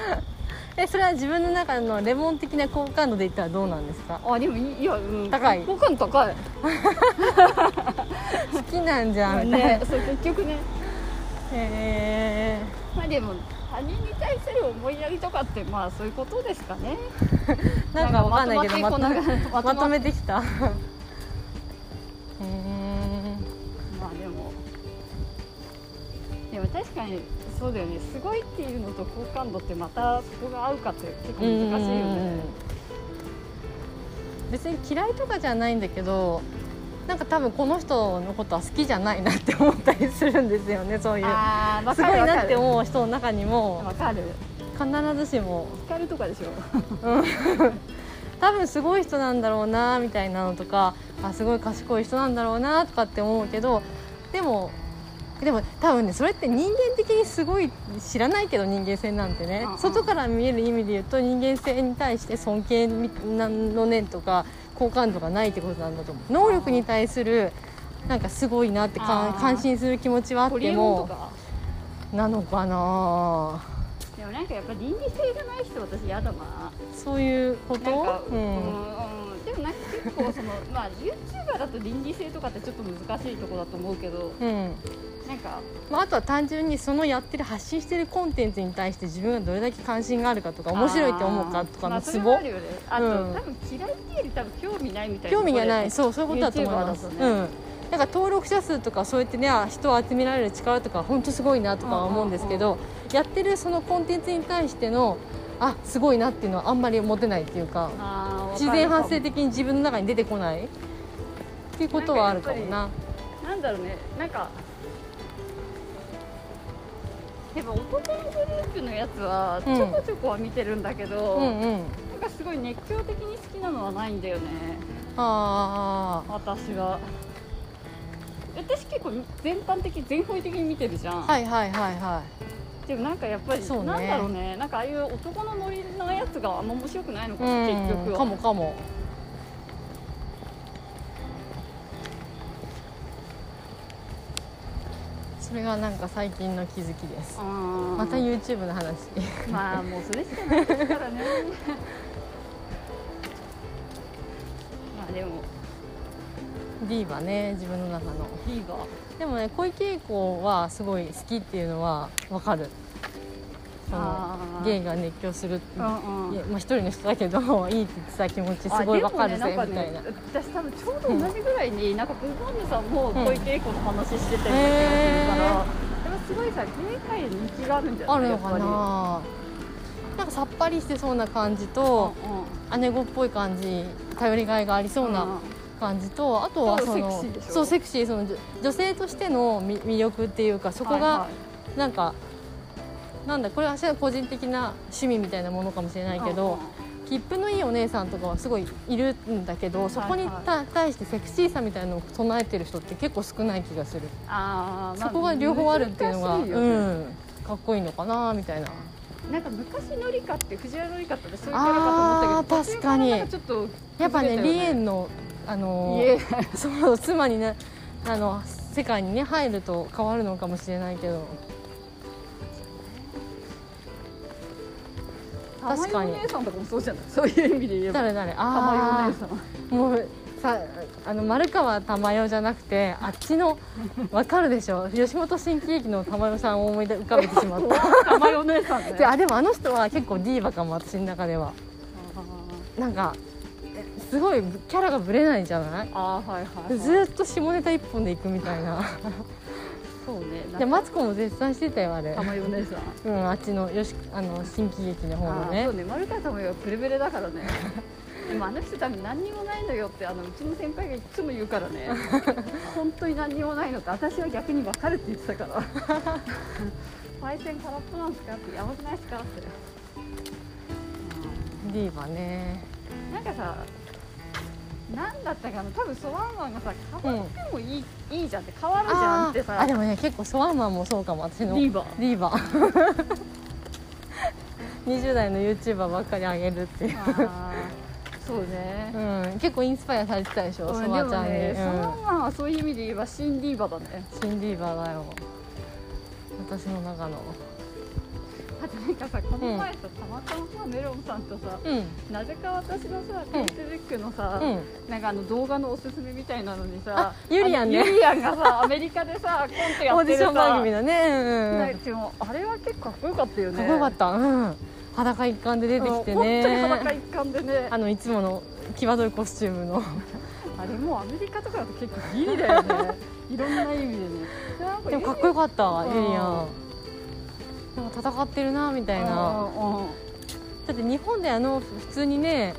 Speaker 2: えそれは自分の中のレモン的な好感度で言ったらどうなんですか
Speaker 1: あでもいいいや、うん、
Speaker 2: 高い
Speaker 1: 好感度高い
Speaker 2: 好きなんじゃんみたいな、
Speaker 1: ねそう結局ね
Speaker 2: へ
Speaker 1: まあでも他人に対する思いやりとかってまあそういうことですかね
Speaker 2: ーなんかわかんないけど
Speaker 1: な
Speaker 2: ま
Speaker 1: んかまと
Speaker 2: と
Speaker 1: まっ
Speaker 2: め
Speaker 1: てこんな
Speaker 2: まとめてきたへえ
Speaker 1: まあでもでも確かにそうだよねすごいっていうのと好感度ってまたそこが合うかって結構難しいよね
Speaker 2: 別に嫌いとかじゃないんだけどなんか多分この人のことは好きじゃないなって思ったりするんですよねそういう
Speaker 1: ああ分
Speaker 2: す
Speaker 1: か
Speaker 2: ごい
Speaker 1: る
Speaker 2: なって
Speaker 1: 分
Speaker 2: 思う人の中にも
Speaker 1: かる
Speaker 2: 必ずしも
Speaker 1: 光とかでしょ
Speaker 2: 多分すごい人なんだろうなみたいなのとかあすごい賢い人なんだろうなとかって思うけどでもでも多分ねそれって人間的にすごい知らないけど人間性なんてね
Speaker 1: うんうん
Speaker 2: 外から見える意味で言うと人間性に対して尊敬みなんの念とか好感度がないってことなんだと思う能力に対するなんかすごいなって
Speaker 1: あ
Speaker 2: か
Speaker 1: ー
Speaker 2: 感心する気持ちはあっ
Speaker 1: ホリ
Speaker 2: て
Speaker 1: エモンと
Speaker 2: も
Speaker 1: か
Speaker 2: なのかな
Speaker 1: でもなんかやっぱ倫理性がない人私嫌だな
Speaker 2: そういうこと
Speaker 1: なんか
Speaker 2: う
Speaker 1: うんん、でもなんか結構その まあ YouTuber だと倫理性とかってちょっと難しいとこだと思うけど
Speaker 2: うん
Speaker 1: なんか
Speaker 2: まあ、あとは単純にそのやってる発信してるコンテンツに対して自分がどれだけ関心があるかとか面白いって思うかとか
Speaker 1: ま
Speaker 2: の
Speaker 1: あ
Speaker 2: ツ
Speaker 1: それ
Speaker 2: ボ、
Speaker 1: もあるよねあと、
Speaker 2: うん
Speaker 1: 多分嫌いっていうより多分興味ないみたいな
Speaker 2: 興味がない
Speaker 1: と
Speaker 2: そうそういうことだと思います、
Speaker 1: YouTuber だとね
Speaker 2: うんなんか登録者数とかそうやってねあ人を集められる力とか本当すごいなとかは思うんですけど、やってるそのコンテンツに対してのあすごいなっていうのはあんまり持てないっていうか
Speaker 1: ころあーわかるかも
Speaker 2: 自然発生的に自分の中に出てこないっていうことはあるかもな
Speaker 1: なんだろうねなんかやっぱ男のグループのやつはち
Speaker 2: うん
Speaker 1: ょこちょこは見てるんだけど、
Speaker 2: うんうん
Speaker 1: なんかすごい熱狂的に好きなのはないんだよね
Speaker 2: あ
Speaker 1: 私は私結構全般的全方位的に見てるじゃん、
Speaker 2: あはいはいはいは
Speaker 1: でもなんかやっぱり、
Speaker 2: そうね
Speaker 1: なんだろうねなんかああいう男のノリのやつがあんま面白くないのか
Speaker 2: い、
Speaker 1: な、結
Speaker 2: う
Speaker 1: 局
Speaker 2: ん、
Speaker 1: は
Speaker 2: かもかもそれがなんか最近の気づきです
Speaker 1: あー
Speaker 2: また YouTube の話
Speaker 1: まあもうそれしかないですからねまあでも
Speaker 2: D はね自分の中の
Speaker 1: ビーバー
Speaker 2: でもね小池栄子はすごい好きっていうのはわかるその
Speaker 1: あー
Speaker 2: ゲイが熱狂するっていう、
Speaker 1: うんうん
Speaker 2: いやまあ、一人の人だけどいいって言ってた気持ちすごいわかるぜ、
Speaker 1: あでもね
Speaker 2: み
Speaker 1: なん
Speaker 2: たいな
Speaker 1: かね私多分ちょうど同じぐらいに、なんかブボンヌさんも小池栄子の話してたような気がするから、やっぱすごいさ芸界で人気があるんじゃない
Speaker 2: あるのかな
Speaker 1: やっ
Speaker 2: なんかさっぱりしてそうな感じ
Speaker 1: ぱ
Speaker 2: と、
Speaker 1: りうんうん
Speaker 2: 姉子っぽい感じ頼りがいがありそうな感じと、あとは
Speaker 1: と
Speaker 2: そ
Speaker 1: セ
Speaker 2: の
Speaker 1: クシーでしょ
Speaker 2: そうセクシーその女女性としての魅魅力っていうかそこ
Speaker 1: はいは
Speaker 2: が
Speaker 1: い
Speaker 2: なんか、なんだこれは私は個人的な趣味みたいなものかもしれないけど、切符のいいお姉さんとかはすごいいるんだけどそこに
Speaker 1: はいはい
Speaker 2: た対してセクシーさみたいなのを唱えてる人って結構少ない気がする、
Speaker 1: あーまあ
Speaker 2: そこが両方あるっていうのが、
Speaker 1: 難しいよね
Speaker 2: うん、かっこいいのかなみたいな。
Speaker 1: なんか昔のりかって藤原のりかってそういうキャラ
Speaker 2: あ
Speaker 1: か
Speaker 2: ー
Speaker 1: と思ったけど
Speaker 2: 確か
Speaker 1: 途中
Speaker 2: に
Speaker 1: らなんちょっと
Speaker 2: やっぱね
Speaker 1: 崩れたよ
Speaker 2: リエンのあの
Speaker 1: いえ
Speaker 2: その妻にねあの世界にね入ると変わるのかもしれないけど確か
Speaker 1: 玉
Speaker 2: に
Speaker 1: 井お姉さんとかもそうじゃないそういう意味 で言えば
Speaker 2: 誰誰
Speaker 1: 玉井お
Speaker 2: あ
Speaker 1: 姉さん
Speaker 2: あもうさあの丸川珠代じゃなくてあっちのわかるでしょ吉本新喜劇の珠代さんを思い浮かべて しまっ
Speaker 1: 玉井お姉さんね
Speaker 2: たであでもあの人は結構ディーバかも私の中ではなんかえすごいキャラがぶれないじゃない
Speaker 1: あーあーはいはい、はい、
Speaker 2: ずーっと下ネタ一本で行くみたいな
Speaker 1: そうねなん
Speaker 2: で
Speaker 1: か
Speaker 2: マツコも絶賛してたよあれ
Speaker 1: 玉代お姉さん
Speaker 2: うんあっちのよしあの新喜劇の方の
Speaker 1: あー
Speaker 2: ね
Speaker 1: そうね丸川珠代はブレブレだから ねでもあの人多分何にもないのよってあのうちの先輩がいつも言うから ね本当に何にもないのって私は逆に分かるって言ってたから パイセン空っぽなんですかってやばくないですかって
Speaker 2: ディーバね
Speaker 1: うんなんかさ何だったかな多分ソワンワンがさ変わってもいい,、いいじゃんって変わるじゃんって
Speaker 2: あーあ
Speaker 1: さ
Speaker 2: でもね結構ソワンマンもそうかも私の
Speaker 1: リーバー
Speaker 2: ディーバ 20代の YouTuber ばっかりあげるっていう、
Speaker 1: あーそうね
Speaker 2: うん、結構インスパイアされてたでしょ
Speaker 1: うん
Speaker 2: ソ
Speaker 1: で
Speaker 2: ワ
Speaker 1: も
Speaker 2: ちゃんに、
Speaker 1: ね、ソワ
Speaker 2: う
Speaker 1: ンワンはそういう意味で言えば新リーバーだね
Speaker 2: ん、新ディーバだよ私の中の
Speaker 1: あとなんかさこの前さたまたまさメロンさんとさ
Speaker 2: うん
Speaker 1: なぜか私のさフェイスブックのさ、
Speaker 2: うん
Speaker 1: なんかあの動画のおすすめみたいなのにさ
Speaker 2: あゆりやんね
Speaker 1: あのゆりやんがさアメリカでさコントや
Speaker 2: オ
Speaker 1: っ
Speaker 2: ーデ
Speaker 1: て
Speaker 2: ィ
Speaker 1: る
Speaker 2: シ
Speaker 1: さ
Speaker 2: ョン番組のね、うんうん
Speaker 1: な
Speaker 2: うんん
Speaker 1: かでもあれは結構かっこよかったよね
Speaker 2: かっこよかった、うん、裸一貫で出てきて
Speaker 1: あの本当に裸
Speaker 2: ね
Speaker 1: 一貫でね
Speaker 2: あのいつもの際どいコスチュームの
Speaker 1: あれもうアメリカとかだと結構ギリだよね いろんな意味でねなん
Speaker 2: でもかっ
Speaker 1: こ
Speaker 2: こよかった
Speaker 1: うん
Speaker 2: ゆりやんでも戦ってるなみたいなだって日本であの普通にね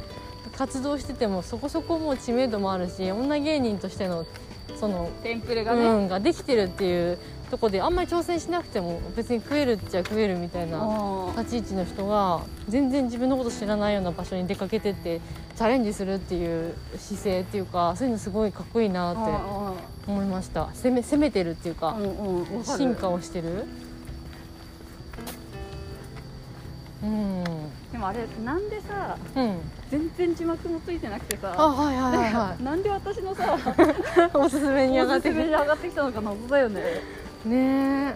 Speaker 2: 活動しててもそこそこもう知名度もあるし女芸人としてのその
Speaker 1: テンプレがね、
Speaker 2: うんができてるっていうとこであんまり挑戦しなくても別に食えるっちゃ食えるみたいな
Speaker 1: うん
Speaker 2: 立ち位置の人が全然自分のこと知らないような場所に出かけてってチャレンジするっていう姿勢っていうかそういうのすごいかっこいいなって思いました攻め攻めてるっていうか
Speaker 1: うんうんうんわかる
Speaker 2: 進化をしてるうん
Speaker 1: でもあれなんでさ
Speaker 2: うん
Speaker 1: 全然字幕もついてなくてさ
Speaker 2: あはいはいはいは
Speaker 1: なんで私のさ、
Speaker 2: いおすすめ
Speaker 1: お
Speaker 2: に上がっ
Speaker 1: す
Speaker 2: て
Speaker 1: す
Speaker 2: く
Speaker 1: め
Speaker 2: る
Speaker 1: に
Speaker 2: ね
Speaker 1: 上がってきたのか謎だよね。
Speaker 2: え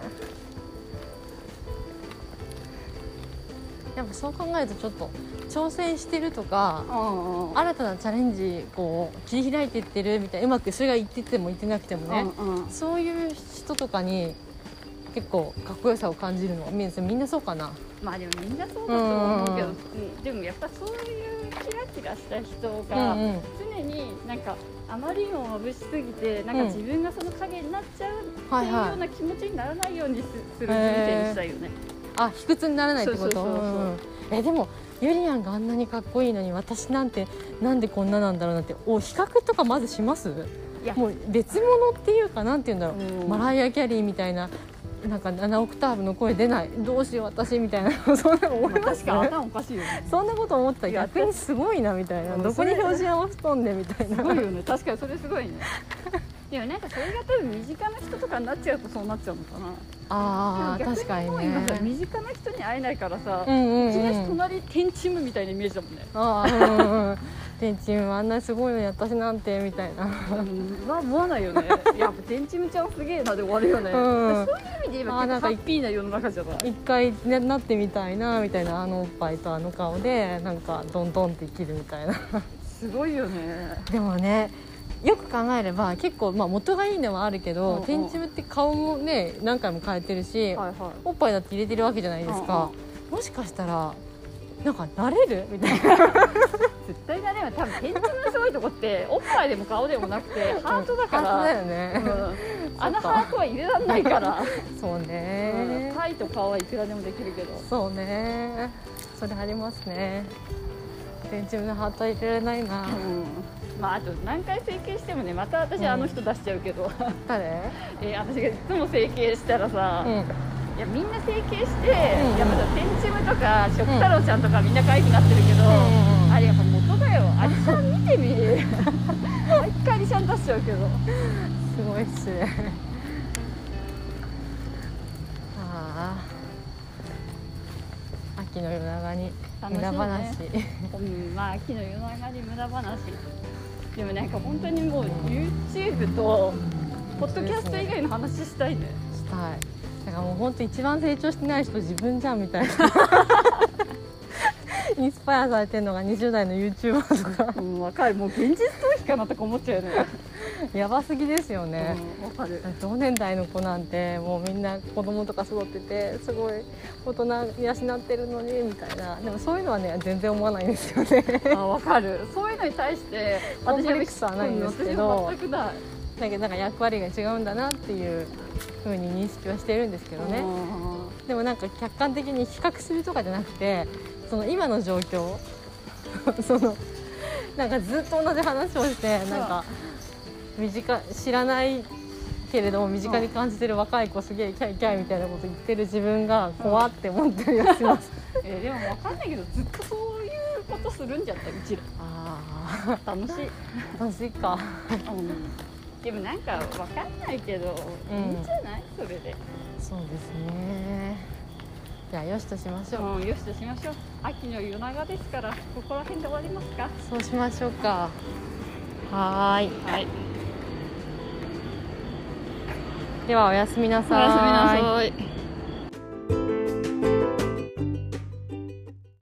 Speaker 2: やっぱそう考えるとちょっと挑戦してるとか
Speaker 1: うんうん。
Speaker 2: 新たなチャレンジこう切り開いていってるみたいなうまくそれがいっててもいってなくてもね、
Speaker 1: うんうん。
Speaker 2: そういう人とかに結構かっこよさを感じるのみんなみんなそうかな
Speaker 1: まあでもみんなそうだと思うけど、う
Speaker 2: う
Speaker 1: ん
Speaker 2: うん
Speaker 1: んでもやっぱそういうキラキラした人
Speaker 2: う
Speaker 1: が
Speaker 2: んうん
Speaker 1: 常になんかあまりにも眩しすぎてなんか
Speaker 2: うん
Speaker 1: 自分がその影になっちゃうって
Speaker 2: はいいう
Speaker 1: よ
Speaker 2: は
Speaker 1: う
Speaker 2: い
Speaker 1: な気持ちにならないようにすする人
Speaker 2: へー
Speaker 1: 生にしたいよね。
Speaker 2: あ卑屈にならないってこと
Speaker 1: そうそうそうそう
Speaker 2: うんうんえでもゆりやんがあんなにかっこいいのに私なんてなんでこんななんだろうなってお比較とかまずします
Speaker 1: いや
Speaker 2: もう別物っていうかなんて言うんだろう、
Speaker 1: うん
Speaker 2: マライア・キャリーみたいななんか7オクターブの声出ないどうしよう私みたいな そんなの思い
Speaker 1: まあ
Speaker 2: ま
Speaker 1: 確
Speaker 2: す
Speaker 1: か頭おかしいよね。
Speaker 2: そんなこと思ってたら逆にすごいなみたいな
Speaker 1: うん
Speaker 2: どこに表示合わせとんねんみたい
Speaker 1: す
Speaker 2: な
Speaker 1: ごいよね。確かにそれすごいね。でもなんかそれが多分身近な人とかになっちゃうとそうなっちゃうのかな。
Speaker 2: あー
Speaker 1: でも逆
Speaker 2: 確かに
Speaker 1: もう今さ
Speaker 2: ね
Speaker 1: 身近な人に会えないからさ、
Speaker 2: う
Speaker 1: うん
Speaker 2: うん
Speaker 1: ちの人
Speaker 2: うん
Speaker 1: 隣天チームみたいなイメージだもんね
Speaker 2: あーうんうんでチームあんなすごいのに私なんてみたいな
Speaker 1: うんは思わないよ ねやっぱ天チームちゃんすげえなで終わるよね、
Speaker 2: うん
Speaker 1: そういう意味で言えば
Speaker 2: あー
Speaker 1: 結
Speaker 2: な
Speaker 1: 構
Speaker 2: んか
Speaker 1: ハッピーな世の中じゃない
Speaker 2: 一回、ね、なってみたいなみたいなあのおっぱいとあの顔でなんかドンドンって生きるみた いな
Speaker 1: すごいよね
Speaker 2: でもねよく考えれば結構、まあ、元がいいのはあるけ
Speaker 1: うん
Speaker 2: ど
Speaker 1: うん
Speaker 2: 天チムって顔もね何回も変えてるし、
Speaker 1: はいは
Speaker 2: おっぱいだって入れてるわけじゃないですか、もしかしたらなんか慣れるみたいな
Speaker 1: い絶対だね多分天チームのすごいとこ っておっぱいでも顔でもなくてハートだか
Speaker 2: ハー
Speaker 1: ら、
Speaker 2: トだよ
Speaker 1: う
Speaker 2: ね、
Speaker 1: ん、あのハートは入れられないから、
Speaker 2: そう
Speaker 1: うん
Speaker 2: ね、
Speaker 1: タイと顔はいくらでもできるけど
Speaker 2: そうねそれありますね天チムのハート入れられないな
Speaker 1: うんまああと何回整形してもねまた私あの人出しちゃうけど、
Speaker 2: 誰
Speaker 1: えー私がいつも整形したらさ、
Speaker 2: うん
Speaker 1: いやみんな整形して、
Speaker 2: ん
Speaker 1: やっぱさ天チムとか食太郎ちゃんとかみんな回避になってるけど、
Speaker 2: うんうん
Speaker 1: あれやっぱ元だよアリ シャン見てみ毎回アリシャン出しちゃうけど
Speaker 2: すごいっすね。 ああ。秋の夜長に。
Speaker 1: 楽しいね
Speaker 2: 無駄話。
Speaker 1: うんまあ昨日夜中に無駄話でもなんか本当にもう YouTube とポッドキャスト以外の話したいね
Speaker 2: したい。だからもう本当一番成長してない人自分じゃんみ たいな。インスパイアされてるのが20代の YouTuber とか
Speaker 1: うんわかるもう現実逃避かなとか思っちゃうよね
Speaker 2: やばすぎですよね、
Speaker 1: うんわかる
Speaker 2: 同年代の子なんてもうみんな子供とか育っててすごい大人養ってるのにみたいなでもそういうのはね全然思わないんですよね
Speaker 1: あわかるそういうのに対して
Speaker 2: コンプレックスはないんですけど
Speaker 1: うん私も全くない
Speaker 2: だけどなんか役割が違うんだなっていうふうに認識はしてるんですけどねでもなんか客観的に比較するとかじゃなくてその今の状況 そのなんかずっと同じ話をしてなんか身近知らないけれども身近に感じてる若い子すげえキャイキャイみたいなこと言ってる自分が怖って思ったりはします。
Speaker 1: えーでも分かんないけどずっとそういうことするんじゃったうちら
Speaker 2: ああ
Speaker 1: 楽しい、
Speaker 2: 楽しいか。
Speaker 1: でもなんか分かんないけど、
Speaker 2: うん
Speaker 1: いいんじゃないそれで
Speaker 2: そうですね。じゃあよしとしましょう。
Speaker 1: うんよしとしましょう秋の夜長ですからここら辺で終わりますか
Speaker 2: そうしましょうか。はーい。
Speaker 1: はい
Speaker 2: ではおやすみな
Speaker 1: お
Speaker 2: さーい。
Speaker 1: やすみなさい